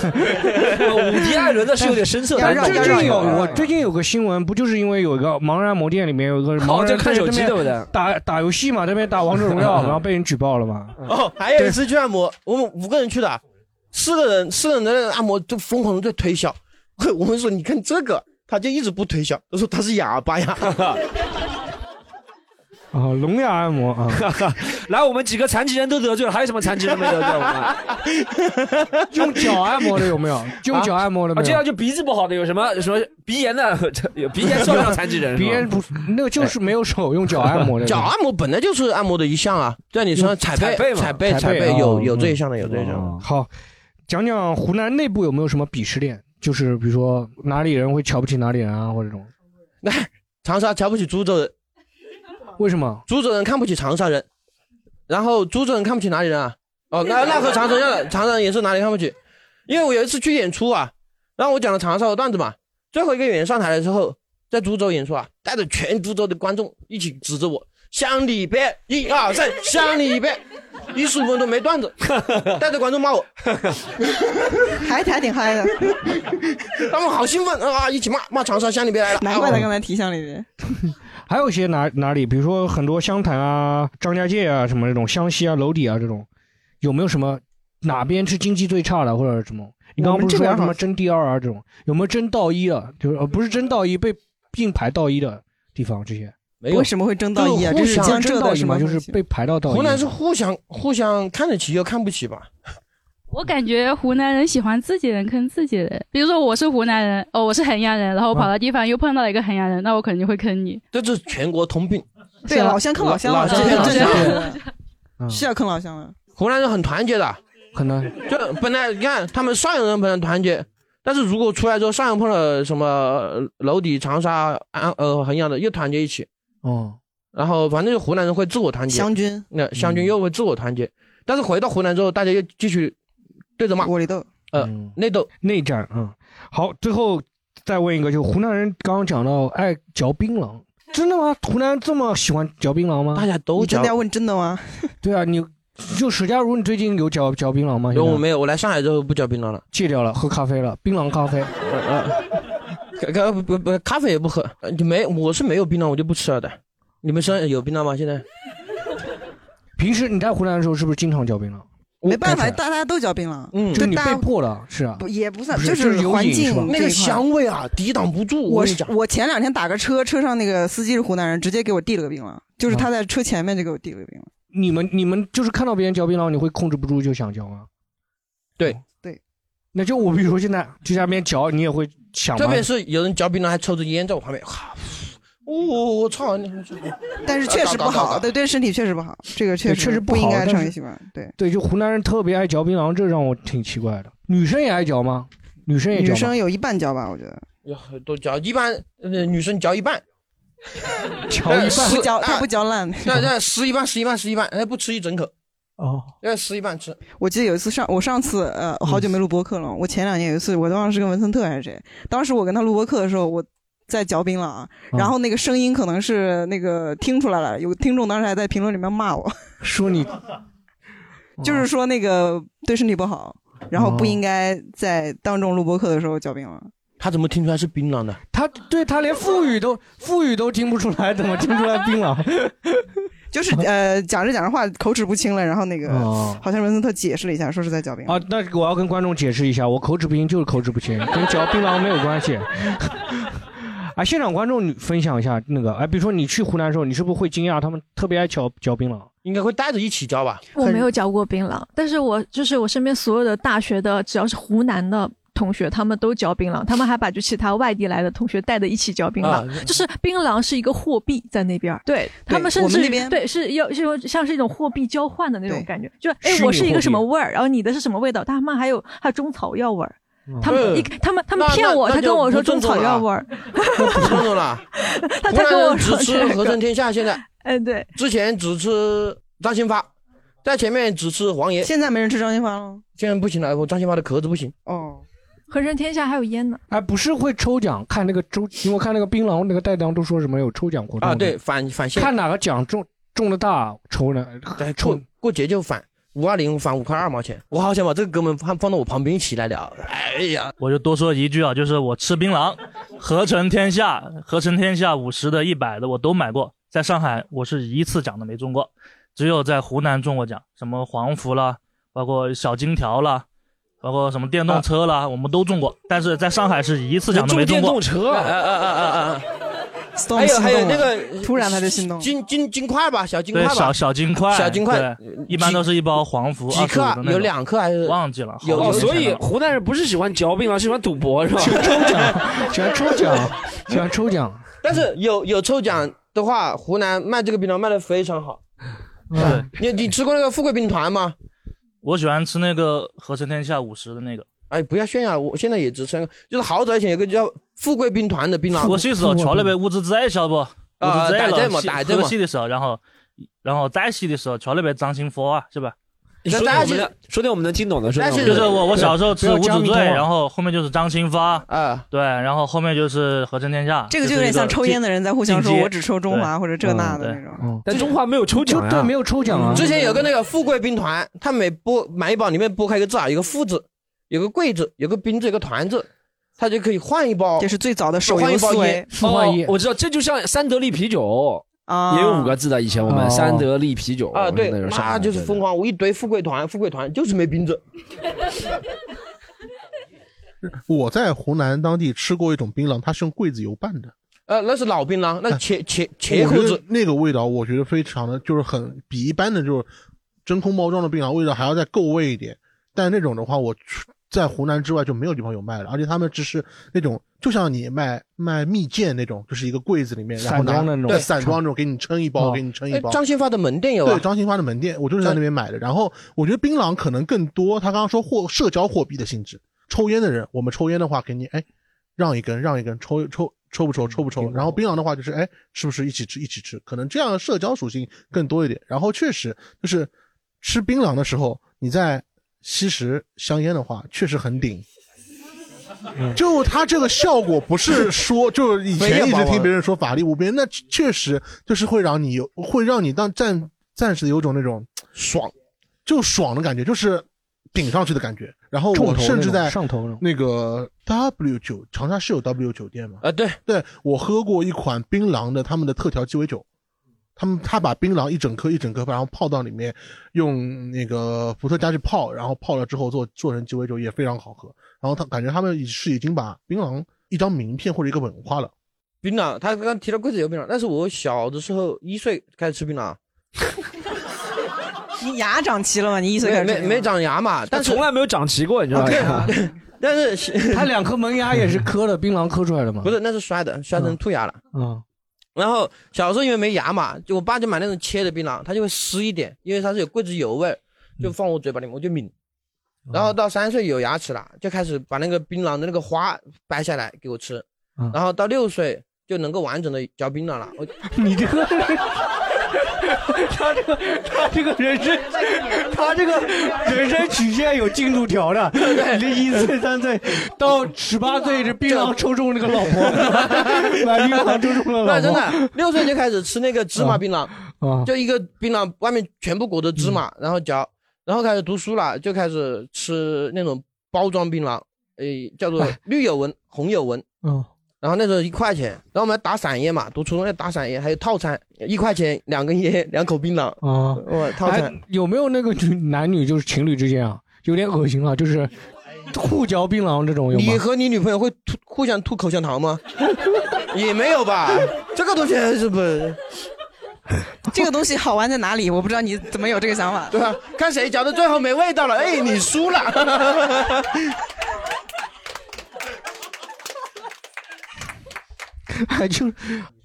Speaker 5: 伍迪·艾伦的是有点深色的，
Speaker 2: 最近有我最近有个新闻，不就是因为有一个盲人按摩店里面有一个盲
Speaker 5: 好
Speaker 2: 人
Speaker 5: 哦就看
Speaker 2: 在
Speaker 5: 手
Speaker 2: 那
Speaker 5: 机
Speaker 2: 边
Speaker 5: 对不对嗯
Speaker 2: 打打游戏嘛，在那边打王者荣
Speaker 5: *laughs*
Speaker 2: 耀，然后被人举报了嘛。
Speaker 3: 哦，还有一次去按摩，我们五个人去的，四个人四个人在那按摩，就疯狂的在推销。我们说你看这个，他就一直不推销，他说他是哑巴呀。 *laughs*
Speaker 2: 啊，
Speaker 5: 哦
Speaker 2: 聋哑按摩啊，
Speaker 5: 来，我们几个残疾人都得罪了，还有什么残疾人没得罪我们？
Speaker 2: *laughs* 用脚按摩的有没有？ *laughs* 用脚按摩的没
Speaker 5: 啊，这
Speaker 2: 有
Speaker 5: 样？就鼻子不好的有什么什么鼻炎的， *laughs* 有鼻炎算不上残
Speaker 2: *laughs*
Speaker 5: 疾人是吗，
Speaker 2: 鼻炎不，那个就是没有手，用脚按摩
Speaker 3: *laughs*
Speaker 2: 的。
Speaker 3: 脚按摩本来就是按摩的一项啊，在你身上踩
Speaker 2: 踩背
Speaker 3: 背、
Speaker 2: 嘛
Speaker 3: 踩背、
Speaker 2: 踩
Speaker 3: 踩
Speaker 2: 背
Speaker 3: 背
Speaker 2: 哦
Speaker 3: 有有
Speaker 2: 嗯
Speaker 3: 这一项的，有这一项的。
Speaker 2: 好，讲讲湖南内部有没有什么鄙视链？就是比如说哪里人会瞧不起哪里人啊，或者这种。
Speaker 3: 长沙瞧不起株洲人，
Speaker 2: *laughs* 为什么？
Speaker 3: 株洲人看不起长沙人，然后株洲人看不起哪里人啊？哦，那那和长沙一样的，长沙人也是哪里看不起？因为我有一次去演出啊，然后我讲了长沙的段子嘛，最后一个演员上台的时候，在株洲演出啊，带着全株洲的观众一起指着我，乡里边，一二
Speaker 2: *laughs*
Speaker 3: 三，乡里边，一十五分钟没段子，带着观众骂我，
Speaker 4: 还还挺嗨的，
Speaker 3: *laughs* 他们好兴奋啊，一起骂骂长沙乡里边来了，
Speaker 4: 难怪他刚才提乡里边。
Speaker 2: 还有一些哪哪里，比如说很多湘潭啊、张家界啊什么这种湘西啊、娄底啊这种，有没有什么哪边是经济最差的或者什么？你刚刚不是
Speaker 4: 我们这
Speaker 2: 说
Speaker 4: 边
Speaker 2: 什
Speaker 4: 好
Speaker 2: 么争第二啊这种，有没有争到一啊？就是呃不是争到一被并排到一的地方这些？
Speaker 3: 没有为什么会争到一啊这是
Speaker 2: 互相
Speaker 3: 江浙
Speaker 2: 争到
Speaker 3: 的
Speaker 2: 一
Speaker 3: 什么
Speaker 2: 嘛，就
Speaker 3: 东
Speaker 2: 是
Speaker 3: 西
Speaker 2: 被排到到一。
Speaker 3: 湖南是互相互相看得起又看不起吧？
Speaker 19: *laughs* 我感觉湖南人喜欢自己人坑自己人，比如说我是湖南人，哦，我是衡阳人，然后我跑到地方又碰到一个衡阳人，那我肯定会坑你。
Speaker 3: 这是全国通病。
Speaker 4: 对，老乡坑老乡嘛，
Speaker 3: 老
Speaker 4: 这是
Speaker 3: 乡
Speaker 4: 正
Speaker 3: 老
Speaker 4: 常
Speaker 3: 乡
Speaker 4: 的，是要坑老乡了。
Speaker 3: 湖南人很团结的，
Speaker 2: 嗯很难。
Speaker 3: 就本来你看他们上游人本来团结，但是如果出来之后上游碰了什么呃娄底、长沙、安呃衡阳的，又团结一起。
Speaker 2: 哦，
Speaker 3: 然后反正就湖南人会自我团结，
Speaker 4: 湘军
Speaker 3: 那湘
Speaker 2: 嗯
Speaker 3: 军又会自我团结，但是回到湖南之后，大家又继续对着骂，
Speaker 4: 窝里斗，
Speaker 3: 呃，内斗
Speaker 2: 嗯内战啊、嗯好，最后再问一个，就湖南人刚刚讲到爱嚼槟榔，真的吗？湖南人这么喜欢嚼槟榔吗？大家
Speaker 3: 都
Speaker 4: 你真的要问真的吗？
Speaker 2: *laughs* 对啊，你就史佳茹，你最近有嚼嚼槟榔吗？
Speaker 3: 有我没有？我来上海之后不嚼槟榔了，呃
Speaker 2: 哎戒掉了，喝咖啡了，槟榔咖啡。
Speaker 3: 咖咖不不咖啡也不喝，呃你没我是没有槟榔，我就不吃了的。你们身上有槟榔吗？现在
Speaker 2: 平时你在湖南的时候是不是经常嚼槟�ng？
Speaker 3: 嗯
Speaker 4: 没办法，大家都嚼槟榔，
Speaker 2: 嗯，就
Speaker 4: 就
Speaker 2: 你
Speaker 4: 大
Speaker 2: 被
Speaker 4: 家
Speaker 2: 迫的，是啊，
Speaker 4: 不也不算，
Speaker 2: 不是
Speaker 4: 就
Speaker 2: 就是有
Speaker 4: 环
Speaker 2: 瘾
Speaker 4: 境
Speaker 2: 是吧
Speaker 4: 这一块
Speaker 2: 那个香
Speaker 3: 味啊，抵挡不住
Speaker 4: 我是我前两天打个车，车上那个司机是湖南人，直接给我递了个槟榔，就是他在车前面就给我递了个槟榔。
Speaker 2: 你们你们就是看到别人嚼槟榔，你会控制不住就想嚼吗？
Speaker 3: 对
Speaker 4: 对，
Speaker 2: 那就我比如说现在就在那边嚼，你也会想吗，
Speaker 3: 特别是有人嚼槟榔还抽着烟在我旁边，哈，
Speaker 4: 哦
Speaker 3: 我我哦操！
Speaker 4: 但
Speaker 3: 呃
Speaker 4: 是确实不好，对对身体确实不好，这个确
Speaker 2: 对确实
Speaker 4: 不
Speaker 2: 好
Speaker 4: 应该
Speaker 2: 但
Speaker 4: 成为
Speaker 2: 是
Speaker 4: 习惯。对，
Speaker 2: 对，就湖南人特别爱嚼槟榔，这让我挺奇怪的。女生也爱嚼吗？女生也嚼吗
Speaker 4: 女生有一半嚼吧，我觉得。
Speaker 3: 呀都嚼一般，呃女生嚼一半，呃
Speaker 2: 嚼一半
Speaker 4: 不嚼她不嚼烂
Speaker 3: 那那撕一半，撕一半，撕一半，哎，不吃一整口，
Speaker 2: 哦，嗯
Speaker 3: 要撕一半吃。
Speaker 4: 我记得有一次上我上次呃，我好久没录播客了。我前两年有一次，我忘了是跟文森特还是谁，当时我跟他录播客的时候，我在嚼槟榔啊，
Speaker 2: 嗯
Speaker 4: 然后那个声音可能是那个听出来了，有听众当时还在评论里面骂我，
Speaker 2: *laughs* 说你哦
Speaker 4: 就是说那个对身体不好，然后不应该在当众录播客的时候嚼槟榔。
Speaker 3: 他怎么听出来是槟榔的？
Speaker 2: 他对他连腹语都腹语都听不出来，怎么听出来槟榔？ *laughs*
Speaker 4: 就是呃，讲着讲着话口齿不清了，然后那个、
Speaker 2: 哦
Speaker 4: 好像文森特解释了一下，说是在嚼槟榔。
Speaker 2: 啊，那我要跟观众解释一下，我口齿不清就是口齿不清，跟嚼槟榔没有关系。 *laughs* 啊，现场观众你分享一下那个，哎，比如说你去湖南的时候，你是不是会惊讶他们特别爱嚼嚼槟榔？
Speaker 3: 应该会带着一起嚼吧？
Speaker 8: 我没有嚼过槟榔，但是我就是我身边所有的大学的，只要是湖南的。同学他们都嚼槟榔，他们还把就其他外地来的同学带的一起嚼槟榔，
Speaker 11: 啊
Speaker 8: 就是槟榔是一个货币在那边儿，对他们甚
Speaker 11: 我们
Speaker 8: 至
Speaker 11: 那边
Speaker 8: 对是要是有像是一种货币交换的那种
Speaker 11: 对
Speaker 8: 感觉，就
Speaker 11: 虚拟
Speaker 8: 哎我是一
Speaker 11: 货
Speaker 8: 个
Speaker 11: 币
Speaker 8: 什么味儿，然后你的是什么味道，他们还有还有中草药味儿，他们
Speaker 3: 嗯
Speaker 8: 一他们他们
Speaker 3: 那
Speaker 8: 骗
Speaker 3: 那
Speaker 8: 我，
Speaker 3: 那
Speaker 8: 他
Speaker 3: 就
Speaker 8: 跟我
Speaker 3: 不
Speaker 8: 说
Speaker 3: 尊
Speaker 8: 中
Speaker 3: 重
Speaker 8: 草药
Speaker 3: 了
Speaker 8: 味儿，
Speaker 3: 不是那种了。
Speaker 8: *laughs* 他
Speaker 3: 湖
Speaker 8: 他
Speaker 3: 南
Speaker 8: 跟我
Speaker 3: 人只
Speaker 8: 说
Speaker 3: 吃
Speaker 8: 这
Speaker 3: 和
Speaker 8: 个
Speaker 3: 珍天下，现在，
Speaker 8: 哎对，
Speaker 3: 之前只吃张新发，在前面只吃黄爷，
Speaker 4: 现在没人吃张新发了，
Speaker 3: 现在不行了，我张新发的壳子不行。
Speaker 4: 哦，
Speaker 8: 和人天下还有烟呢，
Speaker 2: 哎，不是会抽奖，看那个周，因为我看那个槟榔那个带章都说什么有抽奖活动
Speaker 3: 啊，对，，返返现，
Speaker 2: 看哪个奖中中的大抽呢？
Speaker 3: 对，过过节就返五二零返五块二毛钱，我好想把这个哥们放放到我旁边一起来聊。哎呀，
Speaker 6: 我就多说一句啊，就是我吃槟榔，合成天下、合成天下五十的、一百的我都买过。在上海，我是一次奖都没中过，只有在湖南中过奖，什么黄福啦，包括小金条啦，包括什么电
Speaker 3: 啊
Speaker 6: 动车啦，我们都中过。但是在上海是一次奖都没中过。
Speaker 5: 中电动车
Speaker 3: 啊啊啊啊啊！
Speaker 4: Stone
Speaker 3: 还有
Speaker 4: 心动
Speaker 3: 还有那
Speaker 4: 了
Speaker 3: 个，
Speaker 4: 突然他就心动了
Speaker 3: 金金金块吧，小金块
Speaker 6: 对
Speaker 3: 吧，
Speaker 6: 小小金块，
Speaker 3: 小金块
Speaker 6: 对，一般都是一包黄福，
Speaker 3: 几克啊
Speaker 6: 25的那种
Speaker 3: 有两克还是
Speaker 6: 忘记了？好
Speaker 5: 有、
Speaker 6: 多
Speaker 5: 哦，
Speaker 6: 年
Speaker 5: 所以
Speaker 6: 前了
Speaker 5: 湖南人不是喜欢嚼槟榔，是喜欢赌博是吧？
Speaker 2: 喜欢抽奖，喜欢
Speaker 5: *laughs*
Speaker 2: 抽奖。
Speaker 3: 但是有有抽奖的话，湖南卖这个槟榔卖的非常好。
Speaker 6: 对，
Speaker 3: 你你吃过那个富贵兵团吗？
Speaker 6: 我喜欢吃那个合成天下五十的那个。
Speaker 3: 哎，不要炫耀，我现在也只吃那个，就是好早以前有个叫富贵兵啊团的槟榔。
Speaker 6: 我细
Speaker 2: 啊
Speaker 6: 时候瞧了呗，物质在晓得不？物
Speaker 3: 啊
Speaker 6: 质在
Speaker 3: 打在
Speaker 6: 了，
Speaker 3: 嘛
Speaker 6: 细
Speaker 3: 打在
Speaker 6: 特别
Speaker 3: 嘛
Speaker 6: 细的时候，然后然后再细的时候瞧了呗，张新佛啊，是吧？
Speaker 5: 说点我们的，说点我们能听懂的，说点我们
Speaker 6: 就是我我小时候吃
Speaker 5: 不要
Speaker 6: 吴
Speaker 5: 加
Speaker 6: 祖
Speaker 5: 密
Speaker 6: 罪，
Speaker 5: 通啊
Speaker 6: 然后后面就是张新发，
Speaker 3: 啊，
Speaker 6: 对，然后后面就是合成天下。
Speaker 4: 这个
Speaker 6: 就
Speaker 4: 就有点像抽烟的人在互相说我只抽中华或者这那的那
Speaker 6: 种。
Speaker 2: 嗯对
Speaker 5: 但中华没有抽奖呀，
Speaker 2: 就对没有抽奖啊
Speaker 3: 之前有个那个富贵兵团，他每剥买一包里面剥开一个字啊，有个富字，有个贵字，有个兵字，有个团字，他就可以换一包。
Speaker 4: 这是最早的手
Speaker 3: 换
Speaker 4: 游
Speaker 3: 一包
Speaker 4: 思维
Speaker 3: 烟，
Speaker 5: 哦我知道，这就像三得利啤酒
Speaker 4: 啊
Speaker 5: 也有五个字的。以前我
Speaker 3: 哦
Speaker 5: 们三得利啤酒
Speaker 3: 啊，对，
Speaker 5: 哦那种啥
Speaker 3: 那
Speaker 5: 的，
Speaker 3: 就是
Speaker 5: 对
Speaker 3: 疯狂，我一堆富贵团，富贵团就是没冰子。
Speaker 18: 我在湖南当地吃过一种槟榔，它是用桂子油拌的，
Speaker 3: 呃，那是老槟榔，那茄茄茄
Speaker 18: 我
Speaker 3: 口
Speaker 18: 觉
Speaker 3: 子
Speaker 18: 得那个味道，我觉得非常的就是很比一般的就是真空包装的槟榔味道还要再够味一点。但那种的话，我去在湖南之外就没有地方有卖了，而且他们只是那种就像你卖卖蜜饯那种，就是一个柜子里面，然后
Speaker 2: 散
Speaker 18: 拿
Speaker 2: 装的那种
Speaker 18: 对散装那种给你称一包，
Speaker 2: 哦
Speaker 18: 给你称一包。
Speaker 2: 哎张新
Speaker 3: 发的门店有啊
Speaker 18: 对，张新发的门店，我就是在那边买的。然后我觉得槟榔可能更多，他刚刚说货社交货币的性质。抽烟的人，我们抽烟的话，给你哎让一根，让一根，抽抽抽不
Speaker 3: 嗯
Speaker 18: 抽，抽不抽。然后槟榔的话就是，哎，是不是一起吃，一起吃？可能这样的社交属性更多一点。然后确实就是吃槟榔的时候，你在吸食香烟的话，确实很顶。
Speaker 3: 嗯
Speaker 18: 就他这个效果不是说， *laughs* 就是以前一直听别人说法力无边，那确实就是会让你有，会让你当暂暂时有种那种爽，就爽的感觉，就是顶上去的感觉。然后
Speaker 2: 重头
Speaker 18: 我
Speaker 2: 那种
Speaker 18: 甚至在
Speaker 2: 上头那种
Speaker 18: 那个 W 九，长沙是有 W 酒店吗？
Speaker 3: 啊，对
Speaker 18: 对，我喝过一款槟榔的他们的特调鸡尾酒。他们他把槟榔一整颗一整颗，然后泡到里面，用那个伏特加去泡，然后泡了之后做做成鸡尾酒也非常好喝。然后他感觉他们是已经把槟榔一张名片或者一个文化了。
Speaker 3: 槟榔，他刚刚提到桂子油槟榔，那是我小的时候一岁开始吃槟榔，
Speaker 4: *laughs* 你牙长齐了吗？你一岁开始
Speaker 3: 没
Speaker 4: 吃
Speaker 3: 没没长牙嘛，但是啊
Speaker 5: 从来没有长齐过，你知道
Speaker 3: *laughs*
Speaker 5: 吗？
Speaker 3: 但
Speaker 5: *laughs*
Speaker 3: 是
Speaker 2: 他两颗门牙也是磕了，槟榔磕出来的嘛。
Speaker 3: *laughs* 不是，那是摔的，摔成
Speaker 2: 嗯
Speaker 3: 兔牙了。
Speaker 2: 嗯，
Speaker 3: 然后小时候因为没牙嘛，就我爸就买那种切的槟榔，它就会湿一点，因为它是有桂枝油味儿，就放我嘴巴里面我就抿。然后到三岁有牙齿了，就开始把那个槟榔的那个花掰下来给我吃。然后到六岁就能够完整的嚼槟榔了。我
Speaker 2: 你这个，他这个他这个人生， *laughs* 他这个人生曲线有进度条的。你这一岁三岁 *laughs* 到十八岁，这槟榔抽中那个老婆， *laughs* 买槟榔抽中了老婆。
Speaker 3: 那真的，六岁就开始吃那个芝麻槟榔，
Speaker 2: 啊嗯
Speaker 3: 就一个槟榔外面全部裹着芝麻，然后嚼，然后开始读书了，就开始吃那种包装槟榔，诶、叫做
Speaker 2: 哎
Speaker 3: 绿有纹、红有纹。
Speaker 2: 嗯，
Speaker 3: 然后那时候一块钱，然后我们还打散烟嘛，读初中要打散烟，还有套餐，一块钱两根烟，两口槟榔。
Speaker 2: 啊， *laughs*
Speaker 3: 我套餐
Speaker 2: 哎有没有那个就男女就是情侣之间啊，有点恶心啊，就是互嚼槟榔这种有
Speaker 3: 你
Speaker 2: 吗？
Speaker 3: 和你女朋友会吐互相吐口香糖吗？ *laughs* 也没有吧，这个东西是不
Speaker 4: *laughs* 这个东西好玩在哪里？我不知道你怎么有这个想法。
Speaker 3: 对吧？看谁嚼的最后没味道了，哎，你
Speaker 4: *laughs*
Speaker 3: 输了。
Speaker 2: 哎，就是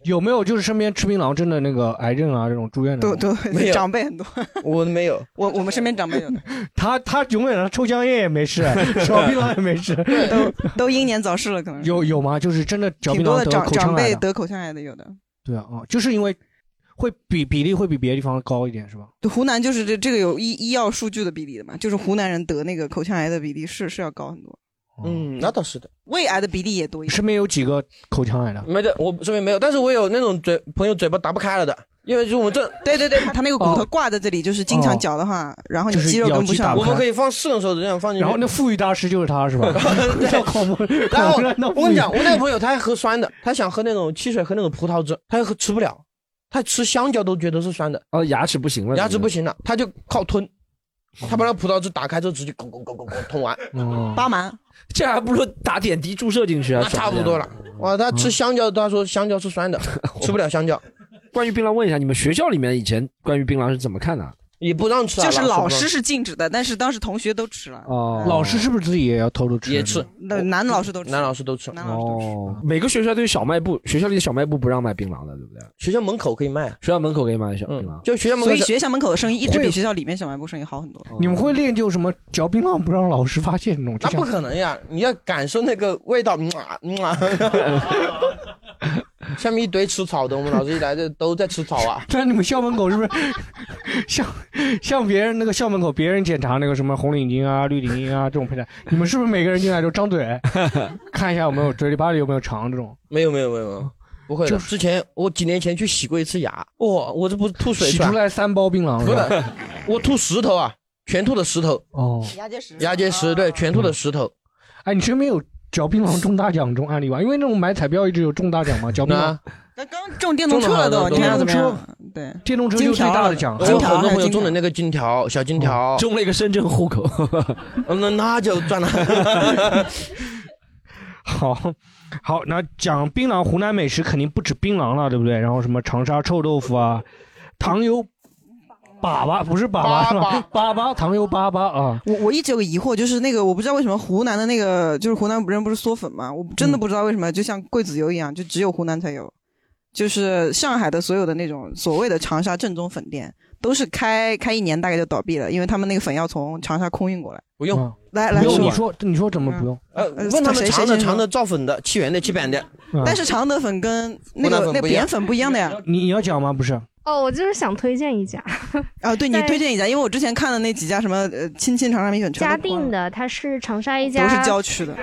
Speaker 2: 有没有就是身边吃槟榔真的那个癌症啊这种住院
Speaker 4: 都
Speaker 2: 的
Speaker 4: 都
Speaker 2: 没有
Speaker 4: 长辈很多，
Speaker 3: 我没有，
Speaker 4: 我我们身边长
Speaker 3: *laughs*
Speaker 4: 辈有的，
Speaker 2: 他他永远他抽香烟也没 *laughs* 事，嚼槟榔也没事，
Speaker 4: 都都英年早逝了，可
Speaker 3: 嗯
Speaker 4: 能
Speaker 2: 有有吗？就是真的嚼
Speaker 4: 挺
Speaker 2: 槟
Speaker 4: 多
Speaker 2: 榔
Speaker 4: 的
Speaker 2: 得
Speaker 4: 长
Speaker 2: 口
Speaker 4: 长
Speaker 2: 腔癌
Speaker 4: 辈
Speaker 2: 的，
Speaker 4: 得口腔癌的有的。
Speaker 2: 对啊，哦就是因为会比比例会比别的地方高一点是吧？
Speaker 4: 对，湖南就是这这个有医医药数据的比例的嘛，就是湖南人得那个口腔癌的比例是是要高很多，
Speaker 2: 哦
Speaker 3: 嗯，那倒是的。
Speaker 4: 胃癌的比例也多一点。
Speaker 2: 身边有几个口腔癌的？
Speaker 3: 没的，我身边没有，但是我有那种嘴朋友嘴巴打不开了的，因为就是我们这
Speaker 4: 对对对，他那个骨头挂在这里，就是
Speaker 2: 哦
Speaker 4: 经常嚼的话，然后你肌肉跟不上。
Speaker 3: 我们可以放四种手指这样放进去。
Speaker 2: 然后那富裕大师就是他是吧？
Speaker 3: *laughs*
Speaker 2: *laughs* 叫恐怖，
Speaker 3: 然后
Speaker 2: 恐怖
Speaker 3: 我跟你讲，我那个朋
Speaker 2: 友
Speaker 3: 友他还喝酸的，他想喝那种汽水，喝那种葡萄汁，他又喝吃不了，他吃香蕉都觉得是酸的，
Speaker 5: 哦，牙齿不行了，
Speaker 3: 牙齿不行了，他就靠吞，他把那葡萄汁打开之后直接咕咕咕咕咕吞完，
Speaker 2: 哦
Speaker 4: 八蛮，
Speaker 5: 这还不如打点滴注射进去啊，
Speaker 3: 那差不多了。哇，他吃香蕉，他说香蕉是酸的，吃不了香蕉，
Speaker 5: 关于槟榔，问一下你们学校里面以前关于槟榔是怎么看的？
Speaker 3: 也不让吃啊。
Speaker 4: 就是老
Speaker 3: 不
Speaker 4: 师
Speaker 3: 让
Speaker 4: 是禁止的，但是当时同学都吃了，
Speaker 5: 哦，
Speaker 2: 老师是不是自己也要偷偷吃？
Speaker 3: 也吃，
Speaker 4: 那男老师都吃，
Speaker 3: 男老师都吃，
Speaker 4: 男老师
Speaker 5: 哦，每个学校都有小卖部，学校里的小卖部不让卖槟榔的，对不对？
Speaker 3: 学校门口可以卖，啊嗯
Speaker 5: 学校门口可以卖小槟榔。
Speaker 3: 就学校门口
Speaker 4: 所以学校门口的生意一直
Speaker 2: 会
Speaker 4: 比学校里面小卖部生意好很多。
Speaker 2: 你们会练就什么嚼槟榔不让老师发现那种？就
Speaker 3: 那
Speaker 2: 像
Speaker 3: 不
Speaker 2: *laughs*
Speaker 3: 可能呀！你要感受那个味道，嗯啊嗯啊。下面一堆吃草的，我们老师一来就都在吃草啊。
Speaker 2: 在你们校门口是不是像像别人那个校门口别人检查那个什么红领巾啊、绿领巾啊这种佩戴，你们是不是每个人进来就
Speaker 3: *laughs*
Speaker 2: 张嘴看一下有没有嘴里巴里有没有肠这种？
Speaker 3: 没有没有没有没有，不会的。之前我几年前去洗过一次牙，哇、我这不是吐水
Speaker 2: 哦洗
Speaker 3: 出来
Speaker 2: 出来三包槟榔是
Speaker 3: 不
Speaker 2: 吧，
Speaker 3: 是，我吐石头啊，全吐的石头。
Speaker 2: 哦，
Speaker 3: 牙结石，啊牙结石，对，全吐的石头。
Speaker 2: 哎，你身边有嚼槟榔中大奖这种案例吧？因为那种买彩票一直有中大奖嘛，嚼槟榔
Speaker 3: 那。
Speaker 4: 中电动车了都，你看怎么样？对，
Speaker 2: 电动车
Speaker 4: 金
Speaker 2: 就最
Speaker 4: 条
Speaker 2: 大
Speaker 4: 了
Speaker 2: 的奖，哦
Speaker 3: 我有很多朋友中了那个金条，小金条，
Speaker 5: 中了一个深圳户口，
Speaker 3: 那那就赚了。
Speaker 2: *laughs* 好好，那讲槟榔，湖南美食肯定不止槟榔了，对不对？然后什么长沙臭豆腐啊，糖油粑粑不是粑粑是吧？粑粑糖油粑粑啊，
Speaker 4: 我我一直有个疑惑，就是那个我不知道为什么湖南的那个就是湖南人不是嗦粉嘛，我
Speaker 2: 嗯
Speaker 4: 真的不知道为什么，就像桂子油一样，就只有湖南才有。就是上海的所有的那种所谓的长沙正宗粉店，都是开开一年大概就倒闭了，因为他们那个粉要从长沙空运过来。
Speaker 3: 不用
Speaker 2: 嗯
Speaker 4: 来来
Speaker 2: 不用
Speaker 4: 说
Speaker 2: 你说你说怎么不用？
Speaker 3: 呃，
Speaker 4: 呃
Speaker 3: 问他们
Speaker 4: 谁
Speaker 3: 长
Speaker 4: 谁先
Speaker 3: 的长
Speaker 4: 说
Speaker 3: 的造粉的，七元的七百的。
Speaker 2: 啊
Speaker 4: 但是常德粉跟那
Speaker 3: 湖南
Speaker 4: 个
Speaker 3: 粉
Speaker 4: 那
Speaker 3: 不一样
Speaker 4: 扁粉不一样的呀。
Speaker 2: 你你要讲吗？不是，
Speaker 9: 哦，我就是想推荐一家，
Speaker 4: 啊，对你
Speaker 9: 在
Speaker 4: 推荐一家，因为我之前看的那几家什么呃亲亲长沙米粉全
Speaker 9: 嘉
Speaker 4: 都关
Speaker 9: 定
Speaker 4: 了
Speaker 9: 的，它是长沙一家
Speaker 4: 都是郊区的，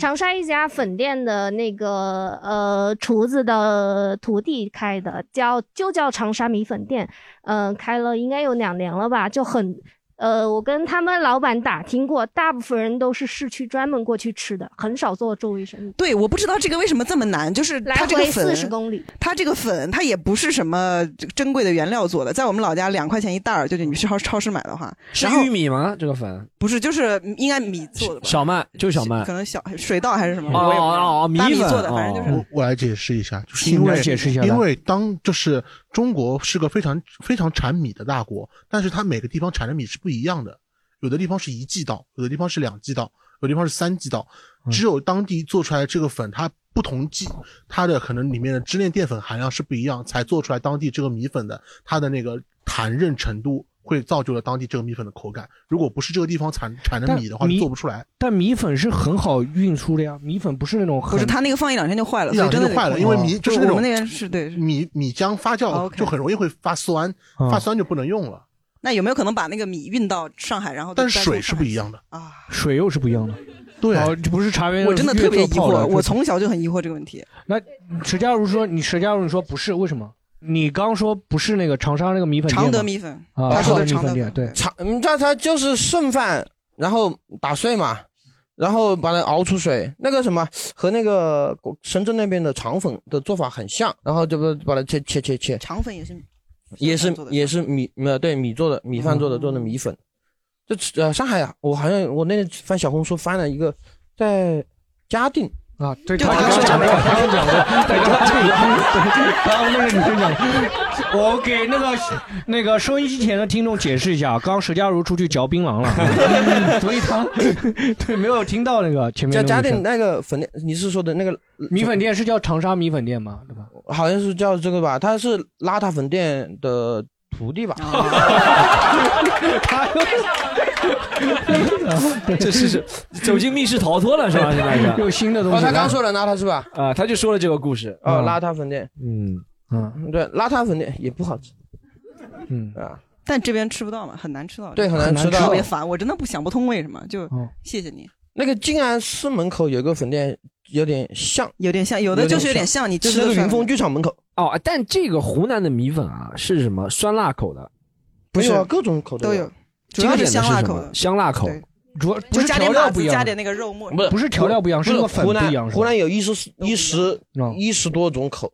Speaker 9: 长沙一家粉店的那个呃厨子的徒弟开的，叫就叫长沙米粉店，嗯、开了应该有两年了吧，就很呃，我跟他们老板打听过，大部分人都是市区专门过去吃的，很少做周围生意。
Speaker 4: 对，我不知道这个为什么这么难，就是
Speaker 9: 来
Speaker 4: 它这个
Speaker 9: 回
Speaker 4: 粉
Speaker 9: 40公里，
Speaker 4: 它这个粉它也不是什么珍贵的原料做的，在我们老家两块钱一袋儿，就是你去超超市买的话，
Speaker 5: 是
Speaker 4: 然后
Speaker 5: 玉米吗？这个粉
Speaker 4: 不是就是应该米做的吧，
Speaker 5: 小麦就是小麦
Speaker 4: 可能小水稻还是什么，
Speaker 5: 哦
Speaker 4: 我也不知道
Speaker 5: 哦哦米
Speaker 4: 大米
Speaker 5: 粉
Speaker 4: 做的，反正就是
Speaker 5: 哦
Speaker 18: 我我来解释一下，就是
Speaker 5: 行
Speaker 18: 因
Speaker 5: 来
Speaker 18: 为
Speaker 5: 解释一下来
Speaker 18: 因为当就是中国是个非常非常产米的大国，但是它每个地方产的米是不一样的，有的地方是一季稻，有的地方是两季稻，有的地方是三季稻，只有当地做出来这个粉，它不同季它的可能里面的支链淀粉含量是不一样，才做出来当地这个米粉的它的那个弹韧程度。会造就了当地这个米粉的口感。如果不是这个地方产产的
Speaker 2: 但
Speaker 18: 米的话，
Speaker 2: 米
Speaker 18: 做不出来。
Speaker 2: 但米粉是很好运输的呀，米粉不是那种很
Speaker 4: 不是它那个放一两天就坏了，
Speaker 18: 一
Speaker 4: 所以
Speaker 18: 两
Speaker 4: 真的
Speaker 18: 天就
Speaker 4: 得
Speaker 18: 坏了，
Speaker 4: 空
Speaker 18: 因为
Speaker 4: 运
Speaker 18: 米就是
Speaker 4: 对
Speaker 18: 那
Speaker 4: 我
Speaker 18: 种
Speaker 4: 们那边是对，
Speaker 18: 米米浆发酵
Speaker 4: OK
Speaker 18: 就很容易会发酸，
Speaker 2: 嗯
Speaker 18: 发酸就不能用了。
Speaker 4: 那有没有可能把那个米运到上海，然后
Speaker 18: 但
Speaker 4: 哦再
Speaker 18: 是
Speaker 4: 做
Speaker 18: 水是
Speaker 4: 上
Speaker 18: 不一样的，
Speaker 2: 水又是不一样的。
Speaker 18: 对
Speaker 2: 哦，这不是茶园，
Speaker 4: 啊我真的特别疑惑我从
Speaker 2: 小
Speaker 4: 就很疑惑这个问题。
Speaker 2: 呃那石佳如说，你石佳如说不是，为什么？你刚说不是那个长沙那个米粉店吗
Speaker 3: 常德米粉
Speaker 2: 啊，
Speaker 3: 他说的
Speaker 2: 常
Speaker 3: 常
Speaker 2: 德米
Speaker 3: 德
Speaker 2: 粉店，对，
Speaker 3: 长，嗯，它它就是剩饭，然后打碎嘛，然后把它熬出水。那个什么和那个国深圳那边的肠粉的做法很像，然后就把把它切切切切，
Speaker 4: 肠粉也是
Speaker 3: 也是也是米呃对米做的米饭做的做的米粉。这吃呃上海啊，我好像我那天翻小红书翻了一个在嘉定
Speaker 2: 啊，对
Speaker 3: 他
Speaker 2: 刚刚讲过，刚刚讲过，在嘉定，刚刚那个女生讲过，我给那个那个收音机前的听众解释一下，刚刚石佳如出去嚼槟
Speaker 3: *laughs*
Speaker 2: 榔 *laughs* 了，所以她 *laughs* 对没有听到那个前
Speaker 3: 在
Speaker 2: 面
Speaker 3: 嘉
Speaker 2: 那个
Speaker 3: 定
Speaker 2: 女生。
Speaker 3: 那个粉店，你是说的那个
Speaker 2: 米粉店是叫长沙米粉店吗？对吧？
Speaker 3: 好像是叫这个吧，他是邋遢粉店的徒弟吧？
Speaker 2: 啊
Speaker 5: *laughs* 这是是走进密室逃脱了是吧？现在是
Speaker 2: *laughs* 有新的
Speaker 3: 哦，他刚刚说了邋遢是吧？
Speaker 5: 啊，他就说了这个故事
Speaker 3: 哦，邋遢粉店，
Speaker 5: 嗯
Speaker 2: 嗯，
Speaker 3: 对，邋遢粉店也不好吃，
Speaker 2: 嗯
Speaker 3: 啊，
Speaker 4: 但这边吃不到嘛，很难吃到，
Speaker 3: 对很难吃到
Speaker 4: 特别烦。我真的不想不通为什么，就谢谢你。
Speaker 3: 那个静安寺门口有个粉店，有点像，
Speaker 4: 有点像有的就是有点像你
Speaker 3: 就是
Speaker 4: 吃
Speaker 3: 那
Speaker 4: 的
Speaker 3: 个
Speaker 4: 饭
Speaker 3: 云峰剧场门口，
Speaker 5: 哦，但这个湖南的米粉啊是什么酸辣口的？
Speaker 3: 不是没有啊各种口
Speaker 4: 都有，主
Speaker 5: 这个
Speaker 4: 要是
Speaker 5: 点的
Speaker 4: 香
Speaker 5: 是
Speaker 4: 辣
Speaker 5: 什
Speaker 4: 口
Speaker 5: 么
Speaker 4: 的，
Speaker 5: 香辣口
Speaker 4: 对，
Speaker 2: 主要
Speaker 4: 就加点
Speaker 5: 料
Speaker 4: 辣子，加点那个肉末，
Speaker 3: 不是
Speaker 2: 不是调料不一样是那个粉
Speaker 3: 湖
Speaker 2: 不
Speaker 3: 南
Speaker 2: 一样是吧嗯
Speaker 3: 湖南有一十一十一十多种口，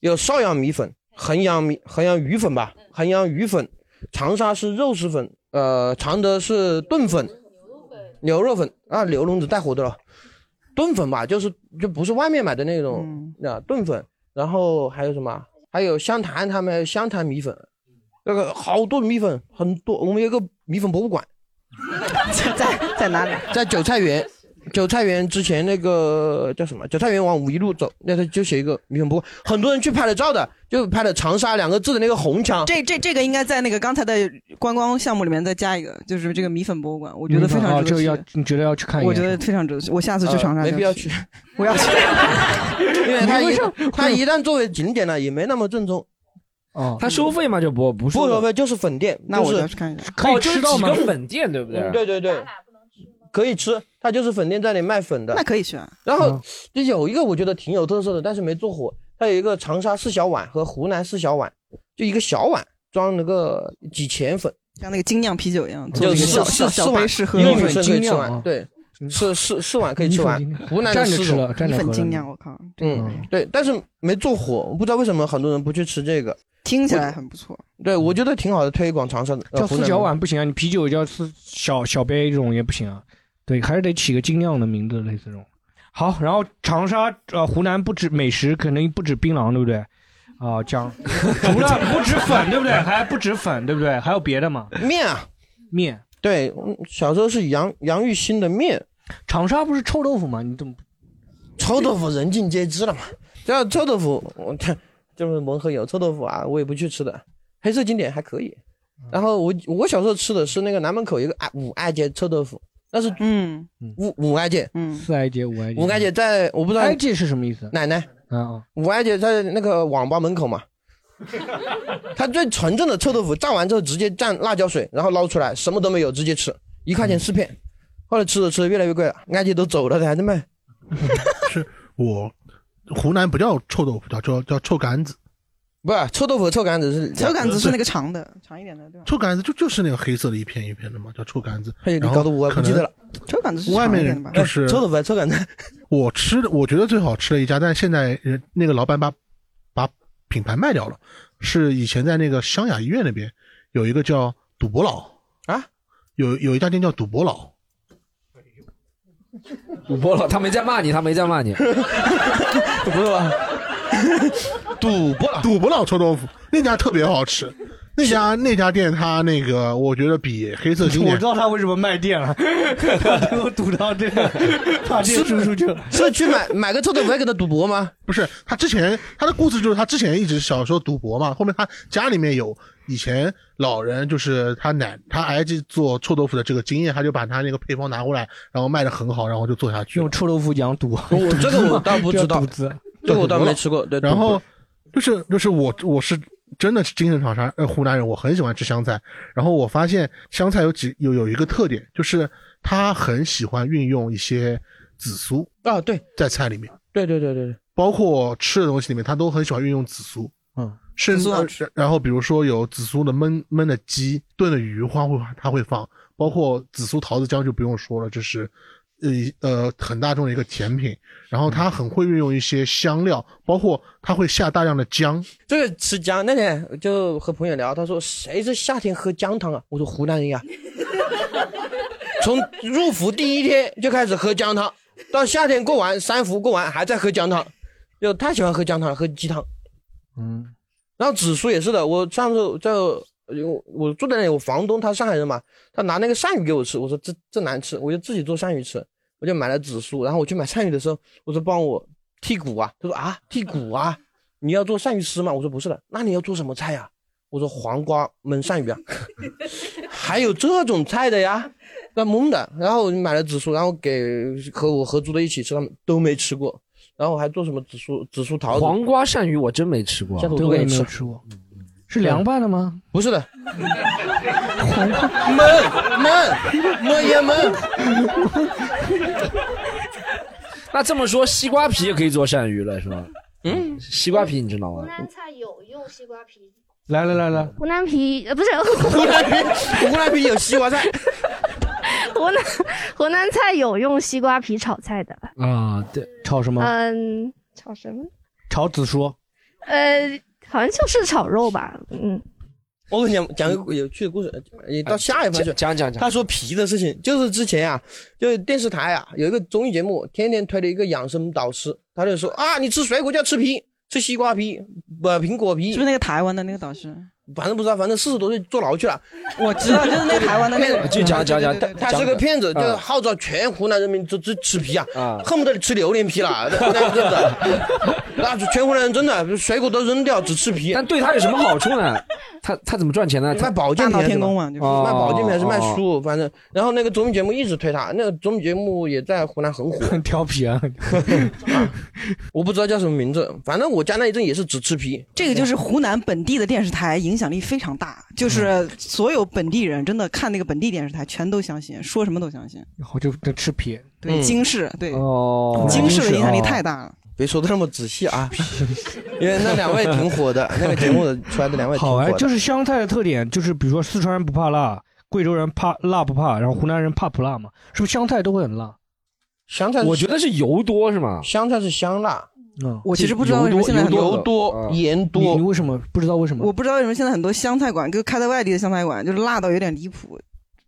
Speaker 3: 有邵阳米粉、衡阳米、衡阳鱼粉
Speaker 4: 嗯
Speaker 3: 吧，衡阳鱼粉，长沙是肉丝粉，呃，常德是炖粉，牛肉粉啊，牛笼子带火的了，炖粉吧，就是就不是外面买的那种
Speaker 4: 嗯
Speaker 3: 啊，炖粉，然后还有什么？还有湘潭，他们还有湘潭米粉，那个好多米粉，很多。我们有个米粉博物馆，
Speaker 4: *laughs* 在在哪里？
Speaker 3: 在韭菜园，韭菜园之前那个叫什么？韭菜园往五一路走，那他就写一个米粉博物馆，很多人去拍了照的，就拍了长沙两个字的那个红墙。
Speaker 4: 这这这个应该在那个刚才的观光项目里面再加一个，就是这个米粉博物馆，我觉得非常
Speaker 2: 哦
Speaker 4: 值得
Speaker 2: 这个要
Speaker 4: 去。
Speaker 2: 你觉得要去看一眼？
Speaker 4: 我觉得非常值得去，我下次去长沙
Speaker 3: 呃没必要去，
Speaker 4: 我要去，
Speaker 3: 因为它
Speaker 4: 你不
Speaker 3: 一
Speaker 4: 是
Speaker 3: 它一旦作为景点呢，也没那么正宗。
Speaker 2: 哦，
Speaker 5: 它收费吗？就不不
Speaker 3: 不收费，就是粉店。
Speaker 4: 那我
Speaker 3: 就
Speaker 4: 再
Speaker 3: 是
Speaker 4: 去看一下
Speaker 5: 可以吃到吗哦就是几个粉店对不对
Speaker 3: 嗯对对对，可以吃，它就是粉店在里卖粉的。
Speaker 4: 那可以去啊。
Speaker 3: 然后就有一个我觉得挺有特色的，但是没做火。它有一个长沙四小碗和湖南四小碗，就一个小碗装那个几钱粉，
Speaker 4: 像那个精酿啤酒一样，做
Speaker 3: 就
Speaker 4: 一个
Speaker 3: 四
Speaker 4: 小
Speaker 3: 四
Speaker 4: 小
Speaker 3: 四
Speaker 4: 小
Speaker 3: 碗，
Speaker 4: 杯试喝
Speaker 3: 一
Speaker 4: 的。
Speaker 3: 女生可以吃
Speaker 4: 米
Speaker 3: 完，
Speaker 4: 粉啊
Speaker 3: 对，
Speaker 4: 嗯
Speaker 3: 四四四碗可以吃完
Speaker 4: 米粉。
Speaker 3: 湖南的
Speaker 4: 站着
Speaker 3: 四
Speaker 4: 吃
Speaker 3: 种
Speaker 4: 了站着米粉喝了精酿我靠
Speaker 3: 嗯，对，但是没做火，我不知道为什么很多人不去吃这个。
Speaker 4: 听起来很不错。
Speaker 3: 对，我觉得挺好的，推广长沙的。呃
Speaker 2: 叫
Speaker 3: 湖
Speaker 2: 四
Speaker 3: 南
Speaker 2: 小
Speaker 3: 的
Speaker 2: 碗不行啊，你啤酒叫四小小杯这种也不行啊，对，还是得起个精酿的名字，类似这种。好，然后长沙呃湖南不止美食，肯定不止槟榔，对不对？啊、 *laughs* 讲除了不止粉，对不对？还不止粉，对不对？还有别的吗？
Speaker 3: 面啊，
Speaker 2: 面。
Speaker 3: 对，嗯小时候是杨杨玉兴的面。
Speaker 2: 长沙不是臭豆腐吗？你怎么？
Speaker 3: 臭豆腐人尽皆知了嘛。只要臭豆腐，我就是蒙河有臭豆腐啊，我也不去吃的。黑色经典还可以。然后我我小时候吃的是那个南门口有个爱五爱街臭豆腐，那是
Speaker 4: 嗯
Speaker 3: 五五爱街，
Speaker 4: 嗯
Speaker 2: 四爱街五爱街
Speaker 3: 五爱街在我不知道
Speaker 2: 哀界是什么意思？
Speaker 3: 奶奶
Speaker 2: 啊， *laughs*
Speaker 3: 五爱街在那个网吧门口嘛，它最纯正的臭豆腐炸完之后直接蘸辣椒水，然后捞出来，什么都没有，直接吃，一块钱四
Speaker 2: 嗯
Speaker 3: 片。后来吃着吃着越来越贵了，安姐都走了，还在卖。
Speaker 18: *laughs* 我湖南不叫臭豆腐，叫叫叫臭杆子，
Speaker 3: 不是臭豆腐，臭杆子是
Speaker 4: 小杆子是那个长的，长一点的，对吧？
Speaker 18: 臭杆子就就是那个黑色的一片一片的嘛，叫臭杆子。
Speaker 3: 还有你
Speaker 18: 然后
Speaker 3: 搞得我
Speaker 18: 可
Speaker 3: 不记
Speaker 18: 能
Speaker 3: 得了。
Speaker 4: 臭杆子是
Speaker 18: 外
Speaker 4: 长一
Speaker 18: 面
Speaker 4: 点的吧
Speaker 18: 人？就是
Speaker 3: 臭豆腐，臭杆子。
Speaker 18: *laughs* 我吃的，我觉得最好吃的一家，但是现在人那个老板把把品牌卖掉了，是以前在那个湘雅医院那边有一个叫赌博佬
Speaker 3: 啊，
Speaker 18: 有有一家店叫赌博佬，
Speaker 5: 赌博佬他没在骂你，他没在
Speaker 18: *laughs*
Speaker 5: 骂你，
Speaker 3: 赌博佬，
Speaker 18: 赌博佬，赌博佬臭豆腐那家特别好吃。那家那家店，它那个我觉得比黑色经典，
Speaker 2: 我知道他为什么卖店了， *laughs* 他给我堵到这个
Speaker 18: *laughs*
Speaker 2: 怕店出出去了。
Speaker 3: 社区买买个臭豆腐还跟他赌博吗？
Speaker 18: 不是，他之前他的故事就是他之前一直小时候赌博嘛，后面他家里面有以前老人就是他奶他儿子做臭豆腐的这个经验，他就把他那个配方拿过来，然后卖的很好，然后就做下去。
Speaker 2: 用臭豆腐养赌，
Speaker 3: 我这个我倒不
Speaker 2: *laughs*
Speaker 3: 知道，这个我倒没吃过。对，
Speaker 18: 然后就是就是我我是真的是精神厂商，呃，湖南人，我很喜欢吃湘菜。然后我发现湘菜有几有有一个特点，就是他很喜欢运用一些紫苏
Speaker 3: 啊，对，
Speaker 18: 在菜里面，
Speaker 3: 对对对对对，
Speaker 18: 包括吃的东西里面，他都很喜欢运用紫苏。
Speaker 2: 嗯，
Speaker 18: 甚
Speaker 3: 紫
Speaker 18: 至
Speaker 3: 苏好
Speaker 18: 呃然后比如说有紫苏的焖焖的鸡、炖的鱼花会它会放，包括紫苏桃子姜就不用说了，这是呃呃很大众的一个甜品。然
Speaker 2: 嗯
Speaker 18: 后它很会运用一些香料，包括它会下大量的姜。
Speaker 3: 这个吃姜那天就和朋友聊，他说谁是夏天喝姜汤啊？我说湖南人呀、 *laughs* 从入伏第一天就开始喝姜汤，到夏天过完三伏过完还在喝姜汤，就太喜欢喝姜汤了，喝鸡汤。
Speaker 2: 嗯，
Speaker 3: 然后紫苏也是的，我上次在我我住在那里，我房东他上海人嘛，他拿那个鳝鱼给我吃，我说这这难吃，我就自己做鳝鱼吃，我就买了紫苏，然后我去买鳝鱼的时候，我说帮我剔骨啊，他说啊剔骨啊，你要做鳝鱼丝吗？我说不是的，那你要做什么菜呀、我说黄瓜焖鳝鱼啊， *laughs* 还有这种菜的呀，那懵的。然后我就买了紫苏，然后给和我合租的一起吃，他们都没吃过。然后我还做什么紫苏紫苏桃子，
Speaker 5: 黄瓜鳝鱼我真没吃过，啊
Speaker 3: 下次我做给你吃。
Speaker 2: 过，是凉拌的吗？
Speaker 3: 不是的，
Speaker 2: *laughs*
Speaker 3: 焖焖焖也焖。
Speaker 5: *laughs* 那这么说，西瓜皮也可以做鳝鱼了，是吧？
Speaker 3: 嗯，
Speaker 5: 西瓜皮你知道吗？
Speaker 9: 菜有用西瓜皮，
Speaker 2: 来来来来，
Speaker 9: 湖南皮呃不是
Speaker 3: 湖南皮，湖南皮有西瓜菜，
Speaker 9: 湖南湖南菜有用西瓜皮炒菜的，
Speaker 2: 啊，对，炒什么？
Speaker 9: 嗯，炒什么？
Speaker 2: 炒紫苏。
Speaker 9: 呃，好像就是炒肉吧，嗯。
Speaker 3: 我跟你讲讲个有趣的故事，你到下一趴去
Speaker 5: 讲讲讲。
Speaker 3: 他说皮的事情，就是之前啊，就是电视台啊有一个综艺节目，天天推的一个养生导师，他就说啊，你吃水果就要吃皮，吃西瓜皮，不、苹果皮，是不
Speaker 4: 是那个台湾的那个导师？
Speaker 3: 反正不知道，反正四十多岁坐牢去了。
Speaker 4: 我知道就是那台湾的那个
Speaker 5: 啊就讲讲嗯讲
Speaker 3: 他他是个骗子，就是号召全湖南人民都吃吃皮啊，恨不得你吃榴莲皮了，那那真的，那全湖南人真的水果都扔掉，只吃皮。
Speaker 5: 但对他有什么好处
Speaker 3: *laughs*
Speaker 5: 呢？他他怎么赚钱呢？他
Speaker 3: 卖保健品还是卖
Speaker 2: 哦
Speaker 3: 保健品还是卖？
Speaker 5: 哦
Speaker 3: 书，反正然后那个综艺节目一直推他，那个综艺节目也在湖南很火，
Speaker 2: 很 *laughs* 调
Speaker 3: *laughs*
Speaker 2: 皮啊！
Speaker 3: 我不知道叫什么名字，反正我家那一阵也是只吃皮。
Speaker 4: 这个就是湖南本地的电视台影响力非常大，就是所有本地人真的看那个本地电视台，全都相信，说什么都相信。
Speaker 2: 然后就就吃皮，
Speaker 3: 嗯
Speaker 4: 对，京视对，
Speaker 5: 哦
Speaker 4: 京视的影响力太大了。
Speaker 3: 别说的那么仔细
Speaker 2: *laughs*
Speaker 3: 啊，因为那两位挺火的，那个节目出来的两位挺
Speaker 2: 好
Speaker 3: 火的。
Speaker 2: 哎，就是湘菜的特点，就是比如说四川人不怕辣，贵州人怕辣不怕，然后湖南人怕不辣嘛，是不是湘菜都会很辣？
Speaker 3: 香
Speaker 5: 哦
Speaker 3: 菜是，
Speaker 2: 我觉得
Speaker 5: 是油多是吗？
Speaker 3: 香菜是香辣，
Speaker 2: 嗯，
Speaker 4: 我其实不知道为什么现在很
Speaker 3: 油多嗯盐多，
Speaker 2: 你为什么不知道为什么？
Speaker 4: 我不知道为什么现在很多湘菜馆，就开在外地的湘菜馆，就是辣到有点离谱。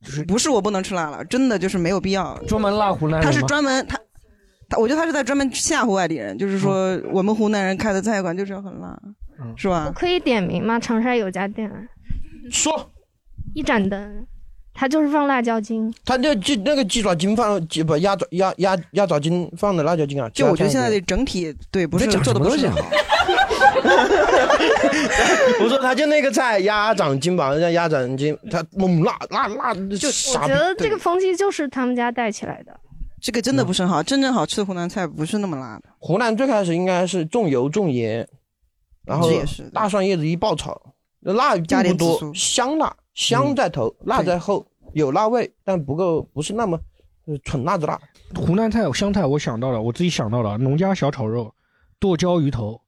Speaker 2: 就是
Speaker 4: 不是我不能吃辣了，真的就是没有必要。
Speaker 2: 专门辣湖南人
Speaker 4: 他
Speaker 2: 吗
Speaker 4: 是专门他，他我觉得他是在专门吓唬外地人，就是说
Speaker 2: 嗯
Speaker 4: 我们湖南人开的菜馆就是要很辣，是吧？
Speaker 9: 可以点名吗？长沙有家店，啊
Speaker 3: 说
Speaker 9: 一盏灯，它就是放辣椒精。
Speaker 3: 他那鸡那个鸡爪筋放鸡不鸭爪鸭鸭鸭爪筋放的辣椒精啊，
Speaker 4: 就我觉得
Speaker 3: 其
Speaker 4: 现
Speaker 3: 他
Speaker 4: 在
Speaker 3: 菜
Speaker 4: 的整体对不是
Speaker 3: 你在讲
Speaker 4: 做的不
Speaker 3: 什么
Speaker 4: 是
Speaker 3: 东
Speaker 4: 很
Speaker 3: 西
Speaker 4: 好。
Speaker 3: *laughs* 我说他就那个菜鸭掌筋吧，叫鸭掌筋，他猛辣辣辣，就
Speaker 9: 我
Speaker 3: 傻
Speaker 9: 觉
Speaker 3: 逼。
Speaker 9: 得这个风气就是他们家带起来的。
Speaker 4: 这个真的不是很
Speaker 3: 嗯
Speaker 4: 好，真正好吃的湖南菜不是那么辣的。
Speaker 3: 湖南最开始应该是重油重盐，然后
Speaker 4: 这也是
Speaker 3: 大蒜叶子一爆炒，那辣
Speaker 4: 加
Speaker 3: 并不
Speaker 4: 点紫
Speaker 3: 多
Speaker 4: 苏，
Speaker 3: 香辣香在头，辣在后，有辣味，但不够，不是那么呃纯辣子辣。
Speaker 2: 湖南菜有湘菜，我想到了，我自己想到了，农家小炒肉、剁椒鱼头、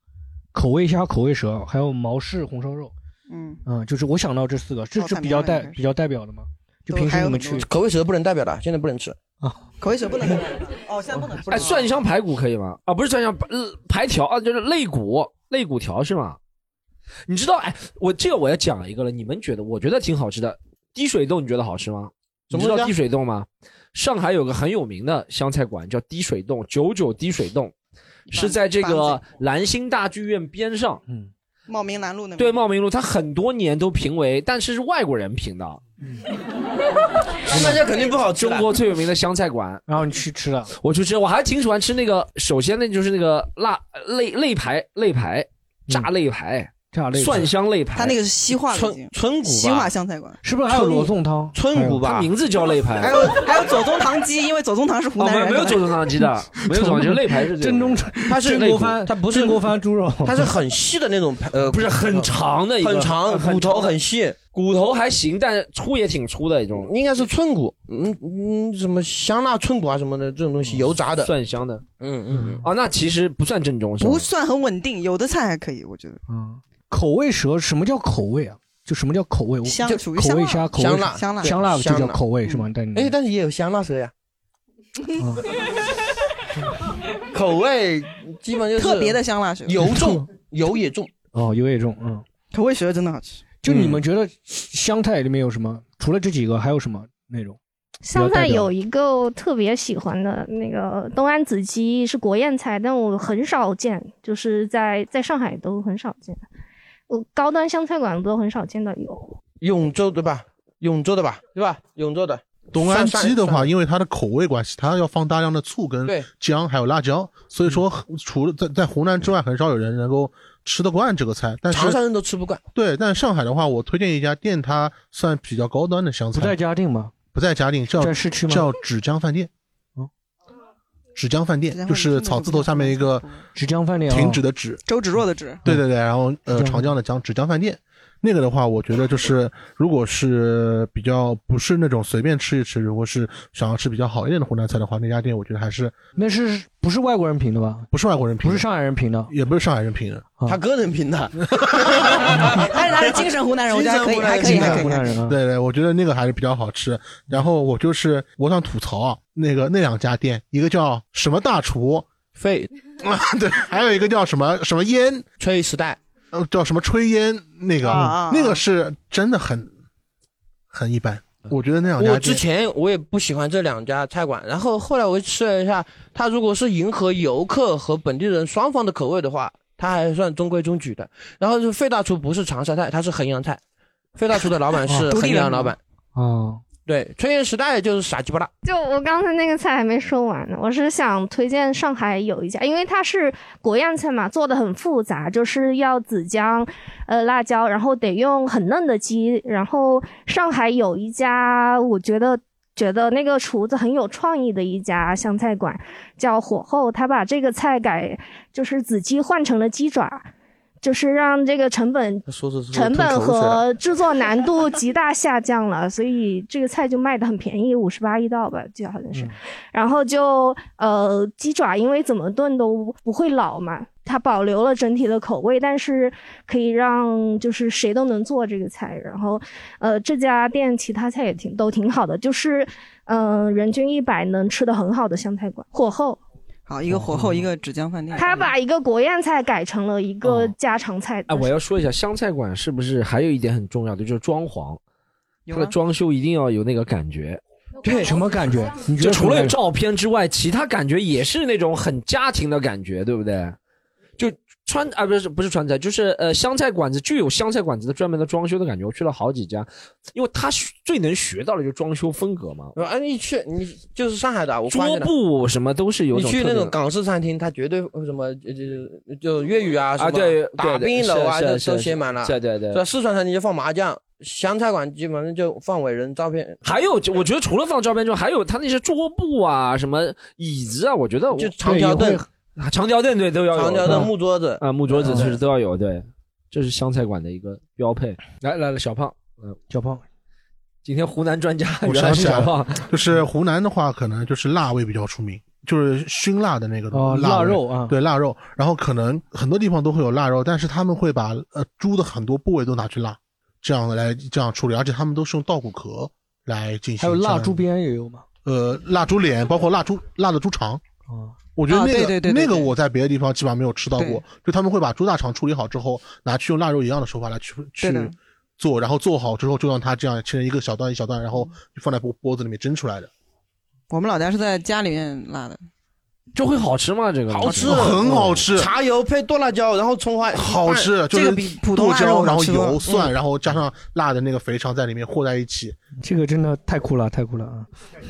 Speaker 2: 口味虾、口味蛇，还有毛氏红烧肉。
Speaker 4: 嗯，
Speaker 2: 嗯，就是我想到这四个，
Speaker 4: 哦
Speaker 2: 这这比较代比较代表的嘛。就平时你们去
Speaker 3: 口味蛇不能代表了，现在不能吃
Speaker 2: 啊，
Speaker 4: 口味蛇不能哦，现在不能
Speaker 5: 哎，蒜香排骨可以吗？啊，不是蒜香，呃排条啊，就是肋骨，肋骨条是吗？你知道，哎，我这个我要讲一个了，你们觉得？我觉得挺好吃的。滴水洞你觉得好吃吗？
Speaker 3: 什么
Speaker 5: 你知
Speaker 3: 东西啊
Speaker 5: 道滴水洞吗？上海有个很有名的湘菜馆叫滴水洞，九九滴水洞，是在这个兰心大剧院边上。
Speaker 2: 嗯，
Speaker 4: 茂名南路那边。
Speaker 5: 对，茂名路，它很多年都评为，但是是外国人评的。
Speaker 2: 嗯
Speaker 3: 那家肯定不好吃
Speaker 5: 中国最有名的湘菜馆，
Speaker 2: 然后你去吃了，
Speaker 5: 我去吃，我还挺喜欢吃那个。首先那就是那个辣肋肋排，肋排炸肋排，
Speaker 2: 嗯炸
Speaker 4: 肋排
Speaker 5: 蒜香肋排。
Speaker 4: 它那个是西化了已经
Speaker 5: 春
Speaker 4: 西化湘菜馆
Speaker 2: 是不是还有罗宋汤？
Speaker 5: 春骨吧，它名字叫肋排。
Speaker 4: 还有还有左宗棠鸡，因为左宗棠是湖
Speaker 5: 哦，
Speaker 4: 南
Speaker 5: 没有
Speaker 4: 人，
Speaker 5: 没有左宗棠
Speaker 3: *laughs*
Speaker 5: 鸡的，没有左宗棠鸡，肋排是这个
Speaker 2: 正宗，
Speaker 3: 它是
Speaker 5: 正
Speaker 3: 肋
Speaker 5: 锅
Speaker 3: 骨
Speaker 5: 翻，
Speaker 3: 它不是
Speaker 5: 正
Speaker 2: 锅翻猪肉，
Speaker 3: 它是
Speaker 5: *laughs*
Speaker 3: 很细的那种排，呃，不是很
Speaker 5: 长的一个
Speaker 3: 很长，
Speaker 5: 很
Speaker 3: 骨头
Speaker 5: 长的
Speaker 3: 很细，
Speaker 5: 骨头还行，但粗也挺粗的一种，
Speaker 3: 应该是寸骨，嗯嗯，什么香辣寸骨啊什么的这种东西，油炸的，
Speaker 5: 蒜香的，
Speaker 3: 嗯嗯
Speaker 5: 哦，那其实不算正宗，是吧
Speaker 4: 不？算很稳定，有的菜还可以，我觉得。
Speaker 2: 嗯，口味蛇什么叫口味啊？就什么叫口味？我
Speaker 4: 香
Speaker 2: 就
Speaker 4: 属于
Speaker 2: 口味
Speaker 4: 香
Speaker 2: 虾，
Speaker 4: 辣
Speaker 2: 口味
Speaker 4: 香辣香辣
Speaker 2: 香辣就
Speaker 4: 香
Speaker 2: 叫
Speaker 4: 辣
Speaker 2: 口味是吗？但
Speaker 3: 哎
Speaker 2: 你，
Speaker 3: 但是也有香辣蛇
Speaker 4: *laughs*
Speaker 3: 呀，口味基本就是
Speaker 4: 特别的香辣蛇
Speaker 3: 油
Speaker 4: *laughs*
Speaker 3: 重，油也重，
Speaker 2: 哦，有点重，嗯，
Speaker 4: 口味蛇真的好吃。
Speaker 5: 嗯
Speaker 2: 就你们觉得湘菜里面有什么？除了这几个，还有什么那种？
Speaker 9: 湘菜有
Speaker 2: 一
Speaker 9: 一个我特别喜欢的那个东安子鸡是国宴菜，但我很少见，就是在在上海都很少见，我高端湘菜馆都很少见到有。
Speaker 3: 永州对吧？永州的吧，对吧？永州的
Speaker 18: 东安鸡的
Speaker 3: 蒜蒜
Speaker 18: 话，因为它的口味关系，它要放大量的醋跟
Speaker 3: 对
Speaker 18: 姜还有辣椒，所以
Speaker 2: 嗯
Speaker 18: 说除了在在湖南之外，很少有人能够吃得惯这个菜。但是
Speaker 3: 长沙人都吃不惯。
Speaker 18: 对，但上海的话，我推荐一家店，它算比较高端的湘菜。不在
Speaker 2: 嘉定吗？
Speaker 18: 不在嘉定，叫
Speaker 2: 在市区吗哦
Speaker 18: 叫芷江饭店。芷江饭店就是草字头下面一个
Speaker 2: 芷江饭店，哦
Speaker 18: 停止的止，
Speaker 4: 周芷若的芷，
Speaker 2: 嗯
Speaker 18: 对对对，然后呃，
Speaker 4: 江
Speaker 18: 长江的江芷江饭店，那个的话，我觉得就是如果是比较不是那种随便吃一吃，如果是想要吃比较好一点的湖南菜的话，那家店我觉得还是
Speaker 2: 那是不是外国人评的吧？
Speaker 18: 不是外国人评，不是
Speaker 2: 上海人评的，啊
Speaker 18: 也不是上海人评的，
Speaker 3: 他个人评的，
Speaker 4: *laughs* 但是他是精神湖南人，我觉得还可以，还可以，还可以。还可
Speaker 3: 啊
Speaker 4: 以
Speaker 18: 对对，我觉得那个还是比较好吃。然后我就是我想吐槽啊，那个那两家店，一个叫什么大厨
Speaker 3: 费，
Speaker 18: 啊 *laughs* 对，还有一个叫什么什么烟
Speaker 3: 吹时代，
Speaker 18: 呃叫什么炊烟那个、嗯
Speaker 3: 啊啊啊
Speaker 18: 那个是真的很很一般，我觉得那两家
Speaker 3: 我
Speaker 18: 店
Speaker 3: 之前我也不喜欢这两家菜馆，然后后来我又吃了一下，它如果是迎合游客和本地人双方的口味的话，它还算中规中矩的。然后是费大厨不是长沙菜，它是衡阳菜，费大厨的老板是
Speaker 2: 哦
Speaker 3: 衡阳老板。
Speaker 2: 哦，
Speaker 3: 对，炊烟时代就是傻鸡巴辣，
Speaker 9: *laughs* 就我刚才那个菜还没说完呢，我是想推荐上海有一家，因为它是国宴菜嘛，做的很复杂，就是要紫姜、呃辣椒，然后得用很嫩的鸡。然后上海有一家，我觉得觉得那个厨子很有创意的一家湘菜馆，叫火候，他把这个菜改就是紫鸡换成了鸡爪，就是让这个成本
Speaker 3: 说着说着
Speaker 9: 成
Speaker 3: 吞
Speaker 9: 本
Speaker 3: 口水了
Speaker 9: 和制作难度极大下降了， *laughs* 所以这个菜就卖的很便宜，五十八一道吧，记得好
Speaker 5: 嗯
Speaker 9: 像是。然后就呃鸡爪，因为怎么炖都不会老嘛，它保留了整体的口味，但是可以让就是谁都能做这个菜。然后呃这家店其他菜也挺都挺好的，就是嗯、呃人均一百能吃的很好的湘菜馆，火候。
Speaker 4: 好，一个火候，一个芷江饭店。
Speaker 9: 他把一个国宴菜改成了一个家常菜。
Speaker 5: 哎，我要说一下，湘菜馆是不是还有一点很重要的，就是装潢，它的装修一定要有那个感觉。
Speaker 2: 对，什么感觉？ *laughs* 你觉
Speaker 5: 就
Speaker 2: 得
Speaker 5: 除了有
Speaker 2: 有
Speaker 5: 照片之外，其他感觉也是那种很家庭的感觉，对不对？就川啊，不是不是川菜，就是呃湘菜馆子具有湘菜馆子的专门的装修的感觉。我去了好几家，因为他最能学到的就是装修风格嘛，
Speaker 3: 呃哎、你去你就是上海的啊，我发
Speaker 5: 桌
Speaker 3: 现了。
Speaker 5: 布什么都是有
Speaker 3: 你
Speaker 5: 种
Speaker 3: 去
Speaker 5: 特
Speaker 3: 那
Speaker 5: 别
Speaker 3: 种
Speaker 5: 的
Speaker 3: 港式餐厅，它绝对呃什么呃就就粤语啊什么
Speaker 5: 啊对
Speaker 3: 打
Speaker 5: 对对
Speaker 3: 冰楼啊，
Speaker 5: 是
Speaker 3: 都
Speaker 5: 是
Speaker 3: 都
Speaker 5: 是
Speaker 3: 写满了。
Speaker 5: 对对对
Speaker 3: 这四川餐厅就放麻将，湘菜馆基本上就放伟人照片，
Speaker 5: 还有，就我觉得除了放照片之外，还有他那些桌布啊、什么椅子啊，我觉得我
Speaker 3: 就长条凳
Speaker 2: 对也会
Speaker 5: 啊长条凳对都要有，
Speaker 3: 长条凳木桌子
Speaker 5: 啊木桌子
Speaker 3: 嗯
Speaker 5: 就是都要有，对，这是湘菜馆的一个标配。来来了，小胖，嗯，
Speaker 2: 小胖，
Speaker 5: 今天湖南专家
Speaker 18: 我
Speaker 5: 原来
Speaker 18: 想
Speaker 5: 是
Speaker 18: 起
Speaker 5: 小
Speaker 18: 来
Speaker 5: 胖
Speaker 18: 了，，就是湖南的话，可能就是腊味比较出名，就是熏腊的那个东
Speaker 2: 哦
Speaker 18: 西味
Speaker 2: 腊肉啊
Speaker 18: 对腊肉。然后可能很多地方都会有腊肉，但是他们会把呃猪的很多部位都拿去腊，这样来这样处理，而且他们都是用稻谷壳来进行。
Speaker 2: 还有腊猪，鞭也有吗？
Speaker 18: 呃，腊猪脸，包括腊猪腊的猪肠。
Speaker 2: 啊，
Speaker 18: 我觉得
Speaker 2: 啊
Speaker 18: 那个、
Speaker 2: 对对对对
Speaker 18: 那个
Speaker 2: 对
Speaker 18: 我在别的地方基本上没有吃到过
Speaker 2: 对，
Speaker 18: 就他们会把猪大肠处理好之后，拿去用腊肉一样的手法来去
Speaker 2: 对的
Speaker 18: 去做，然后做好之后就让它这样切成一个小段一小段，然后
Speaker 2: 嗯
Speaker 18: 放在钵钵子里面蒸出来的。
Speaker 4: 我们老家是在家里面腊的，
Speaker 5: 就会好吃吗？这个
Speaker 18: 好吃哦很
Speaker 2: 嗯
Speaker 18: 好吃
Speaker 3: 茶油配剁辣椒，然后葱花，哎
Speaker 18: 好吃，就
Speaker 3: 这个
Speaker 18: 是
Speaker 3: 比普通
Speaker 18: 剁
Speaker 3: 腊肉
Speaker 18: 椒，
Speaker 3: 好
Speaker 18: 然后
Speaker 3: 吃多
Speaker 18: 油
Speaker 3: 了
Speaker 18: 蒜，
Speaker 3: 嗯
Speaker 18: 然后加上辣的那个肥肠在里面和在一起。
Speaker 2: 这个真的太酷了，太酷了啊！ *laughs*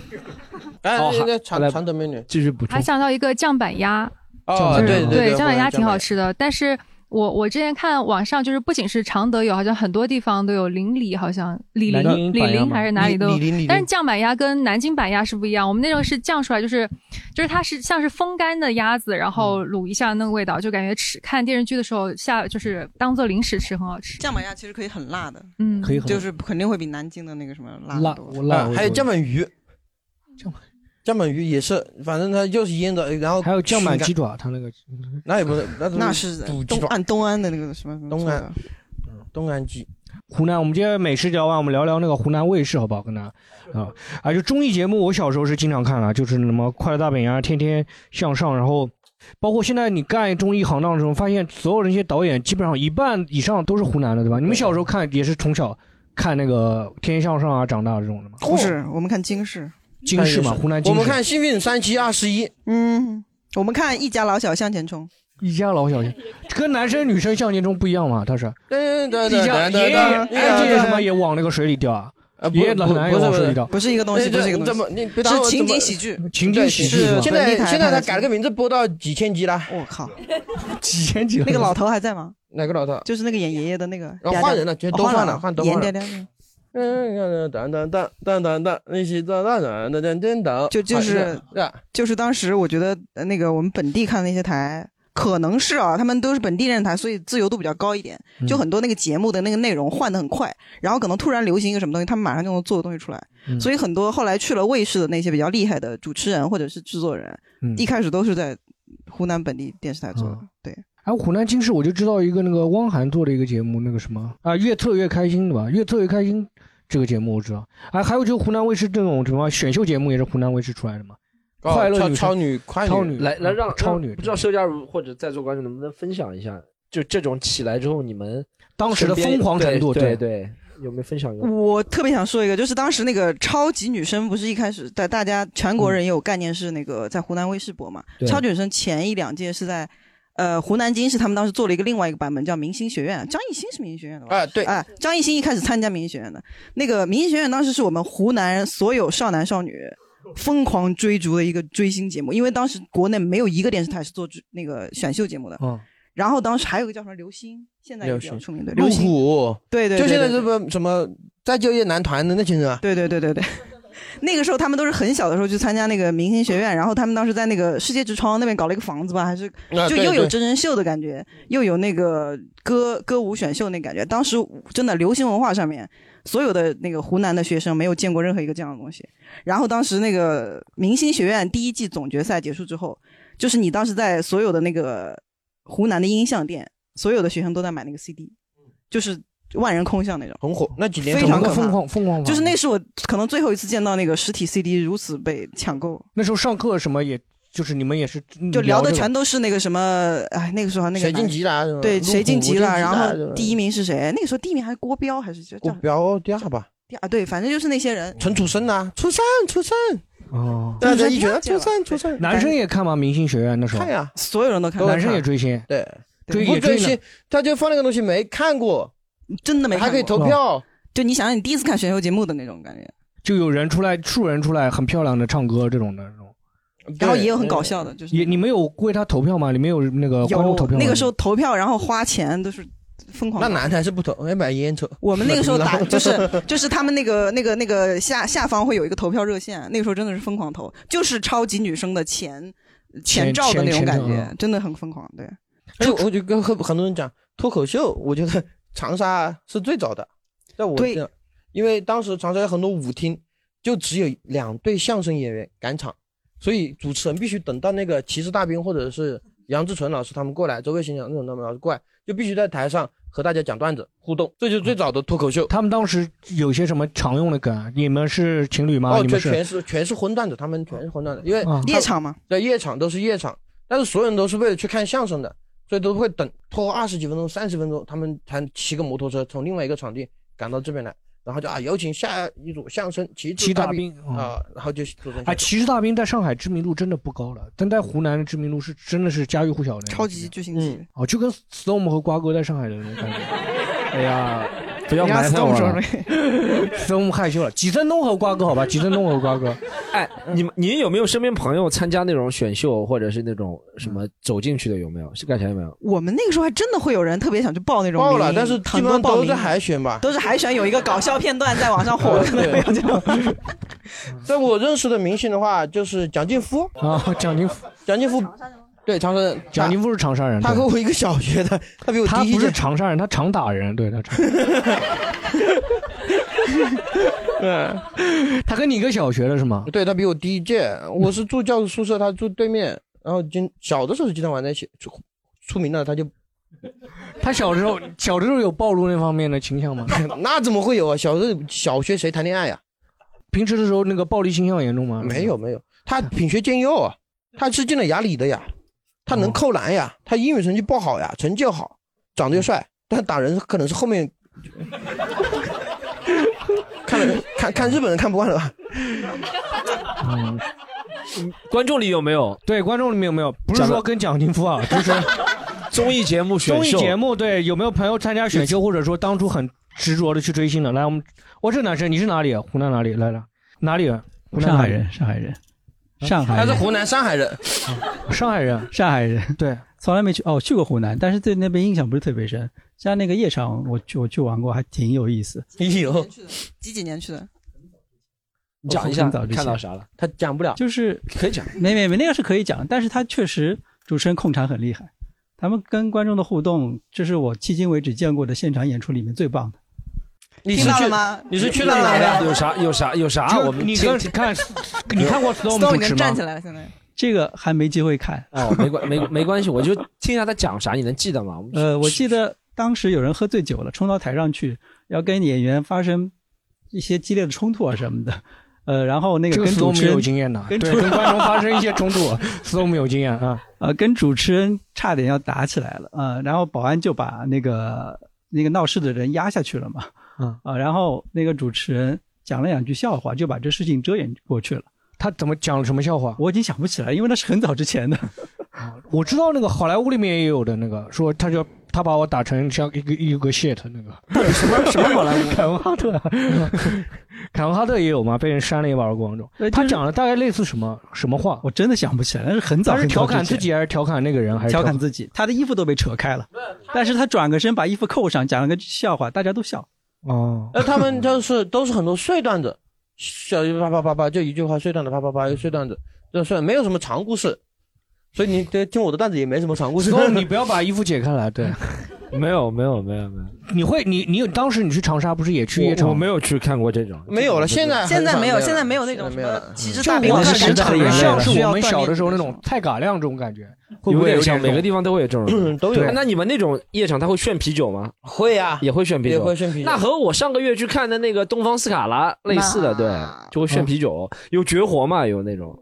Speaker 3: 哎，
Speaker 2: 哦
Speaker 3: 那
Speaker 2: 还
Speaker 3: 那
Speaker 2: 来
Speaker 3: 长长腿美女
Speaker 5: 继续补
Speaker 17: 还想到一个酱板鸭，
Speaker 3: 哦，对对对，
Speaker 17: 酱
Speaker 3: 我
Speaker 17: 板
Speaker 3: 也
Speaker 17: 鸭
Speaker 3: 这
Speaker 17: 挺
Speaker 3: 么
Speaker 17: 好吃的。但是我我之前看网上，就是不仅是常德有，好像很多地方都有，邻里好像醴
Speaker 19: 南
Speaker 17: 陵
Speaker 19: 京
Speaker 17: 醴
Speaker 19: 板鸭
Speaker 17: 陵
Speaker 19: 吗
Speaker 17: 还是哪里都有
Speaker 19: 醴醴陵醴陵。
Speaker 17: 但是酱板鸭跟南京板鸭是不一样，我们那种是酱出来，就是就是它是像是风干的鸭子，然
Speaker 19: 嗯
Speaker 17: 后卤一下那个味道，就感觉吃看电视剧的时候下就是当做零食吃，很好吃。
Speaker 4: 酱板鸭其实可以很辣的，
Speaker 17: 嗯可以很辣
Speaker 4: 就是肯定会比南京的那个什么辣
Speaker 2: 辣
Speaker 4: 得多
Speaker 2: 我辣
Speaker 3: 啊
Speaker 2: 味
Speaker 3: 还有
Speaker 2: 多
Speaker 3: 酱板鱼，酱板鱼也是，反正它就是腌的，然后还有
Speaker 2: 酱板鸡，爪，它那个
Speaker 3: 那也不是，那
Speaker 4: 那是
Speaker 3: 煮鸡
Speaker 4: 东
Speaker 3: 爪，
Speaker 4: 安东安的那个什么东安，
Speaker 3: 东安鸡。
Speaker 2: 湖南，我们今天美食聊完，我们聊聊那个湖南卫视好不好？跟大家啊啊，就综艺节目，我小时候是经常看的，就是什么《快乐大本营》啊，《天天向上》，然后包括现在你干综艺行当中，发现所有的那些导演基本上一半以上都是湖南的，对吧？你们小时候看也是从小看那个《天天向上》啊长大的这种的吗？
Speaker 4: 不是，我们看京视，
Speaker 2: 京视嘛，
Speaker 3: 哦看也是
Speaker 2: 湖南京
Speaker 3: 我
Speaker 2: 视。
Speaker 3: 们看《幸运三七二十一》，
Speaker 4: 嗯，我们看一家老小向前冲，
Speaker 2: 一家老
Speaker 3: *laughs*
Speaker 2: 小，跟男生女生向前冲不一样嘛？他是
Speaker 3: 对对
Speaker 2: 一家爷爷，哎，这是什么也往那个水里掉啊？爷爷老男也往水里掉，
Speaker 4: 呃不是一个东
Speaker 2: 哎
Speaker 4: 西，
Speaker 3: 这
Speaker 4: 不是一个
Speaker 3: 你
Speaker 4: 东西，
Speaker 3: 怎么你别打我
Speaker 4: 是情
Speaker 3: 怎么
Speaker 4: 景喜剧，
Speaker 2: *laughs* 情景喜剧
Speaker 4: 对
Speaker 2: 是吧
Speaker 3: 现
Speaker 4: 本
Speaker 3: 在
Speaker 4: 地台
Speaker 3: 现在
Speaker 4: 拍
Speaker 3: 他
Speaker 4: 的
Speaker 3: 改了个名字，播到几千集了。
Speaker 4: 我靠，
Speaker 2: 几千集了
Speaker 4: 那个老头还在吗？
Speaker 3: 哪个老头？
Speaker 4: 就是哦那个演爷爷的那个，
Speaker 3: 然后哦换人了，就都换了，换都换
Speaker 4: 啊演
Speaker 3: 了
Speaker 4: 爹。爹。
Speaker 3: 嗯，当当当当当当，一起当当当当当当当，
Speaker 4: 就就是就是当时我觉得呃那个我们本地看的那些台，可能是啊，他们都是本地电视台，所以自由度比较高一点，
Speaker 2: 嗯
Speaker 4: 就很多那个节目的那个内容换的很快，然后可能突然流行一个什么东西，他们马上就能做个东西出来，
Speaker 2: 嗯
Speaker 4: 所以很多后来去了卫视的那些比较厉害的主持人或者是制作人，
Speaker 2: 嗯
Speaker 4: 一开始都是在湖南本地电视台做的，对。
Speaker 2: 哎，湖南经视我就知道一个那个汪涵做的一个节目，那个什么啊，越特越开心对吧？越特越开心这个节目我知道。哎，还有就是湖南卫视这种什么选秀节目也是湖南卫视出来的嘛，
Speaker 3: 哦
Speaker 2: 快乐
Speaker 3: 超
Speaker 2: 女
Speaker 3: 超
Speaker 2: 生
Speaker 3: 女快
Speaker 2: 超
Speaker 3: 女
Speaker 2: 女
Speaker 5: 来来让
Speaker 2: 超
Speaker 5: 让
Speaker 2: 女
Speaker 5: 不知道周佳茹或者在座观众能不能分享一下，就这种起来之后你们
Speaker 2: 当时的
Speaker 5: 身边
Speaker 2: 疯狂程度
Speaker 5: 对
Speaker 2: 对
Speaker 5: 对，有没有分享过？
Speaker 4: 我特别想说一个，就是当时那个超级女声不是一开始在大家全国人有概念是那个在湖南卫视播嘛？
Speaker 5: 对
Speaker 4: 超级女声前一两届是在。呃，湖南经视他们当时做了一个另外一个版本，叫《明星学院》。张艺兴是明星学院的吧？
Speaker 3: 啊，对，
Speaker 4: 啊，张艺兴一开始参加明星学院的。那个明星学院当时是我们湖南人所有少男少女疯狂追逐的一个追星节目，因为当时国内没有一个电视台是做追那个选秀节目的。
Speaker 2: 嗯。
Speaker 4: 然后当时还有一个叫什么刘星，现在也比较出名的
Speaker 3: 刘
Speaker 4: 刘星。
Speaker 3: 虎，
Speaker 4: 对对对
Speaker 3: 就现在
Speaker 4: 对
Speaker 3: 这
Speaker 4: 对
Speaker 3: 不什么再就业男团的那群人啊，
Speaker 4: 对对对对对，那个时候他们都是很小的时候去参加那个明星学
Speaker 3: 嗯
Speaker 4: 院，然后他们当时在那个世界之窗那边搞了一个房子吧，还是
Speaker 3: 啊
Speaker 4: 就
Speaker 3: 对
Speaker 4: 又有
Speaker 3: 对
Speaker 4: 真人秀的感觉，又有那个歌歌舞选秀那感觉。当时真的流行文化上面，所有的那个湖南的学生没有见过任何一个这样的东西。然后当时那个明星学院第一季总决赛结束之后，就是你当时在所有的那个湖南的音像店，所有的学生都在买那个 CD，就是万人空巷那种。
Speaker 3: 很火。那几年
Speaker 4: 非常可怕
Speaker 2: 疯狂疯狂，
Speaker 4: 就是那是我可能最后一次见到那个实体 CD 如此被抢购，
Speaker 2: 那时候上课什么也就是你们也是
Speaker 4: 就聊的全
Speaker 2: 都
Speaker 4: 都是那个什么，哎，那个时候还那个
Speaker 2: 谁晋
Speaker 4: 男
Speaker 2: 级
Speaker 3: 啊
Speaker 2: 了是吧
Speaker 4: 对，
Speaker 2: 入
Speaker 4: 谁
Speaker 2: 股
Speaker 4: 晋级了，
Speaker 2: 晋级
Speaker 4: 啊然
Speaker 2: 了
Speaker 3: 是吧
Speaker 4: 后第一名是谁？那个时候第一名还是郭彪还是叫
Speaker 3: 我
Speaker 4: 叫
Speaker 3: 表第二吧，
Speaker 4: 第二？对，反正就是那些人。
Speaker 3: 陈楚生呐，出山出山，
Speaker 2: 哦，
Speaker 3: 大家一群
Speaker 4: 啊
Speaker 3: 出山出山，
Speaker 2: 男生也看吗？明星学院那时候
Speaker 3: 看呀，
Speaker 4: 所有人都
Speaker 3: 看
Speaker 2: 男生也追星，
Speaker 3: 对，
Speaker 2: 追
Speaker 3: 啊不
Speaker 2: 也追
Speaker 3: 追
Speaker 2: 呢
Speaker 3: 星，他就放那个东西没看过，
Speaker 4: 真的没看过
Speaker 3: 还可以投票，
Speaker 4: 就你想想你第一次看选秀节目的那种感觉，
Speaker 2: 就有人出来数人出来很漂亮的唱歌这种的这种，
Speaker 4: 然后也有很搞笑的，就是
Speaker 2: 也你们有为他投票吗？你们有那个呃观众投
Speaker 4: 有
Speaker 2: 票吗？
Speaker 4: 那个时候投票，然后花钱都是疯狂
Speaker 3: 那
Speaker 4: 买。
Speaker 3: 男的还是不投，还买烟抽。
Speaker 4: 我们那个时候
Speaker 5: *laughs*
Speaker 4: 打
Speaker 3: 买槟榔
Speaker 4: 就是就是他们那个那个那个下下方会有一个投票热线，那个时候真的是疯狂投，就是超级女生的前前兆的那种
Speaker 3: 前前
Speaker 4: 感
Speaker 3: 兆
Speaker 4: 觉
Speaker 5: 啊
Speaker 3: 嗯，
Speaker 4: 真的很疯狂。对，
Speaker 3: 哎，我就跟很很多人讲脱口秀，我觉得 *laughs* 长沙是最早的，在我
Speaker 4: 对
Speaker 3: 这，因为当时长沙有很多舞厅，就只有两队相声演员赶场，所以主持人必须等到那个骑士大兵或者是杨志纯老师他们过来，周卫星老师那种他们老师过来，就必须在台上和大家讲段子互动，这就是最早的脱口秀。
Speaker 2: 他们当时有些什么常用的梗啊？你们是情侣吗？
Speaker 3: 哦，
Speaker 2: 啊你
Speaker 3: 全
Speaker 2: 们
Speaker 3: 全是全是荤段子，他们全是荤段子，因为
Speaker 2: 啊
Speaker 3: 他
Speaker 2: 夜场
Speaker 4: 嘛，
Speaker 3: 对，夜场都是夜场，但是所有人都是为了去看相声的，所以都会等拖二十几分钟、三十分钟，他们才骑个摩托车从另外一个场地赶到这边来，然后就啊有请下一组相声骑
Speaker 2: 骑大
Speaker 3: 兵
Speaker 2: 兵嗯
Speaker 3: 啊，然后就做成
Speaker 2: 啊，骑士大兵在上海知名度真的不高了，但在湖南的知名度是真的是家喻户晓的，
Speaker 4: 超级巨
Speaker 3: 嗯
Speaker 4: 星级。
Speaker 2: 哦，就跟 Storm 和瓜哥在上海的那种
Speaker 3: *laughs*
Speaker 2: 感觉。哎呀，
Speaker 5: 不要埋汰我了
Speaker 3: *laughs*
Speaker 2: Storm 害羞了，几分钟和瓜哥好吧，几分钟和瓜哥。
Speaker 5: *laughs* 哎，你们你有没有身边朋友参加那种选秀，或者是那种什么走进去的？有没有？是干啥有没有？
Speaker 4: 我们那个时候还真的会有人特别想去报那种
Speaker 5: 报
Speaker 4: 名
Speaker 5: 了但是
Speaker 4: 很
Speaker 5: 基本
Speaker 4: 多
Speaker 5: 上
Speaker 4: 报
Speaker 5: 都
Speaker 4: 名
Speaker 5: 是海选吧呃
Speaker 4: 都是海选，有一个
Speaker 5: *laughs*
Speaker 13: 呃
Speaker 4: 搞笑片段在网
Speaker 2: *laughs*
Speaker 4: 上火的，
Speaker 3: 对，在我认识的明星的话，就是蒋劲夫
Speaker 2: 啊，蒋劲夫，
Speaker 3: 蒋劲夫，对，长沙人，
Speaker 2: 蒋劲夫是长沙人，
Speaker 3: 他
Speaker 2: 对
Speaker 3: 和我一个小学的，他比我
Speaker 2: 他
Speaker 3: 低一
Speaker 2: 不
Speaker 3: 届
Speaker 2: 是。长沙人，他常打人，对他常。 *laughs* 他跟你一个小学的是吗？
Speaker 3: 对他比我低一届，我是住教室宿舍，他住对面。然后经小的时候就经常玩在一起，出出名了他就
Speaker 2: *laughs* 他小时候小时候有暴露那方面的倾向吗？
Speaker 3: *laughs* 那怎么会有啊？小时候小学谁谈恋爱呀、
Speaker 2: 平时的时候那个暴力倾向严重吗？
Speaker 3: 没有没有，他品学兼优啊，他是进了雅礼的呀，他能扣篮呀，他英语成绩不好呀，成绩又好，长得又帅，但打人可能是后面。看了看看日本人看不惯了吧？
Speaker 5: *laughs* 嗯观众里有没有？
Speaker 2: 对，观众里面有没有？不是说跟蒋劲夫啊， *laughs* 就是
Speaker 5: *laughs* 综艺节目选秀
Speaker 2: 综艺节目对，有没有朋友参加选秀，或者说当初很执着的去追星的？来，我们，我是男生，你是哪里？湖南哪里？来了，哪里人？湖南
Speaker 14: 上
Speaker 2: 哪
Speaker 14: 海
Speaker 2: 里
Speaker 14: 人，上海人，上海
Speaker 3: 他
Speaker 14: 人
Speaker 3: 是湖南上海人，
Speaker 2: 上海人，
Speaker 14: 上海人，
Speaker 2: 对，
Speaker 14: 从来没去哦，我去过湖南，但是对那边印象不是特别深。像那个夜场，我去我去玩过，还挺有意思。
Speaker 3: 有，
Speaker 4: 几几年去的？
Speaker 5: 你讲一下
Speaker 14: 早之前
Speaker 5: 看到啥了？
Speaker 3: 他讲不了，
Speaker 14: 就是
Speaker 5: 可以讲，
Speaker 14: 没没没，那个是可以讲，但是他确实主持人控场很厉害，他们跟观众的互动，这是我迄今为止见过的现场演出里面最棒的。
Speaker 3: 你
Speaker 14: 是去你是去了哪里啊
Speaker 5: 有啥有啥有啥？
Speaker 14: 就
Speaker 5: 我们
Speaker 14: 你跟
Speaker 2: 看，
Speaker 14: 你看过 Storm 主持吗 Storm 已经站起
Speaker 4: 来了，现在。
Speaker 14: 这个还没机会看
Speaker 5: 哦，没关没没关系，我就听一下他讲啥，你能记得吗？我们
Speaker 14: 呃，我记得当时有人喝醉酒了，冲到台上去，要跟演员发生一些激烈的冲突啊什么的。呃，然后那
Speaker 2: 这
Speaker 14: 个
Speaker 2: 个
Speaker 14: 跟
Speaker 2: s t
Speaker 14: 主
Speaker 2: o
Speaker 14: 持
Speaker 2: m
Speaker 14: 人
Speaker 2: 有经验的，对，
Speaker 14: 跟主
Speaker 2: 跟
Speaker 14: *laughs*
Speaker 2: 观众发生一些冲突 s t o m 有经验啊。
Speaker 14: 呃，跟主持人差点要打起来了，呃，然后保安就把那个那个闹事的人压下去了嘛，
Speaker 2: 嗯
Speaker 14: 啊、然后那个主持人讲了两句笑话，就把这事情遮掩过去了。
Speaker 2: 他怎么讲了什么笑话？
Speaker 14: 我已经想不起来，因为那是很早之前的。
Speaker 2: 我知道那个好莱坞里面也有的那个，说他就他把我打成像一个一个 shit
Speaker 14: *laughs*
Speaker 2: 那个， *laughs* 什么什么好莱坞？凯文哈特， *laughs* 凯文哈特也有嘛，被人扇了一巴耳光那种。他讲了大概类似什么什么话？
Speaker 14: 我真的想不起来，那是很早
Speaker 2: 他是
Speaker 14: 很早
Speaker 2: 调
Speaker 14: 之前
Speaker 2: 侃自己还是调侃那个人？还是
Speaker 14: 调侃自己，他的衣服都被扯开了，但是他转个身把衣服扣上，讲了个笑话，大家都
Speaker 2: *laughs*
Speaker 14: 笑。
Speaker 2: 哦，。
Speaker 3: 呃，他们就是都是很多碎段子，小就啪啪啪啪，就一句话碎段子，啪啪啪又碎段子，就算没有什么长故事，所以你对听我的段子也没什么长故 *laughs* 事
Speaker 2: 你不要把衣服解开来，对。
Speaker 5: *laughs* 没有没有没有没有，
Speaker 2: 你会你你有当时你去长沙不是也去夜场？
Speaker 5: 我我没有去看过这种，
Speaker 3: 没有了，现在
Speaker 4: 现在
Speaker 3: 很
Speaker 4: 没
Speaker 3: 少
Speaker 4: 有，现在没有那种什么骑士大兵的
Speaker 2: 是
Speaker 4: 感觉，
Speaker 2: 像是
Speaker 4: 需
Speaker 2: 我
Speaker 4: 要
Speaker 2: 们
Speaker 4: 锻
Speaker 2: 小
Speaker 4: 炼
Speaker 2: 的时候那种太嘎亮这种感觉， *laughs* 会不
Speaker 5: 有
Speaker 2: 会
Speaker 5: 点
Speaker 2: 有
Speaker 5: 像
Speaker 2: 点
Speaker 5: 每个地方都会有这种人
Speaker 2: 都有
Speaker 5: 对那你们那种夜场他会炫啤酒吗？
Speaker 3: 会啊，
Speaker 5: 也会炫啤酒，
Speaker 3: 也会炫啤酒
Speaker 5: 那和我上个月去看的那个东方斯卡拉类似的，对，就会炫啤酒，有绝活嘛，有那种。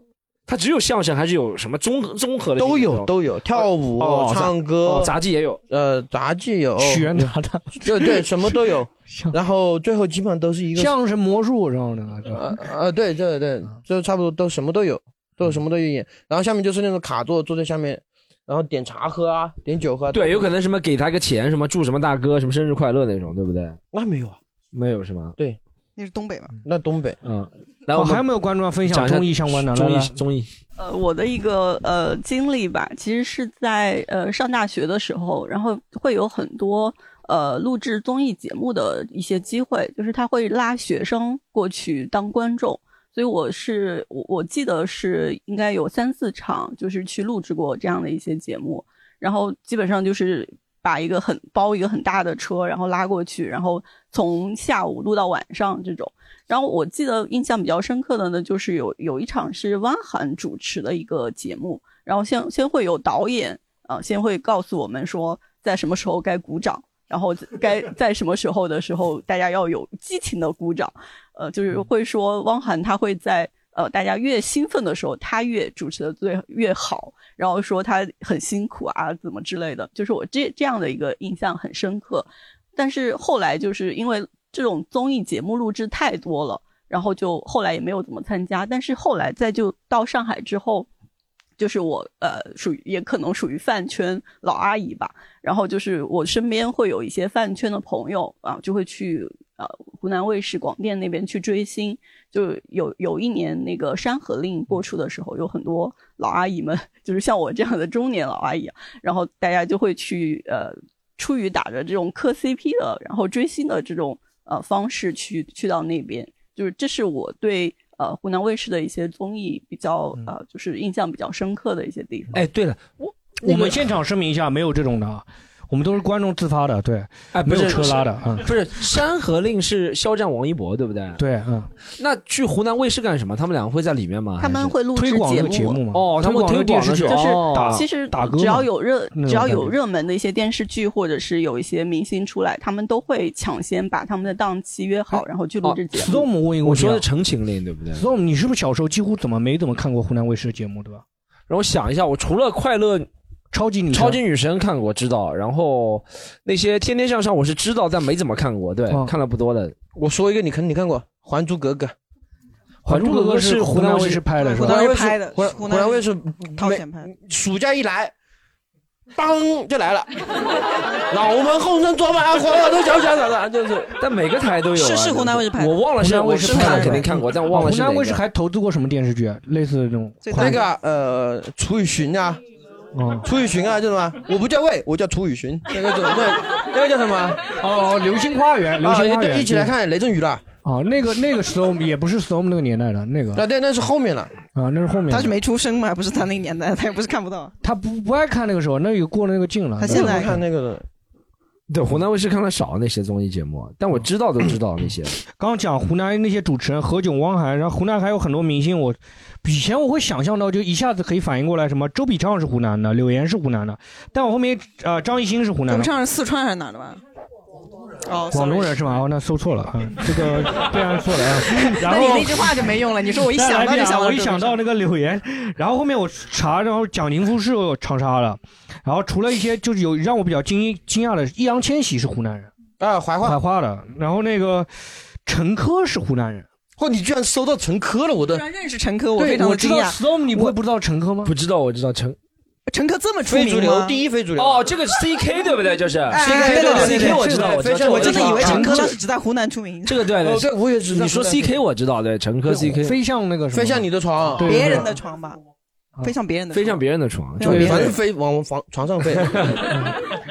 Speaker 5: 它只有相声还是有什么综合综 *laughs* 合的
Speaker 3: 都有
Speaker 5: 那种
Speaker 3: 都有，跳舞、
Speaker 5: 哦
Speaker 3: 唱歌、
Speaker 5: 哦杂技也有，
Speaker 3: 呃，杂技有，
Speaker 5: 许
Speaker 2: 愿达的，
Speaker 3: *laughs* 对对，什么都有。然后最后基本上都是一个
Speaker 2: 相声、魔术，然后呢，
Speaker 3: 呃呃，对对对，就差不多都什么都有，都有什么都有演。然后下面就是那种卡座，坐在下面，然后点茶喝啊，点酒喝啊。
Speaker 5: 对，有可能什么给他个钱，什么祝什么大哥，什么生日快乐那种，对不对？
Speaker 3: 那没有啊，
Speaker 5: 没有是吗？
Speaker 3: 对，
Speaker 4: 那是东北吧？
Speaker 3: 那东北，
Speaker 5: 嗯，来，
Speaker 2: 然
Speaker 5: 我
Speaker 2: 后
Speaker 5: 们
Speaker 2: 还有没有观众要分享
Speaker 5: 讲一下
Speaker 2: 综艺相关的？
Speaker 5: 综
Speaker 2: 来
Speaker 5: 艺
Speaker 2: 来
Speaker 5: 综艺
Speaker 13: 呃，我的一个呃经历吧，其实是在呃上大学的时候，然后会有很多呃录制综艺节目的一些机会，就是他会拉学生过去当观众，所以所以我是我我记得是应该有三四场，就是去录制过这样的一些节目，然后基本上就是把一个很包一个很大的车，然后拉过去，然后从下午录到晚上这种。然后我记得印象比较深刻的呢，就是有有一场是汪涵主持的一个节目，然后先先会有导演啊、呃先会告诉我们说在什么时候该鼓掌，然后该在什么时候的时候大家要有激情的鼓掌，呃，就是会说汪涵他会在呃大家越兴奋的时候，他越主持的最越好，然后说他很辛苦啊怎么之类的，就是我这这样的一个印象很深刻。但是后来就是因为这种综艺节目录制太多了，然后就后来也没有怎么参加。但是后来再就到上海之后，就是我呃属于也可能属于饭圈老阿姨吧，然后就是我身边会有一些饭圈的朋友啊，就会去呃湖南卫视广电那边去追星。就有有一年那个《山河令》播出的时候，有很多老阿姨们， *laughs* 就是像我这样的中年老阿姨啊，然后大家就会去呃出于打着这种磕 CP 的，然后追星的这种呃方式去去到那边，就是这是我对呃湖南卫视的一些综艺比较
Speaker 5: 嗯
Speaker 13: 呃就是印象比较深刻的一些地方。
Speaker 2: 哎，对了，我我们现场声明一下，没有这种的，啊，我们都是观众自发的，对，
Speaker 5: 哎，不
Speaker 2: 没
Speaker 5: 是
Speaker 2: 有车拉的，嗯，
Speaker 5: 不是《山河令》是肖战、王一博，对不对？
Speaker 2: 对，嗯，
Speaker 5: 那去湖南卫视干什么？他们两个会在里面吗？
Speaker 13: 他们会录制
Speaker 5: 哎还是
Speaker 13: 节目
Speaker 5: 哦，他们会推广的
Speaker 13: 就是
Speaker 5: 时候哦
Speaker 13: 其实只要有热
Speaker 5: 那种
Speaker 13: 只要
Speaker 5: 感觉
Speaker 13: 有热门的一些电视剧，或者是有一些明星出来，他们都会抢先把他们的档期约
Speaker 5: 哎
Speaker 13: 好，然后去录制
Speaker 5: 哦
Speaker 13: 节目。
Speaker 2: 啊 Storm 问一个
Speaker 5: 我
Speaker 2: 问题
Speaker 5: 说
Speaker 2: 啊
Speaker 5: 的《陈情令》，对不对？
Speaker 2: Storm，你是不是小时候几乎怎么没怎么看过湖南卫视的节目，对吧？
Speaker 5: 让我想一下，我除了快乐
Speaker 2: 超级女
Speaker 5: 超级女神看过，知道，然后那些天天向上我是知道，但没怎么看过，对，
Speaker 3: 哦
Speaker 5: 看了不多的。
Speaker 3: 我说一个，你肯定看过《还珠格格》。《
Speaker 5: 还珠格格是湖南卫视拍的是吧
Speaker 3: 湖南卫
Speaker 5: 湖南卫视拍的
Speaker 3: 湖南
Speaker 5: 湖
Speaker 3: 湖
Speaker 5: 南
Speaker 3: 南卫视
Speaker 4: 掏钱拍。
Speaker 3: 暑假一来，当就来了，老们红尘作伴，黄河都想想想想，就是。
Speaker 5: 但每个台都有啊
Speaker 3: 是是湖南卫视拍的
Speaker 5: 我忘了
Speaker 2: 湖
Speaker 5: 是
Speaker 2: 南卫
Speaker 5: 我
Speaker 2: 视
Speaker 5: 是
Speaker 2: 拍
Speaker 5: 看
Speaker 2: 的
Speaker 5: 肯定看过，但我忘了
Speaker 2: 哦湖
Speaker 5: 是
Speaker 2: 南
Speaker 5: 哪
Speaker 2: 卫视
Speaker 5: 个。
Speaker 2: 还投资过什么电视剧？类似这种
Speaker 3: 那个呃，楚雨荨啊，
Speaker 2: 哦
Speaker 3: 楚雨荨啊，叫什么？我不叫魏，我叫楚雨荨。那个叫那那个叫什么？啊
Speaker 2: 哦，流星花园，流星花园，
Speaker 3: 一起来看雷震宇了。
Speaker 2: 哦，那个那个 Storm 也不是 Storm 那个年代的那个，
Speaker 4: 啊对那是后
Speaker 3: 面了
Speaker 2: 啊，那是后面的。
Speaker 4: 他是没出生嘛，不是他那个年代，他也不是看不到。
Speaker 2: 他不不爱看那个时候，那有过了那个劲了。
Speaker 4: 他现在看
Speaker 3: 那个的。
Speaker 5: 对，湖南卫视看的少那些综艺节目，但我知道都知道那些。
Speaker 2: 刚刚讲湖南那些主持人何炅、汪涵，然后湖南还有很多明星，我以前我会想象到，就一下子可以反应过来，什么周笔畅是湖南的，柳岩是湖南的，但我后面呃张艺兴是湖
Speaker 4: 们
Speaker 2: 南的，
Speaker 4: 唱是四川还是哪儿的吧？哦，。
Speaker 2: 广东人是吗？哦，那搜错了啊，嗯这个被按错
Speaker 3: *laughs*
Speaker 2: 了啊然
Speaker 4: 那
Speaker 2: 后
Speaker 4: 你那句话就没用了。你说我一
Speaker 2: 再
Speaker 4: 想
Speaker 2: 来
Speaker 4: 到
Speaker 2: 一
Speaker 4: 就
Speaker 2: 遍啊
Speaker 4: 想到
Speaker 2: 我一
Speaker 4: 这个
Speaker 2: 想到那个柳岩，然后后面我查，然后蒋宁夫是长沙的，然后除了一些就是有让我比较惊惊讶的，易烊千玺是湖南人
Speaker 3: 啊，怀
Speaker 2: 化怀化的，然后那个陈珂是湖南人。
Speaker 3: 哦，你居然搜到陈珂了，我的
Speaker 4: 突然认识陈珂，我
Speaker 2: 对
Speaker 4: 非常
Speaker 2: 我
Speaker 4: 的
Speaker 2: 知
Speaker 4: 惊
Speaker 2: 道
Speaker 4: 讶。
Speaker 2: Storm，你不会不知道陈珂吗？呃
Speaker 5: 不知道，我知道陈。
Speaker 4: 陈珂这么出
Speaker 5: 非主
Speaker 4: 名
Speaker 5: 流
Speaker 4: 吗？
Speaker 5: 第一
Speaker 3: 非主流
Speaker 5: 哦，这个 C K 对不对？就是 C
Speaker 4: 哎对对对对
Speaker 5: K
Speaker 4: 对
Speaker 5: 我知道，我知
Speaker 4: 非
Speaker 5: 道，
Speaker 4: 常我真的以为陈珂当时
Speaker 5: 这
Speaker 4: 只在湖南出名。
Speaker 5: *laughs* 这个对对，你说 C K 我知道，对，陈珂 C K
Speaker 2: 飞向那个
Speaker 3: 飞向你的
Speaker 2: 哦
Speaker 3: 床，
Speaker 4: 别人的床吧，飞向别人的
Speaker 5: 飞向别人的床，
Speaker 3: 就反正飞往房床上飞。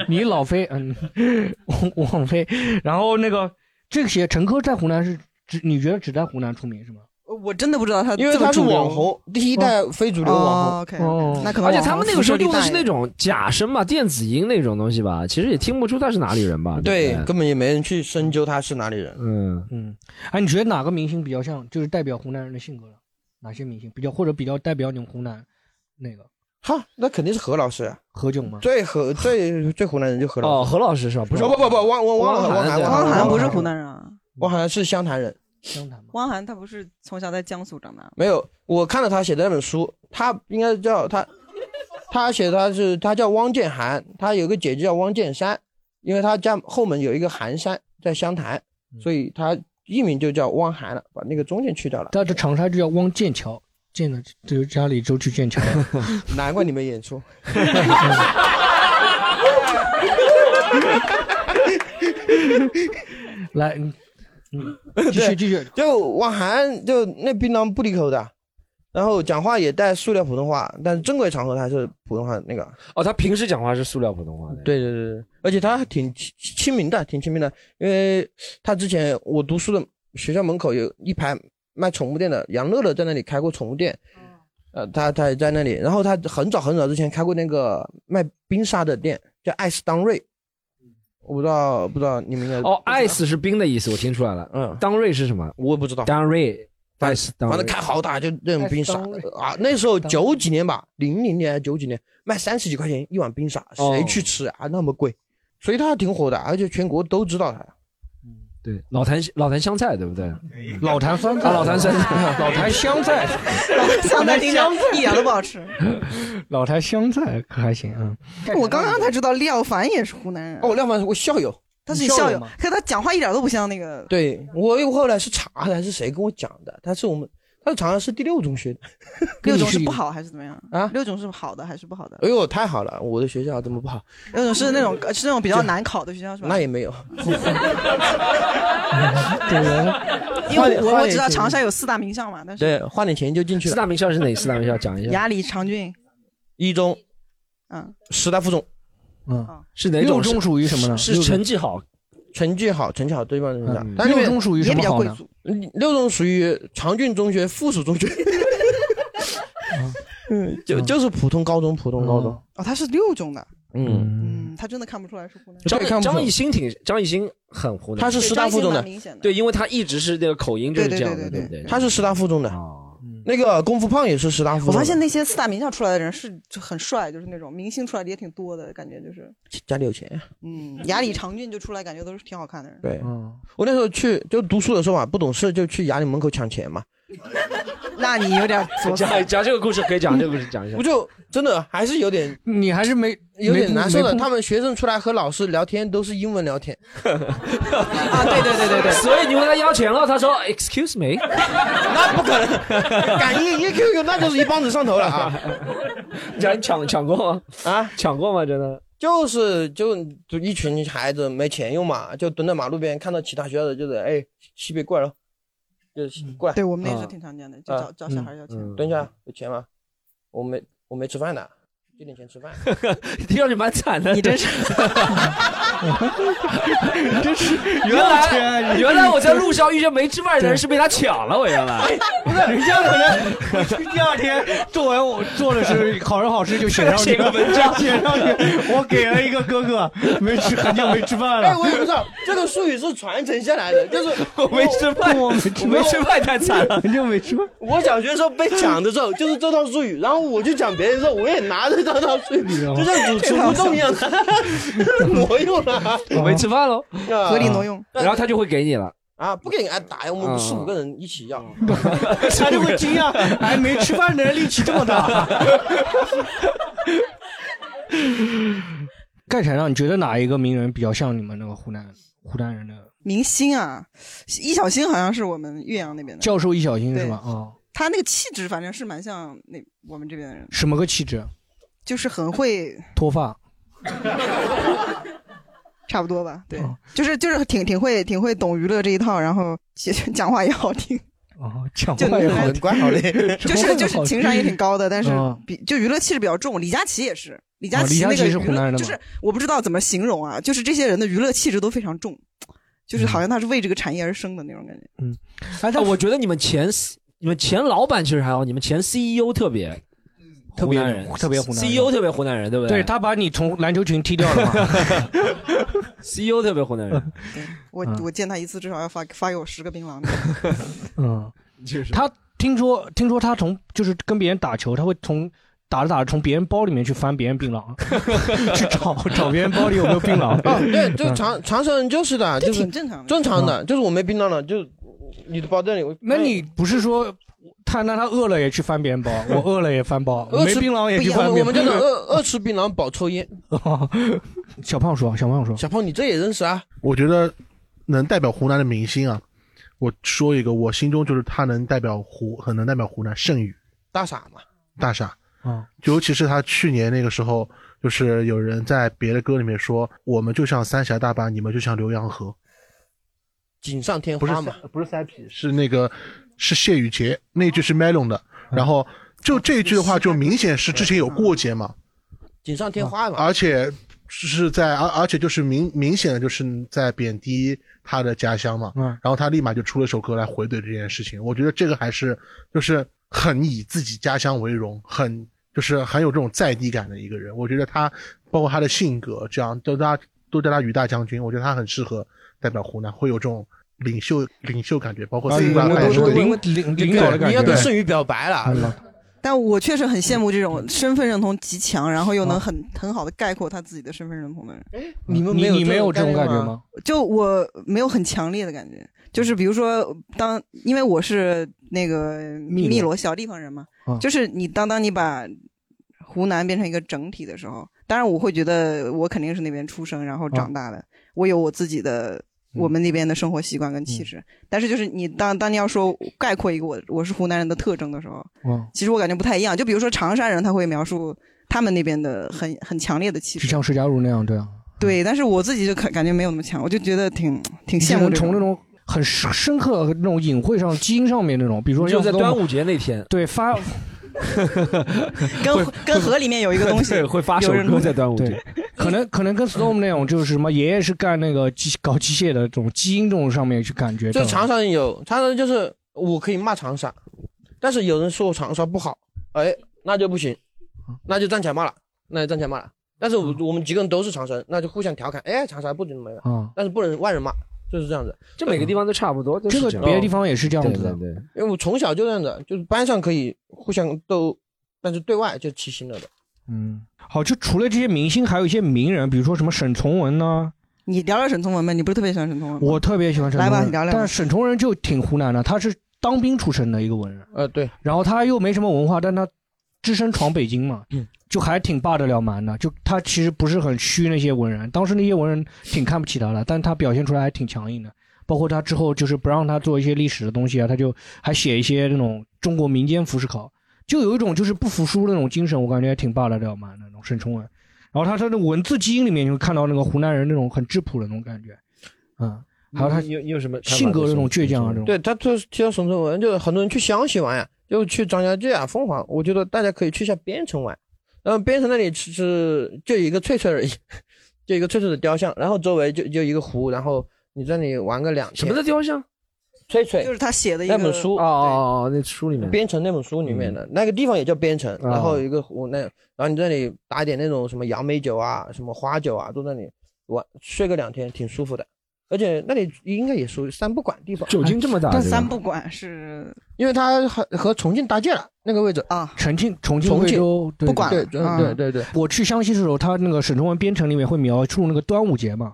Speaker 2: 你老飞，嗯， *laughs* 王王飞，然后那个这些陈珂在湖南是只你觉得只在湖南出名是吗？
Speaker 4: 我真的不知道他
Speaker 3: 因为
Speaker 4: 这么
Speaker 3: 他是
Speaker 4: 主流
Speaker 3: 网红，第一代非主流网
Speaker 4: 哦
Speaker 3: 红。
Speaker 4: ，OK，那可能
Speaker 5: 而且他们那个时候用的是
Speaker 4: 那
Speaker 5: 那种假声嘛，电子音那种东西吧，其实也听不出他是哪里人吧？
Speaker 3: 对
Speaker 5: 对不，对，
Speaker 3: 根本也没人去深究他是哪里人。
Speaker 5: 嗯
Speaker 2: 嗯，哎，你觉得哪个明星比较像，就是代表湖南人的性格了？哪些明星比较或者比较代表你们湖南那个
Speaker 3: 哈，那肯定是何老师啊，
Speaker 2: 何炅吗？
Speaker 3: 最河最最湖南人就何老
Speaker 5: 哦，何老师是吧？不
Speaker 3: 不
Speaker 5: 是
Speaker 3: 不不不，汪汪汪
Speaker 5: 汪
Speaker 3: 汪
Speaker 5: 涵
Speaker 3: 涵
Speaker 5: 对
Speaker 3: 汪
Speaker 5: 汪涵
Speaker 3: 涵
Speaker 5: 不是
Speaker 4: 湖南人啊，
Speaker 3: 汪涵是湘潭人。
Speaker 2: 湘潭吗？
Speaker 4: 汪涵他不是从小在江苏长大吗？ *laughs*
Speaker 3: 没有，我看了他写的那本书，他应该叫他，他写的他是他叫汪建涵，他有个姐姐叫汪建山，因为他家后门有一个寒山在湘潭，
Speaker 5: 嗯
Speaker 3: 所以他艺名就叫汪涵了，把那个中间去掉了。
Speaker 2: 他的长沙就叫汪剑桥，建的就是家里就去剑桥。
Speaker 3: *laughs* 难怪你没演出。
Speaker 2: *laughs* 来，嗯
Speaker 3: *laughs*
Speaker 2: 嗯，继续继续。
Speaker 3: 就汪涵就那槟榔不离口的，然后讲话也带塑料普通话，但是正规场合他还是普通话那个。
Speaker 5: 哦，他平时讲话是塑料普通话的。
Speaker 3: 对对对对，而且他还挺亲亲民的，挺亲民的，因为他之前我读书的学校门口有一排卖宠物店的，杨乐乐在那里开过宠物店，呃，他他也在那里，然后他很早很早之前开过那个卖冰沙的店，叫艾斯当瑞，我不知道不知道你们应该
Speaker 5: 哦，ice 是冰的意思，我听出来了。
Speaker 3: 嗯，
Speaker 5: 当瑞是什么？
Speaker 3: 我也不知道。
Speaker 5: 当瑞，ice，当
Speaker 3: 反
Speaker 5: 瑞
Speaker 3: 正开好大就那种冰沙啊，那时候九几年吧，零零年还是九几年，卖三十几块钱一碗冰沙，谁
Speaker 5: 哦
Speaker 3: 去吃啊？那么贵，所以他挺火的，而且全国都知道他。
Speaker 5: 嗯对，老坛老坛香菜对不对？
Speaker 4: 哎
Speaker 18: 老坛酸菜
Speaker 5: 啊老坛酸菜， *laughs* 老坛香菜，
Speaker 4: 香菜听着一点都不好吃。
Speaker 2: 老坛香菜可还行啊。
Speaker 4: 我刚刚才知道廖凡也是湖南人。
Speaker 3: *laughs* 哦，廖凡是我校友，
Speaker 4: 他是你
Speaker 3: 你校
Speaker 4: 校
Speaker 3: 友
Speaker 4: 友
Speaker 3: 吗，
Speaker 4: 可他讲话一点都不像那个。
Speaker 3: 对我我后来是查的，还是谁跟我讲的？他是我们，他是长沙市第六中学
Speaker 5: *laughs*
Speaker 3: 的，
Speaker 4: 六种是不好还是怎么样
Speaker 3: 啊？
Speaker 4: 六种是好的还是不好的？
Speaker 3: 哎呦，太好了，我的学校怎么不好？
Speaker 4: 六种是那
Speaker 3: *laughs*
Speaker 4: 种呃是那种比较难考的学校是吧？
Speaker 3: 那也
Speaker 4: *laughs*
Speaker 3: 没有，
Speaker 4: 因为我
Speaker 3: 花
Speaker 4: 我
Speaker 3: 莲
Speaker 4: 知道
Speaker 3: 县
Speaker 4: 长沙有四大名校嘛，但是
Speaker 3: 对，花点钱就进去了。
Speaker 5: 四大名校是哪四大名校？讲一下。
Speaker 4: 雅礼、长郡，
Speaker 3: 一中、
Speaker 4: 嗯，
Speaker 3: 师大附中，
Speaker 4: 啊
Speaker 2: 嗯，
Speaker 5: 是哪种？是是是成绩好。
Speaker 3: 好，成绩好，成绩好，对方成绩好
Speaker 5: 嗯。
Speaker 3: 但是
Speaker 5: 六中属于什么好呢也比较贵族
Speaker 3: 嗯六中属于长郡中学附属中
Speaker 5: *laughs*
Speaker 3: 学。嗯， *laughs* 就就是普通高中，普通高中。
Speaker 4: 哦，他是六中的，
Speaker 3: 嗯，
Speaker 4: 嗯，他真的看不出来是湖南人。
Speaker 5: 张
Speaker 3: 对看不出
Speaker 5: 张艺兴挺张艺兴很湖南，
Speaker 3: 他是师大附中的
Speaker 5: 对，因为他一直是那个口音就是这样的，
Speaker 4: 对嗯
Speaker 5: 不对？哦
Speaker 3: 他是师大附中的。那个功夫胖也是师大
Speaker 4: 我
Speaker 3: 附中的。
Speaker 4: 发现那些四大名校出来的人是就很帅，就是那种明星出来的也挺多的感觉，就是
Speaker 3: 家里有钱呀。
Speaker 4: 嗯，雅礼、长郡就出来感觉都是挺好看的人。
Speaker 3: 对，
Speaker 5: 嗯
Speaker 3: 我那时候去就读书的时候嘛，不懂事就去衙里门口抢钱嘛，
Speaker 4: *laughs* 那你有点左
Speaker 5: 讲讲这个故事可以讲这个故事讲一下
Speaker 3: 我。就真的还是
Speaker 5: *laughs*
Speaker 3: 有点，
Speaker 2: 你还是没
Speaker 3: 有点难受的。
Speaker 2: 没
Speaker 3: 他们学生出来和老师聊天都是英文聊天，
Speaker 5: 啊，
Speaker 4: 对对对对对
Speaker 5: 所以你问他要钱了，他说 Excuse me，
Speaker 3: 那不可能，敢一一 QQ 那就是一棒子上头了啊！
Speaker 5: *laughs* 讲抢抢过吗？
Speaker 3: 啊，
Speaker 5: 抢过吗？真的？
Speaker 3: 就是就就一群孩子没钱用嘛，就蹲在马路边看到其他学校的就是哎西北过来了，就是过来。啊嗯
Speaker 4: 对我们那也是挺常见的，就找找小孩要钱。
Speaker 3: 蹲下，有钱吗？我没我没吃饭呢，借点钱吃
Speaker 2: *laughs*
Speaker 3: 饭。
Speaker 5: *laughs* 听上去蛮惨的，你
Speaker 4: 真是，
Speaker 5: *laughs* 真是原
Speaker 3: 要钱啊
Speaker 5: 来
Speaker 3: 你
Speaker 5: 原来我在路上遇见没吃饭的人是被他抢了，我原
Speaker 3: *laughs*
Speaker 5: 来
Speaker 2: 不是， *laughs* 人家可
Speaker 3: 嗯
Speaker 2: 能第二天作文我做的是考试好试就写上去
Speaker 5: 写个
Speaker 2: *laughs*
Speaker 5: 文章
Speaker 2: 写上去，我给了一个哥哥，没吃很久没吃饭
Speaker 3: *laughs*
Speaker 2: 了。
Speaker 3: 哎，我也不知道这个术语是传承下来的，就是
Speaker 5: *laughs* 我没吃饭，
Speaker 3: 我
Speaker 5: 没吃饭太惨了，
Speaker 2: 很久没吃饭。
Speaker 3: 我小学时候被讲的时候，就是这套术语，然后我去讲别人的时候，我也拿着这套术语，就像主持互动一
Speaker 2: *laughs*
Speaker 3: 样挪用了，
Speaker 5: 我
Speaker 2: 哦
Speaker 5: 没吃饭喽，嗯
Speaker 3: 啊
Speaker 5: 然后他就会给你了。
Speaker 3: 啊，不给你挨打呀，我
Speaker 5: 嗯
Speaker 3: 们四五个人一起要，
Speaker 2: 哦他就会惊讶，哎，没吃饭的人力气这么大。 *laughs* 盖产让你觉得哪一个名人比较像你们那个湖南湖南人的
Speaker 4: 明星啊，易小星好像是我们岳阳那
Speaker 3: 嗯
Speaker 4: 边的，
Speaker 2: 教授易小星
Speaker 4: 对
Speaker 2: 是吧？啊，
Speaker 4: 他那个气质反正是蛮像那我们这边的人，
Speaker 2: 什么个气质？
Speaker 4: 就是很会，
Speaker 2: 脱发。
Speaker 4: 差不多吧？对，
Speaker 2: 哦
Speaker 4: 就是就是挺挺会挺会懂娱乐这一套，然后其实 *laughs* 讲话也好听，
Speaker 2: *laughs* 哦，讲
Speaker 4: 就
Speaker 2: 话也好，
Speaker 3: 乖好
Speaker 2: *laughs*
Speaker 3: 嘞
Speaker 4: 就是就是情商也挺高的，但是
Speaker 2: 嗯
Speaker 4: 比就娱乐气质比较重。李佳琦也是，李
Speaker 2: 哦
Speaker 4: 佳
Speaker 2: 李
Speaker 4: 琦
Speaker 2: 佳
Speaker 4: 那
Speaker 2: 琦
Speaker 4: 个娱
Speaker 2: 是
Speaker 4: 乐
Speaker 2: 湖南人的
Speaker 4: 就
Speaker 2: 吗
Speaker 4: 是我不知道怎么形容啊，就是这些人的娱乐气质都非常重，就是
Speaker 2: 嗯
Speaker 4: 好像他是为这个产业而生的那种感觉。
Speaker 5: 哎，我觉得你们前你们前老板其实还好，你们前 CEO 特别
Speaker 2: 特
Speaker 5: 湖
Speaker 2: 别
Speaker 5: 南人，
Speaker 2: 特别湖南人
Speaker 5: ，CEO 特别湖南人，对不
Speaker 2: 对
Speaker 5: *laughs* 对
Speaker 2: 他把你从篮球群踢掉了嘛？
Speaker 5: ？CEO E 特别湖南人，
Speaker 4: 我
Speaker 2: 嗯
Speaker 4: 我见他一次至少要发发给我十个槟
Speaker 2: *laughs*
Speaker 4: 榔。
Speaker 2: 嗯，他听说听说他从就是跟别人打球，他会从打着打着从别人包里面去翻别人槟榔，
Speaker 3: *laughs*
Speaker 2: 去找找别人包里有没有槟榔。嗯
Speaker 3: 哦，对，就长长沙人就是的，就是
Speaker 4: 正常
Speaker 3: 正常的，就是我没槟榔了，就你的包这里，我
Speaker 2: 那你不是说他那他饿了也去翻别人包，我饿了也翻包，
Speaker 3: 哎二
Speaker 2: 没
Speaker 3: 吃
Speaker 2: 槟榔也
Speaker 3: 不一
Speaker 2: 去
Speaker 3: 样
Speaker 2: 翻
Speaker 3: 我
Speaker 2: 别
Speaker 3: 们叫
Speaker 2: 人
Speaker 3: 做
Speaker 2: 包。
Speaker 3: 二二吃槟榔饱抽烟。
Speaker 2: 小胖说，小胖说，
Speaker 3: 小胖你这也认识啊？
Speaker 18: 我觉得能代表湖南的明星啊，我说一个，我心中就是他能代表湖，很能代表湖南，盛宇
Speaker 3: 大傻嘛，
Speaker 18: 大傻，
Speaker 2: 嗯，
Speaker 18: 尤其是他去年那个时候，就是有人在别的歌里面说，我们就像三峡大坝，你们就像浏阳河，
Speaker 3: 锦上添
Speaker 18: 不是
Speaker 3: 花嘛，
Speaker 18: 不是塞皮，是那个是谢雨杰那句是 Melon 的，然后就这一句的话，就明显是之前有过节嘛，
Speaker 3: 锦上添花嘛。
Speaker 18: 啊而且是在而而且就是明明显的就是在贬低他的家乡嘛，
Speaker 2: 嗯
Speaker 18: 然后他立马就出了首歌来回怼这件事情，我觉得这个还是就是很以自己家乡为荣，很就是很有这种在地感的一个人，我觉得他包括他的性格这样都大家都叫他于大将军，我觉得他很适合代表湖南，会有这种领袖领袖感觉，包括
Speaker 2: 啊
Speaker 18: 自己
Speaker 2: 领
Speaker 18: 也是对
Speaker 2: 领领领导的感觉你要跟
Speaker 18: 对
Speaker 2: 剩余
Speaker 3: 表白了
Speaker 18: 嗯
Speaker 4: 但我确实很羡慕这种
Speaker 2: 嗯
Speaker 4: 身份认同极强，然后又能很、很好的概括他自己的身份认同的人。
Speaker 2: 哎嗯你们没有你你没有这种这种感觉感觉吗吗？
Speaker 4: 就我没有很强烈的感觉，就是比如说当因为我是那个
Speaker 2: 汨罗
Speaker 4: 汨罗小地方人嘛，
Speaker 2: 嗯
Speaker 4: 就是你当当你把湖南变成一个整体的时候，当然我会觉得我肯定是那边出生然后长大
Speaker 2: 嗯
Speaker 4: 的，我有我自己的。我们那边的生活习惯
Speaker 2: 嗯
Speaker 4: 跟气质，但是就是你当当你要说概括一个我我是湖南人的特征的时候，
Speaker 2: 嗯，
Speaker 4: 其实我感觉不太一样。就比如说长沙人，他会描述他们那边的很很强烈的气
Speaker 2: 就
Speaker 4: 质，
Speaker 2: 像石家如那样，对啊，
Speaker 4: 对。但是我自己就感感觉没有那么强，我就觉得挺挺羡慕这
Speaker 2: 你就能从那
Speaker 4: 种。
Speaker 2: 种很深深刻的那种隐晦上基因上面那种，比如说
Speaker 5: 就在
Speaker 2: 要是
Speaker 5: 端午节那天，*laughs*
Speaker 2: 对发，
Speaker 4: 跟跟河里面有一个东西
Speaker 5: 对会发
Speaker 2: 有
Speaker 5: 首
Speaker 2: 人
Speaker 5: 歌在端午节
Speaker 2: 对。可能可能跟 storm 那种就是什么爷爷是干那个机搞机械的这种基因这种上面去感觉
Speaker 3: 这
Speaker 2: 到，
Speaker 3: 长沙人有，长沙人就是我可以骂长沙，但是有人说我长沙不好，哎，那就不行，那就站起来骂了，那就站起来骂了。但是
Speaker 2: 嗯
Speaker 3: 我我们几个人都是长沙人，那就互相调侃，哎，长沙不怎么样，
Speaker 2: 嗯
Speaker 3: 但是不能外人骂，就是这样子。
Speaker 5: 这每个地方都差不多，都是
Speaker 3: 这个哦
Speaker 5: 样
Speaker 3: 别的地
Speaker 2: 方也是这样
Speaker 5: 对
Speaker 2: 子的
Speaker 5: 对对
Speaker 3: 因为我从小就这样子，就是班上可以互相都，但是对外就齐心了的。
Speaker 2: 嗯，好，就除了这些明星，还有一些名人，比如说什么沈从文呢？
Speaker 4: 你聊聊沈从文呗，你不是特别喜欢沈从文吗？
Speaker 2: 我特别喜欢沈从
Speaker 4: 嗯
Speaker 2: 文，
Speaker 4: 来吧你聊聊
Speaker 2: 但是沈从文就挺湖南的，他是当兵出身的一个文人，
Speaker 3: 呃，对，
Speaker 2: 然后他又没什么文化，但他只身闯北京嘛，
Speaker 3: 嗯
Speaker 2: 就还挺霸得了蛮的。就他其实不是很虚那些文人，当时那些文人挺看不起他的，但他表现出来还挺强硬的。包括他之后就是不让他做一些历史的东西啊，他就还写一些那种中国民间服饰考，就有一种就是不服输的那种精神，我感觉还挺霸得了蛮的那种沈从文。然后他他的文字基因里面你会看到那个湖南人那种很质朴的那种感觉，嗯，还有他
Speaker 5: 你有你有什么看法
Speaker 2: 性格
Speaker 5: 对
Speaker 2: 那种
Speaker 5: 沈
Speaker 2: 倔强啊这种，
Speaker 3: 对他就是提到沈从文，就是很多人去湘西玩呀，就去张家界啊、凤凰，我觉得大家可以去一下边城玩。然后边城那里其实就一个翠翠而已， *laughs* 就一个翠翠的雕像，然后周围就就一个湖，然后你在那里玩个两天。
Speaker 5: 什么的雕像？
Speaker 3: 翠翠
Speaker 4: 就是他写的一
Speaker 3: 那
Speaker 4: 个
Speaker 3: 本书
Speaker 5: 哦哦哦，那书里面嗯
Speaker 3: 边城那本书里面的、那个地方也叫边城，
Speaker 5: 哦
Speaker 3: 然后有一个湖那，然后你这里打点那种什么杨梅酒啊、什么花酒啊，坐在那里玩睡个两天，挺舒服的。而且那里应该也属于三不管地方，
Speaker 5: 酒精这么大
Speaker 4: 但三不管是
Speaker 3: 因为它和和重庆搭界了那个位置
Speaker 4: 啊，
Speaker 2: 重庆重庆
Speaker 3: 重
Speaker 2: 贵
Speaker 3: 庆
Speaker 2: 州对
Speaker 3: 不管
Speaker 2: 对
Speaker 3: 了嗯对对对
Speaker 2: 我去湘西的时候，他那个沈从文编程里面会描述那个端午节嘛，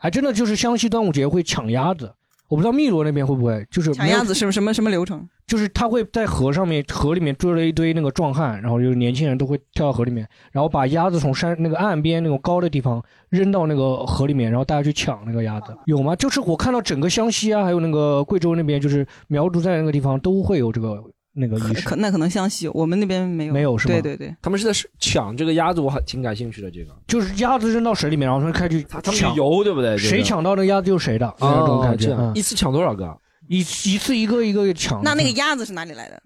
Speaker 2: 还真的就是湘西端午节会抢鸭子，我不知道汨罗那边会不会就是
Speaker 4: 抢
Speaker 2: 没有
Speaker 4: 鸭子是不是什么什么流程？
Speaker 2: 就是他会在河上面，河里面追了一堆那个壮汉，然后就是年轻人都会跳到河里面，然后把鸭子从山那个岸边那种高的地方扔到那个河里面，然后大家去抢那个鸭子，有吗？就是我看到整个湘西啊，还有那个贵州那边，就是苗族在那个地方都会有这个那个仪式。
Speaker 4: 可那可能湘西有，我们那边没有，
Speaker 2: 没有是吗
Speaker 4: 对对对，
Speaker 5: 他们是在抢这个鸭子，我还挺感兴趣的。这个
Speaker 2: 就是鸭子扔到水里面，然后他们开始
Speaker 5: 他们
Speaker 2: 抢
Speaker 5: 游对不对？这个
Speaker 2: 谁抢到那个鸭子就是谁的，就
Speaker 5: 哦
Speaker 2: 是那种感觉。
Speaker 5: 这样
Speaker 2: 嗯
Speaker 5: 一次抢多少个？
Speaker 2: 一一次一个一个抢。
Speaker 4: 那那个鸭子是哪里来的？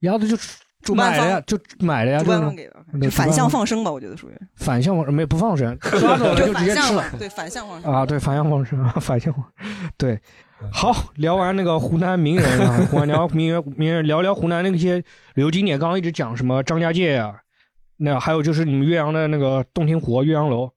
Speaker 2: 鸭子就
Speaker 4: 主办
Speaker 2: 买
Speaker 4: 方
Speaker 2: 的呀，就买的呀，
Speaker 4: 主
Speaker 2: 就
Speaker 4: 办
Speaker 2: 是
Speaker 4: 方
Speaker 2: 那
Speaker 4: 给的，
Speaker 2: 种
Speaker 4: 就反向放生吧，我觉得属于
Speaker 2: 反向放没不
Speaker 4: *laughs*
Speaker 2: 放生，抓走了就直接
Speaker 4: 反向
Speaker 2: 吃了
Speaker 4: 放。对反向放生。
Speaker 2: 啊，对，反向放生， *laughs* 反向放，对。好，聊完那个湖南名人啊， *laughs* 湖南聊名人名人，聊聊湖南那些旅游景点。刚刚一直讲什么张家界啊，那还有就是你们岳阳的那个洞庭湖、岳阳楼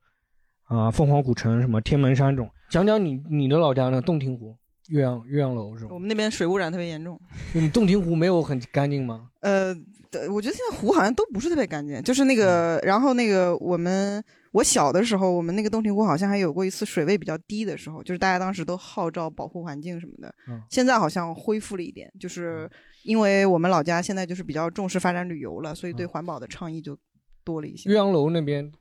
Speaker 2: 啊、凤凰古城、什么天门山这种。讲讲你你的老家呢，洞庭湖、岳阳岳阳楼这种。
Speaker 4: 我们那边水污染特别严重，
Speaker 2: 你洞庭湖没有很干净吗？
Speaker 4: 呃，对我觉得现在湖好像都不是特别干净，就是那个，
Speaker 2: 嗯
Speaker 4: 然后那个我们我小的时候，我们那个洞庭湖好像还有过一次水位比较低的时候，就是大家当时都号召保护环境什么的。
Speaker 2: 嗯
Speaker 4: 现在好像恢复了一点，就是因为我们老家现在就是比较重视发展旅游了，所
Speaker 2: 嗯
Speaker 4: 以对环保的倡议就多了一些。
Speaker 2: 岳阳楼那边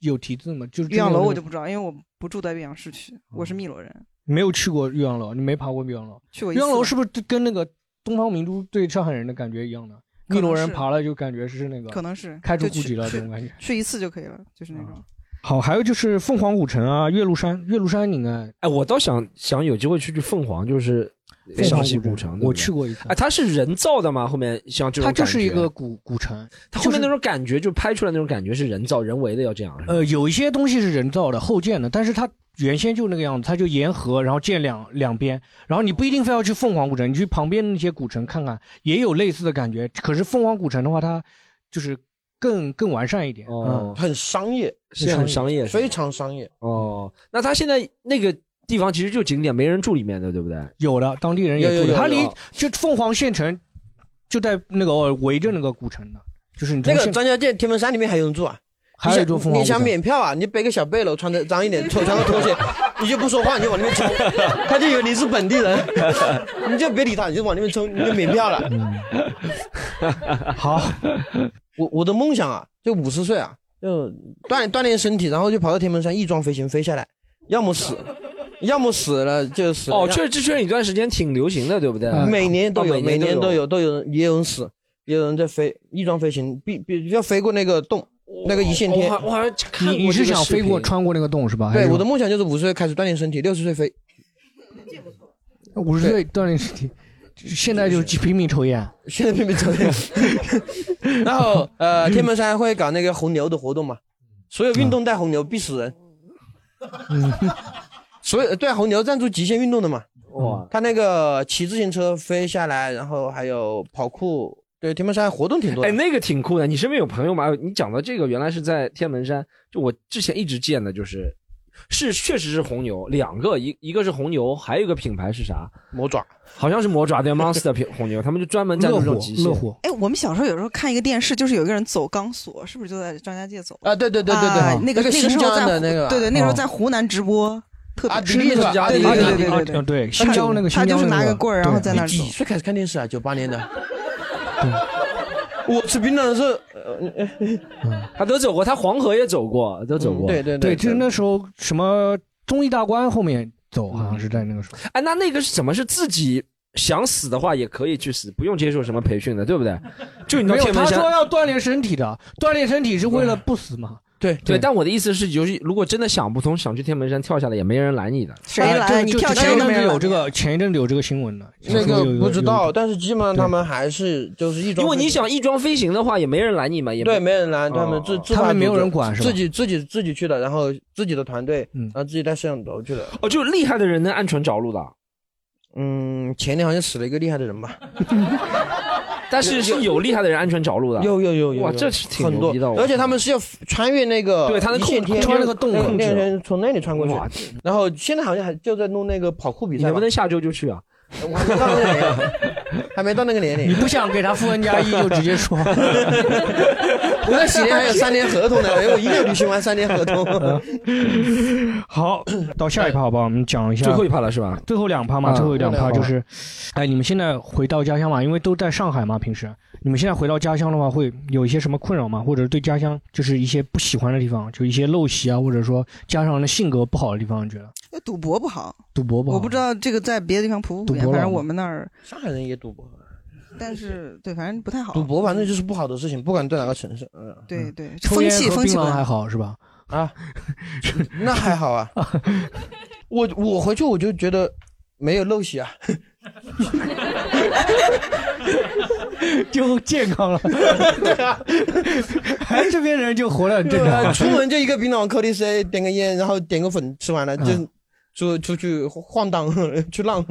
Speaker 2: 有题字吗？就是哦
Speaker 4: 岳阳楼我就
Speaker 2: 不
Speaker 4: 不知道，因为我不住在岳阳市区，我是汨罗人。
Speaker 2: 没有去过岳阳楼，你没爬过岳阳楼。
Speaker 4: 去过一
Speaker 2: 岳阳
Speaker 4: 次
Speaker 2: 楼
Speaker 4: 吧
Speaker 2: 是不是跟那个东方明珠对上海人的感觉一样的？
Speaker 4: 可能
Speaker 2: 汨罗人
Speaker 4: 是
Speaker 2: 爬了就感觉是那个，
Speaker 4: 可能是
Speaker 2: 开除
Speaker 4: 就
Speaker 2: 户籍
Speaker 4: 去
Speaker 2: 了
Speaker 4: 去
Speaker 2: 这种感
Speaker 4: *laughs*
Speaker 2: 觉。
Speaker 4: 去一次就可以了，就是那种。
Speaker 2: 好，还有就是凤凰古城啊，岳麓山，岳麓山你应该
Speaker 5: 哎，我倒想想有机会去去凤凰，就是
Speaker 2: 凤
Speaker 5: 湘
Speaker 2: 凰
Speaker 5: 西古
Speaker 2: 古镇
Speaker 5: 城，
Speaker 2: 我
Speaker 5: 对不对
Speaker 2: 去过一次
Speaker 5: 啊，它是人造的吗？后面像这种
Speaker 2: 它
Speaker 5: 感觉，
Speaker 2: 就是一个古古城，
Speaker 5: 它后面那种感觉，就拍出来那种感觉是人造人为的，要这样。
Speaker 2: 呃，有一些东西是人造的、后建的，但是它原先就那个样子，它就沿河，然后建两两边，然后你不一定非要去凤凰古城，你去旁边那些古城看看，也有类似的感觉。可是凤凰古城的话，它就是更更完善一点，
Speaker 5: 哦
Speaker 2: 嗯，
Speaker 3: 很商业，
Speaker 5: 是很商业是吧
Speaker 3: 非常商业。
Speaker 5: 哦，那它现在那个地方其实就景点，没人住里面的，对不对？
Speaker 2: 有的，当地人也
Speaker 5: 有有
Speaker 2: 住的
Speaker 5: 有
Speaker 2: 它离
Speaker 5: 有
Speaker 2: 就凤凰县城就在那个呃围着那个古城的，就是你从
Speaker 3: 那个
Speaker 2: 现
Speaker 3: 张家界天门山里面还有人住啊？
Speaker 2: 还有一种凤凰
Speaker 3: 你
Speaker 2: 古城
Speaker 3: 想免票啊？你背个小背篓，穿的脏一点，穿穿个拖鞋，你就不说话，你就往那
Speaker 5: *laughs*
Speaker 3: 边冲，他就以为你是本地人， *laughs* 你就别理他，你就往那边冲， *laughs* 你就免票了。
Speaker 2: 好，
Speaker 3: 我我的梦想啊，就五十岁啊，就锻锻炼身体，然后就跑到天门山翼装飞行飞下来，要么死，要么死了就死了。
Speaker 5: 哦，确实，确实，一段时间挺流行的，对不对？
Speaker 2: 哎
Speaker 3: 每年都
Speaker 5: 哦
Speaker 3: 有，
Speaker 5: 每
Speaker 3: 每
Speaker 5: 年
Speaker 3: 年都
Speaker 5: 有。
Speaker 3: 有，都有人也有人死，也有人在飞翼装飞行，必必要飞过那个洞，那个一线天。
Speaker 5: 我好我好像看过
Speaker 2: 你你是
Speaker 5: 这个
Speaker 2: 想
Speaker 5: 视
Speaker 2: 飞过
Speaker 5: 频
Speaker 2: 穿过那个洞是吧？还
Speaker 3: 对，
Speaker 2: 是
Speaker 3: 我的梦想就是五十岁开始锻炼身体，六十岁飞。
Speaker 2: 五十岁锻炼身体，现在就是拼命抽烟，啊
Speaker 3: 现在拼命抽
Speaker 2: *laughs*
Speaker 3: 烟。然后呃，天门山会搞那个红牛的活动嘛，所有运动带红牛必死人。所有对啊红牛赞助极限运动的嘛。
Speaker 5: 哇，
Speaker 3: 他那个骑自行车飞下来，然后还有跑酷，对天门山活动挺多的。
Speaker 5: 哎，那个挺酷的。你身边有朋友吗？哎你讲到这个，原来是在天门山，就我之前一直见的，就是是确实是红牛，两个，一一个是红牛，还有一个品牌是啥？
Speaker 3: 魔爪，
Speaker 5: 好像是魔爪对 Monster 品红牛，他们就专门在这种极限。
Speaker 4: 哎，我们小时候有时候看一个电视，就是有一个人走钢索，是不是就在张家界走？
Speaker 3: 啊，对对对对对
Speaker 4: 啊那个那
Speaker 3: 那个
Speaker 4: 个时
Speaker 3: 新
Speaker 4: 候
Speaker 3: 疆
Speaker 4: 在
Speaker 3: 的
Speaker 4: 湖
Speaker 3: 那个
Speaker 4: 对对，那个时候
Speaker 3: 哦
Speaker 4: 在湖南直播，特别
Speaker 3: 阿迪是吧？
Speaker 4: 对对对对对对
Speaker 2: 新疆那个
Speaker 4: 他就是拿个棍儿，然后在那儿
Speaker 3: 你
Speaker 4: 走
Speaker 3: 几。岁开始看电视啊？九八年的。我吃槟榔的时候，呃
Speaker 5: 他都走过，他黄河也走过，都
Speaker 3: 嗯
Speaker 5: 走过。
Speaker 2: 对，就是那时候什么综艺大观后面走，
Speaker 3: 嗯
Speaker 2: 好像是在那个时候。
Speaker 5: 哎，那那个是怎么是自己想死的话也可以去死，不用接受什么培训的，对不对？就你到
Speaker 2: 没有，
Speaker 5: 天门
Speaker 2: 他
Speaker 5: 山
Speaker 2: 说。要锻炼身体的，锻炼身体是为了不死嘛。
Speaker 3: 对
Speaker 5: 对，但我的意思是，就是如果真的想不通，想去天门山跳下来，也没人拦你的。
Speaker 2: 哎就就前一阵子有这
Speaker 5: 个，
Speaker 2: 个，前一阵子有这个新闻的。
Speaker 3: 那个不知
Speaker 2: 有有有
Speaker 3: 道，但是基本上他们还是就是一种。
Speaker 5: 因为你想翼装飞行的话，也没人拦你嘛，也哦
Speaker 3: 对，没人拦，他
Speaker 2: 哦
Speaker 3: 们自自
Speaker 5: 他
Speaker 3: 发
Speaker 5: 们没有
Speaker 3: 组织
Speaker 5: 人管是吧
Speaker 3: 自己自己自己去的，然后自己的团队，
Speaker 2: 嗯
Speaker 3: 然后自己带摄像头去的。
Speaker 5: 哦，就厉害的人能安全着陆的，啊
Speaker 3: 嗯，前年好像死了一个厉害的人
Speaker 5: *laughs*
Speaker 3: 吧，
Speaker 5: 但是是有厉害的人安全着陆的。
Speaker 3: 有有有有，
Speaker 5: 哇，
Speaker 3: 有
Speaker 5: 这是挺
Speaker 3: 很
Speaker 5: 牛
Speaker 3: 多
Speaker 5: 逼的。，哦
Speaker 3: 而且他们是要穿越那个
Speaker 5: 对他能
Speaker 3: 一线
Speaker 5: 控
Speaker 3: 天
Speaker 5: 穿那个洞
Speaker 3: 那
Speaker 5: 控制啊
Speaker 3: 那人从那里穿过去，然后现在好像还就在弄那个跑酷比
Speaker 5: 你
Speaker 3: 赛吧，
Speaker 5: 能不能下周就去啊？
Speaker 3: 我还没到那个年龄，还没到那个年龄。
Speaker 2: 你不想给他负 n 加一，就直
Speaker 3: *laughs*
Speaker 2: 接说。
Speaker 3: 我那喜年还有三年合同呢，我一定要履行完三年合
Speaker 5: *laughs*
Speaker 3: 同。
Speaker 2: *laughs* 好，到下一趴好吧，我们讲一下
Speaker 5: 最后一趴了是吧？
Speaker 2: 最后两趴嘛，
Speaker 5: 啊
Speaker 2: 最后两趴
Speaker 5: 最后两趴
Speaker 2: 就是，哎，你们现在回到家乡嘛，因为都在上海嘛，平时你们现在回到家乡的话，会有一些什么困扰吗？或者对家乡就是一些不喜欢的地方，就一些陋习啊，或者说家乡人的性格不好的地方，你觉得
Speaker 4: 那哎赌博不好，
Speaker 2: 赌博不好？
Speaker 4: 我不知道这个在别的地方普不普
Speaker 2: 赌
Speaker 4: 遍，
Speaker 2: 博
Speaker 4: 反
Speaker 2: 了
Speaker 4: 正我们那儿，哦
Speaker 3: 上海人也赌博，
Speaker 4: 但是对，反正不太好。
Speaker 3: 赌博反正就是不好的事情，不管在哪个城市。嗯，
Speaker 4: 嗯对对，
Speaker 2: 抽
Speaker 4: 风
Speaker 2: 烟
Speaker 4: 气
Speaker 2: 和
Speaker 4: 风气
Speaker 2: 槟
Speaker 4: 不
Speaker 2: 榔
Speaker 4: 太
Speaker 2: 还。好是吧？ *laughs*
Speaker 3: 啊，那还好啊。我我回去我就觉得没有陋习啊，
Speaker 2: *laughs* 就健康了。
Speaker 3: *laughs* 对啊，
Speaker 2: *laughs* 哎，这边人就活得很正常 *laughs*
Speaker 3: 出门就一个槟榔颗粒 C，点个烟，然后点个粉，吃完了就
Speaker 2: 嗯
Speaker 3: 出出去晃荡 *laughs* 去浪，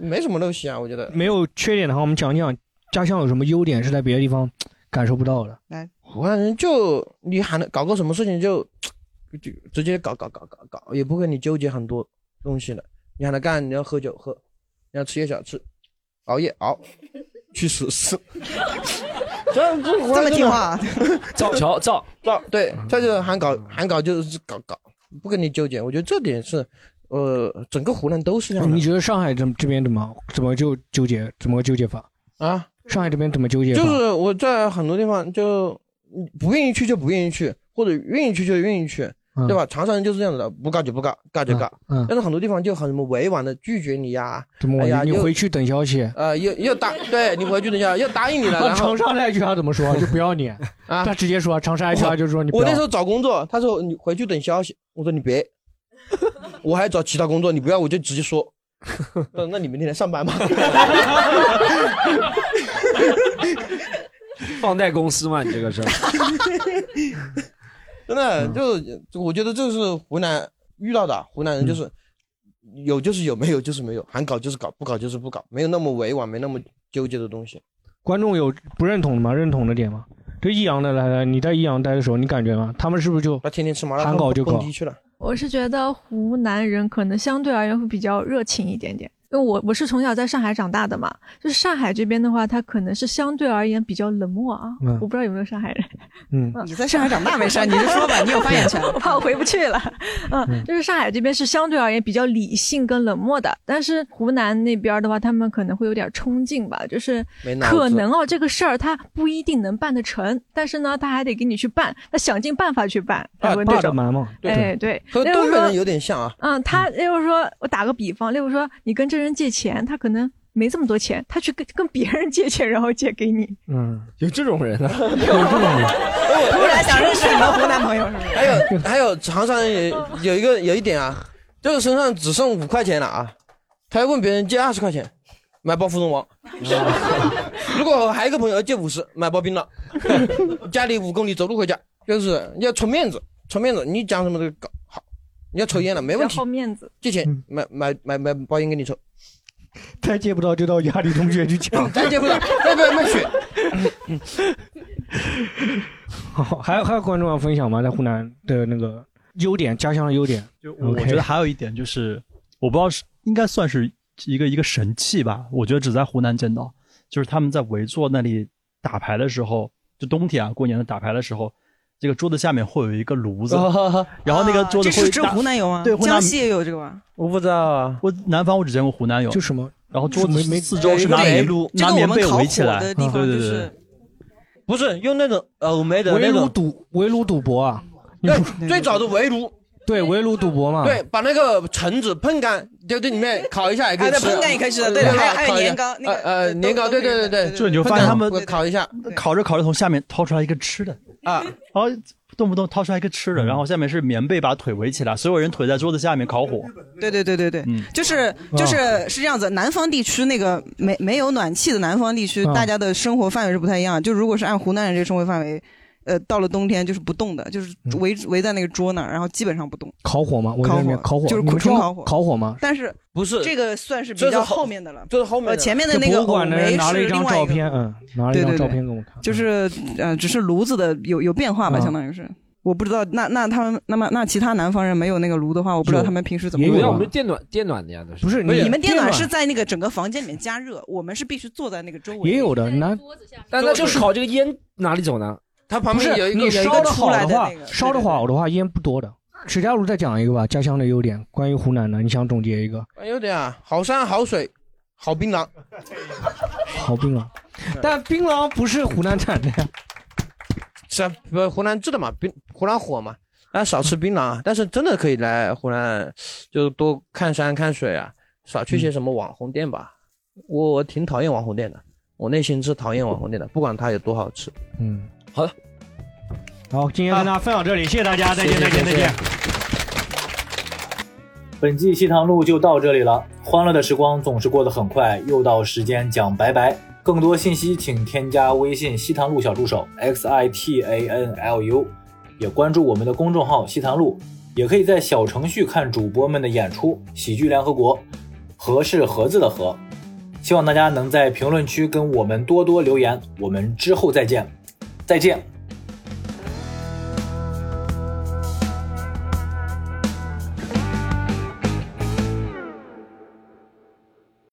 Speaker 3: 没什么陋习啊，我觉得。
Speaker 2: 没有缺点的话，我们讲讲家乡有什么优点是在别的地方感受不到的。
Speaker 4: 来，
Speaker 3: 湖南人就你喊他搞个什么事情就就直接搞搞搞搞搞，也不会你纠结很多东西了。你喊他干，你要喝酒喝，你要吃夜宵吃，熬夜熬，去死死。这这
Speaker 4: *laughs*
Speaker 3: 湖南
Speaker 4: 这么
Speaker 3: 真的
Speaker 4: 听
Speaker 3: *laughs*
Speaker 4: 话，
Speaker 5: 造桥造
Speaker 3: 造，对，这就是喊搞喊搞就是搞搞，不跟你纠结。我觉得这点是，呃，整个湖南都是这样的
Speaker 2: 你觉得上海怎这边怎么怎么就纠结，怎么个纠结法？
Speaker 3: 啊。
Speaker 2: 上海这边怎么纠结法？
Speaker 3: 就是我在很多地方就嗯不愿意去就不愿意去，或者愿意去就愿意去，
Speaker 2: 嗯
Speaker 3: 对吧？长沙人就是这样子的，不告就不告，告就告。
Speaker 2: 嗯嗯
Speaker 3: 但是很多地方就很什么委婉的拒绝你呀，
Speaker 2: 怎么
Speaker 3: 哎
Speaker 2: 我、
Speaker 3: 呀，
Speaker 2: 你
Speaker 3: 又
Speaker 2: 回去等消息？
Speaker 3: 呃又又答对你回去等
Speaker 2: *laughs*
Speaker 3: 一下又答应你了，
Speaker 2: 那
Speaker 3: 然后
Speaker 2: 长沙那一句他怎
Speaker 3: *laughs*
Speaker 2: 么说？就不要你，
Speaker 3: 啊
Speaker 2: 他直接说长沙一句话就是说你不
Speaker 3: 我
Speaker 2: 要。
Speaker 3: 那时候找工作，他 *laughs* 说你回去等消息，我说你别，我还找其他工作，你不要我就直接说。 *laughs* 呃那那你明天来上班吗？
Speaker 5: 放贷公司嘛，你这个是。
Speaker 2: *laughs*
Speaker 3: 真的
Speaker 5: 嗯
Speaker 3: 就是，我觉得这是湖南遇到的啊湖南
Speaker 5: 嗯
Speaker 3: 人，就是有就是有，没有就是没有，喊搞就是搞，不搞就是不搞，没有那么委婉，没那么纠结的东西。
Speaker 2: 观众有不认同的吗？认同的点吗？这益阳的来来，你在益阳待的时候，你感觉吗？他们是不是就他
Speaker 3: 天天吃麻
Speaker 2: 喊搞就搞
Speaker 3: 蹦迪去了？
Speaker 8: 我是觉得湖南人可能相对而言会比较热情一点点，因为我我是从小在上海长大的嘛，就是上海这边的话，他可能是相对而言比较冷漠啊。
Speaker 2: 嗯
Speaker 8: 我不知道有没有上海人。
Speaker 2: 嗯
Speaker 8: 嗯
Speaker 4: 你在上海长大没
Speaker 13: *laughs*
Speaker 4: 事你就说吧你有发言权
Speaker 8: 我怕我回不去了。 *laughs* 嗯，就是上海这边是相对而言比较理性跟冷漠的，但是湖南那边的话，他们可能会有点冲劲吧，就是
Speaker 20: 没脑子
Speaker 8: 可能哦，这个事儿他不一定能办得成，但是呢，他还得给你去办，他想尽办法去办，他会那种。
Speaker 2: 嘛
Speaker 8: 哎，对，
Speaker 3: 和
Speaker 8: 那
Speaker 3: 东
Speaker 8: 就
Speaker 3: 北
Speaker 8: 说
Speaker 3: 人有点像啊。
Speaker 8: 嗯，他例如说，我打个比方，例如说，你跟这人借钱，他可能没这么多钱，他去跟跟别人借钱，然后借给你。
Speaker 5: 嗯，有这种人啊，
Speaker 3: *laughs* 有这种
Speaker 5: *laughs*
Speaker 3: 人。
Speaker 4: *laughs* 突然想认识你的湖南朋友是不是？
Speaker 3: 还有还有，长沙人也有一个有一点啊，就是身上只剩五块钱了啊，他要问别人借二十块钱，买包 *laughs* 芙蓉王。如果还有一个朋友借五十，买包槟榔。 *laughs* 家里五公里走路回家，就是要存面子，存面子，你讲什么都搞好。你要抽烟了没问题，
Speaker 8: 好嗯面子，
Speaker 3: 借钱买买买买包烟给你抽，。
Speaker 2: 再借不到就到亚里同学去抢
Speaker 3: 再借不了， *laughs* 要不要卖血？
Speaker 2: 好， *laughs* 还有还有观众要分享吗？在湖南的那个优点，家乡的优点。就
Speaker 15: 我觉得还有一点就是，我不知道是应该算是一个一个神器吧，我觉得只在湖南见到，就是他们在围坐那里打牌的时候，就冬天啊，过年的打牌的时候，这个桌子下面会有一个炉子，然后那个桌子
Speaker 4: 这
Speaker 15: 会
Speaker 4: 是只有
Speaker 15: 大
Speaker 4: 湖南有吗？
Speaker 15: 对，湖南
Speaker 4: 江西也有这个吧？
Speaker 15: 我不知道啊，我南方我只见过湖南有，
Speaker 2: 就什么，
Speaker 15: 然后桌子
Speaker 2: 没没
Speaker 15: 四周是拿
Speaker 3: 有一个
Speaker 15: 棉
Speaker 3: 炉
Speaker 15: 拿棉被围起来，对对
Speaker 3: 这个我们烤火的地方
Speaker 15: 对
Speaker 3: 就是
Speaker 15: 对，
Speaker 3: 不是用那种
Speaker 15: 呃
Speaker 3: 偶没的
Speaker 2: 围
Speaker 3: 那
Speaker 2: 炉
Speaker 3: 种，
Speaker 2: 赌围炉赌博啊？
Speaker 3: 对，最早的围炉，
Speaker 2: 对，围炉赌博嘛。
Speaker 3: 对，，把那个橙子碰干，丢这里面烤一下也可以
Speaker 4: 啊
Speaker 3: 吃。
Speaker 4: 对碰干也可以吃的对
Speaker 3: 吧
Speaker 4: 还有还有
Speaker 3: 烤一下
Speaker 4: 年糕那个
Speaker 3: 呃呃年糕，对对对对，
Speaker 15: 就是你就发现他们
Speaker 3: 烤一下，
Speaker 15: 烤着烤着从下面掏出来一个吃的
Speaker 3: 啊，
Speaker 15: 然后动不动掏出来一个吃的，然后下面是棉被把腿围起来，所有人腿在桌子下面烤火，
Speaker 4: 对对对对对，
Speaker 15: 嗯
Speaker 2: 啊
Speaker 4: 就是就是是这样子，南方地区那个没没有暖气的南方地区，
Speaker 15: 啊
Speaker 4: 大家的生活范围是不太一样。就如果是按湖南人这个生活范围，呃，到了冬天就是不动的，就是
Speaker 2: 嗯
Speaker 4: 围围在那个桌那儿，然后基本上不动。
Speaker 2: 烤火嘛，我在那边
Speaker 4: 烤火
Speaker 2: 烤火，
Speaker 4: 就是
Speaker 2: 你们知
Speaker 4: 纯
Speaker 2: 道
Speaker 4: 烤火
Speaker 2: 烤火吗？
Speaker 4: 但是
Speaker 3: 不是
Speaker 4: 这个算是
Speaker 3: 这
Speaker 4: 比
Speaker 3: 是
Speaker 4: 较
Speaker 3: 后
Speaker 4: 后面的了，
Speaker 3: 这是后面
Speaker 4: 呃
Speaker 3: 的
Speaker 4: 前面的
Speaker 2: 这
Speaker 4: 那个
Speaker 2: 博物馆的
Speaker 4: 藕梅
Speaker 2: 人拿了
Speaker 4: 是
Speaker 2: 一张
Speaker 4: 另外
Speaker 2: 照
Speaker 4: 一个
Speaker 2: 片，嗯，拿了一张
Speaker 4: 对对对
Speaker 2: 照片给我看。
Speaker 4: 就是呃，只是炉子的有有变
Speaker 5: 嗯
Speaker 4: 化吧，
Speaker 2: 啊
Speaker 4: 相当于是。我不知道，那那他们那么那其他南方人没有那个炉的话，我不知道他们平时怎么
Speaker 5: 有
Speaker 4: 做
Speaker 5: 呀，我们电暖电暖的呀，都是。
Speaker 2: 啊不是
Speaker 4: 你们电暖是在那个整个房间里面加热，我们是必须坐在那个
Speaker 3: 啊
Speaker 4: 周围。
Speaker 2: 也有的拿，
Speaker 5: 但那就是烤这个烟哪里走呢？
Speaker 4: 它
Speaker 5: 旁
Speaker 2: 不
Speaker 5: 边
Speaker 2: 是
Speaker 5: 有一个
Speaker 2: 你
Speaker 5: 有一
Speaker 2: 烧
Speaker 5: 个
Speaker 2: 的
Speaker 5: 出
Speaker 2: 好
Speaker 5: 来的
Speaker 2: 话
Speaker 5: 那，个
Speaker 2: 烧的好的话烟不多的。史佳茹再讲一个吧，家乡的优点，关于湖南的，你想总结一个？
Speaker 3: 哎有点啊，好山好水，好槟榔，
Speaker 2: 好槟榔， *laughs* 但槟榔不是湖南产的呀。
Speaker 3: 是啊，不湖南制的嘛，槟湖南火嘛，大家少吃槟榔啊，但是真的可以来湖南，就多看山看水啊，少去些什么网红店吧。我我挺讨厌网红店的，我内心是讨厌网红店的，不管它有多好吃。
Speaker 2: 嗯，
Speaker 3: 好的，
Speaker 2: 好，今天跟大家分享这里，谢谢大家，再见，再见，再见。
Speaker 1: 本季西塘路就到这里了。欢乐的时光总是过得很快，又到时间讲拜拜。更多信息请添加微信西塘路小助手 x i t a n l u，也关注我们的公众号西塘路，也可以在小程序看主播们的演出。喜剧联合国，和是盒子的和。希望大家能在评论区跟我们多多留言，我们之后再见，再见。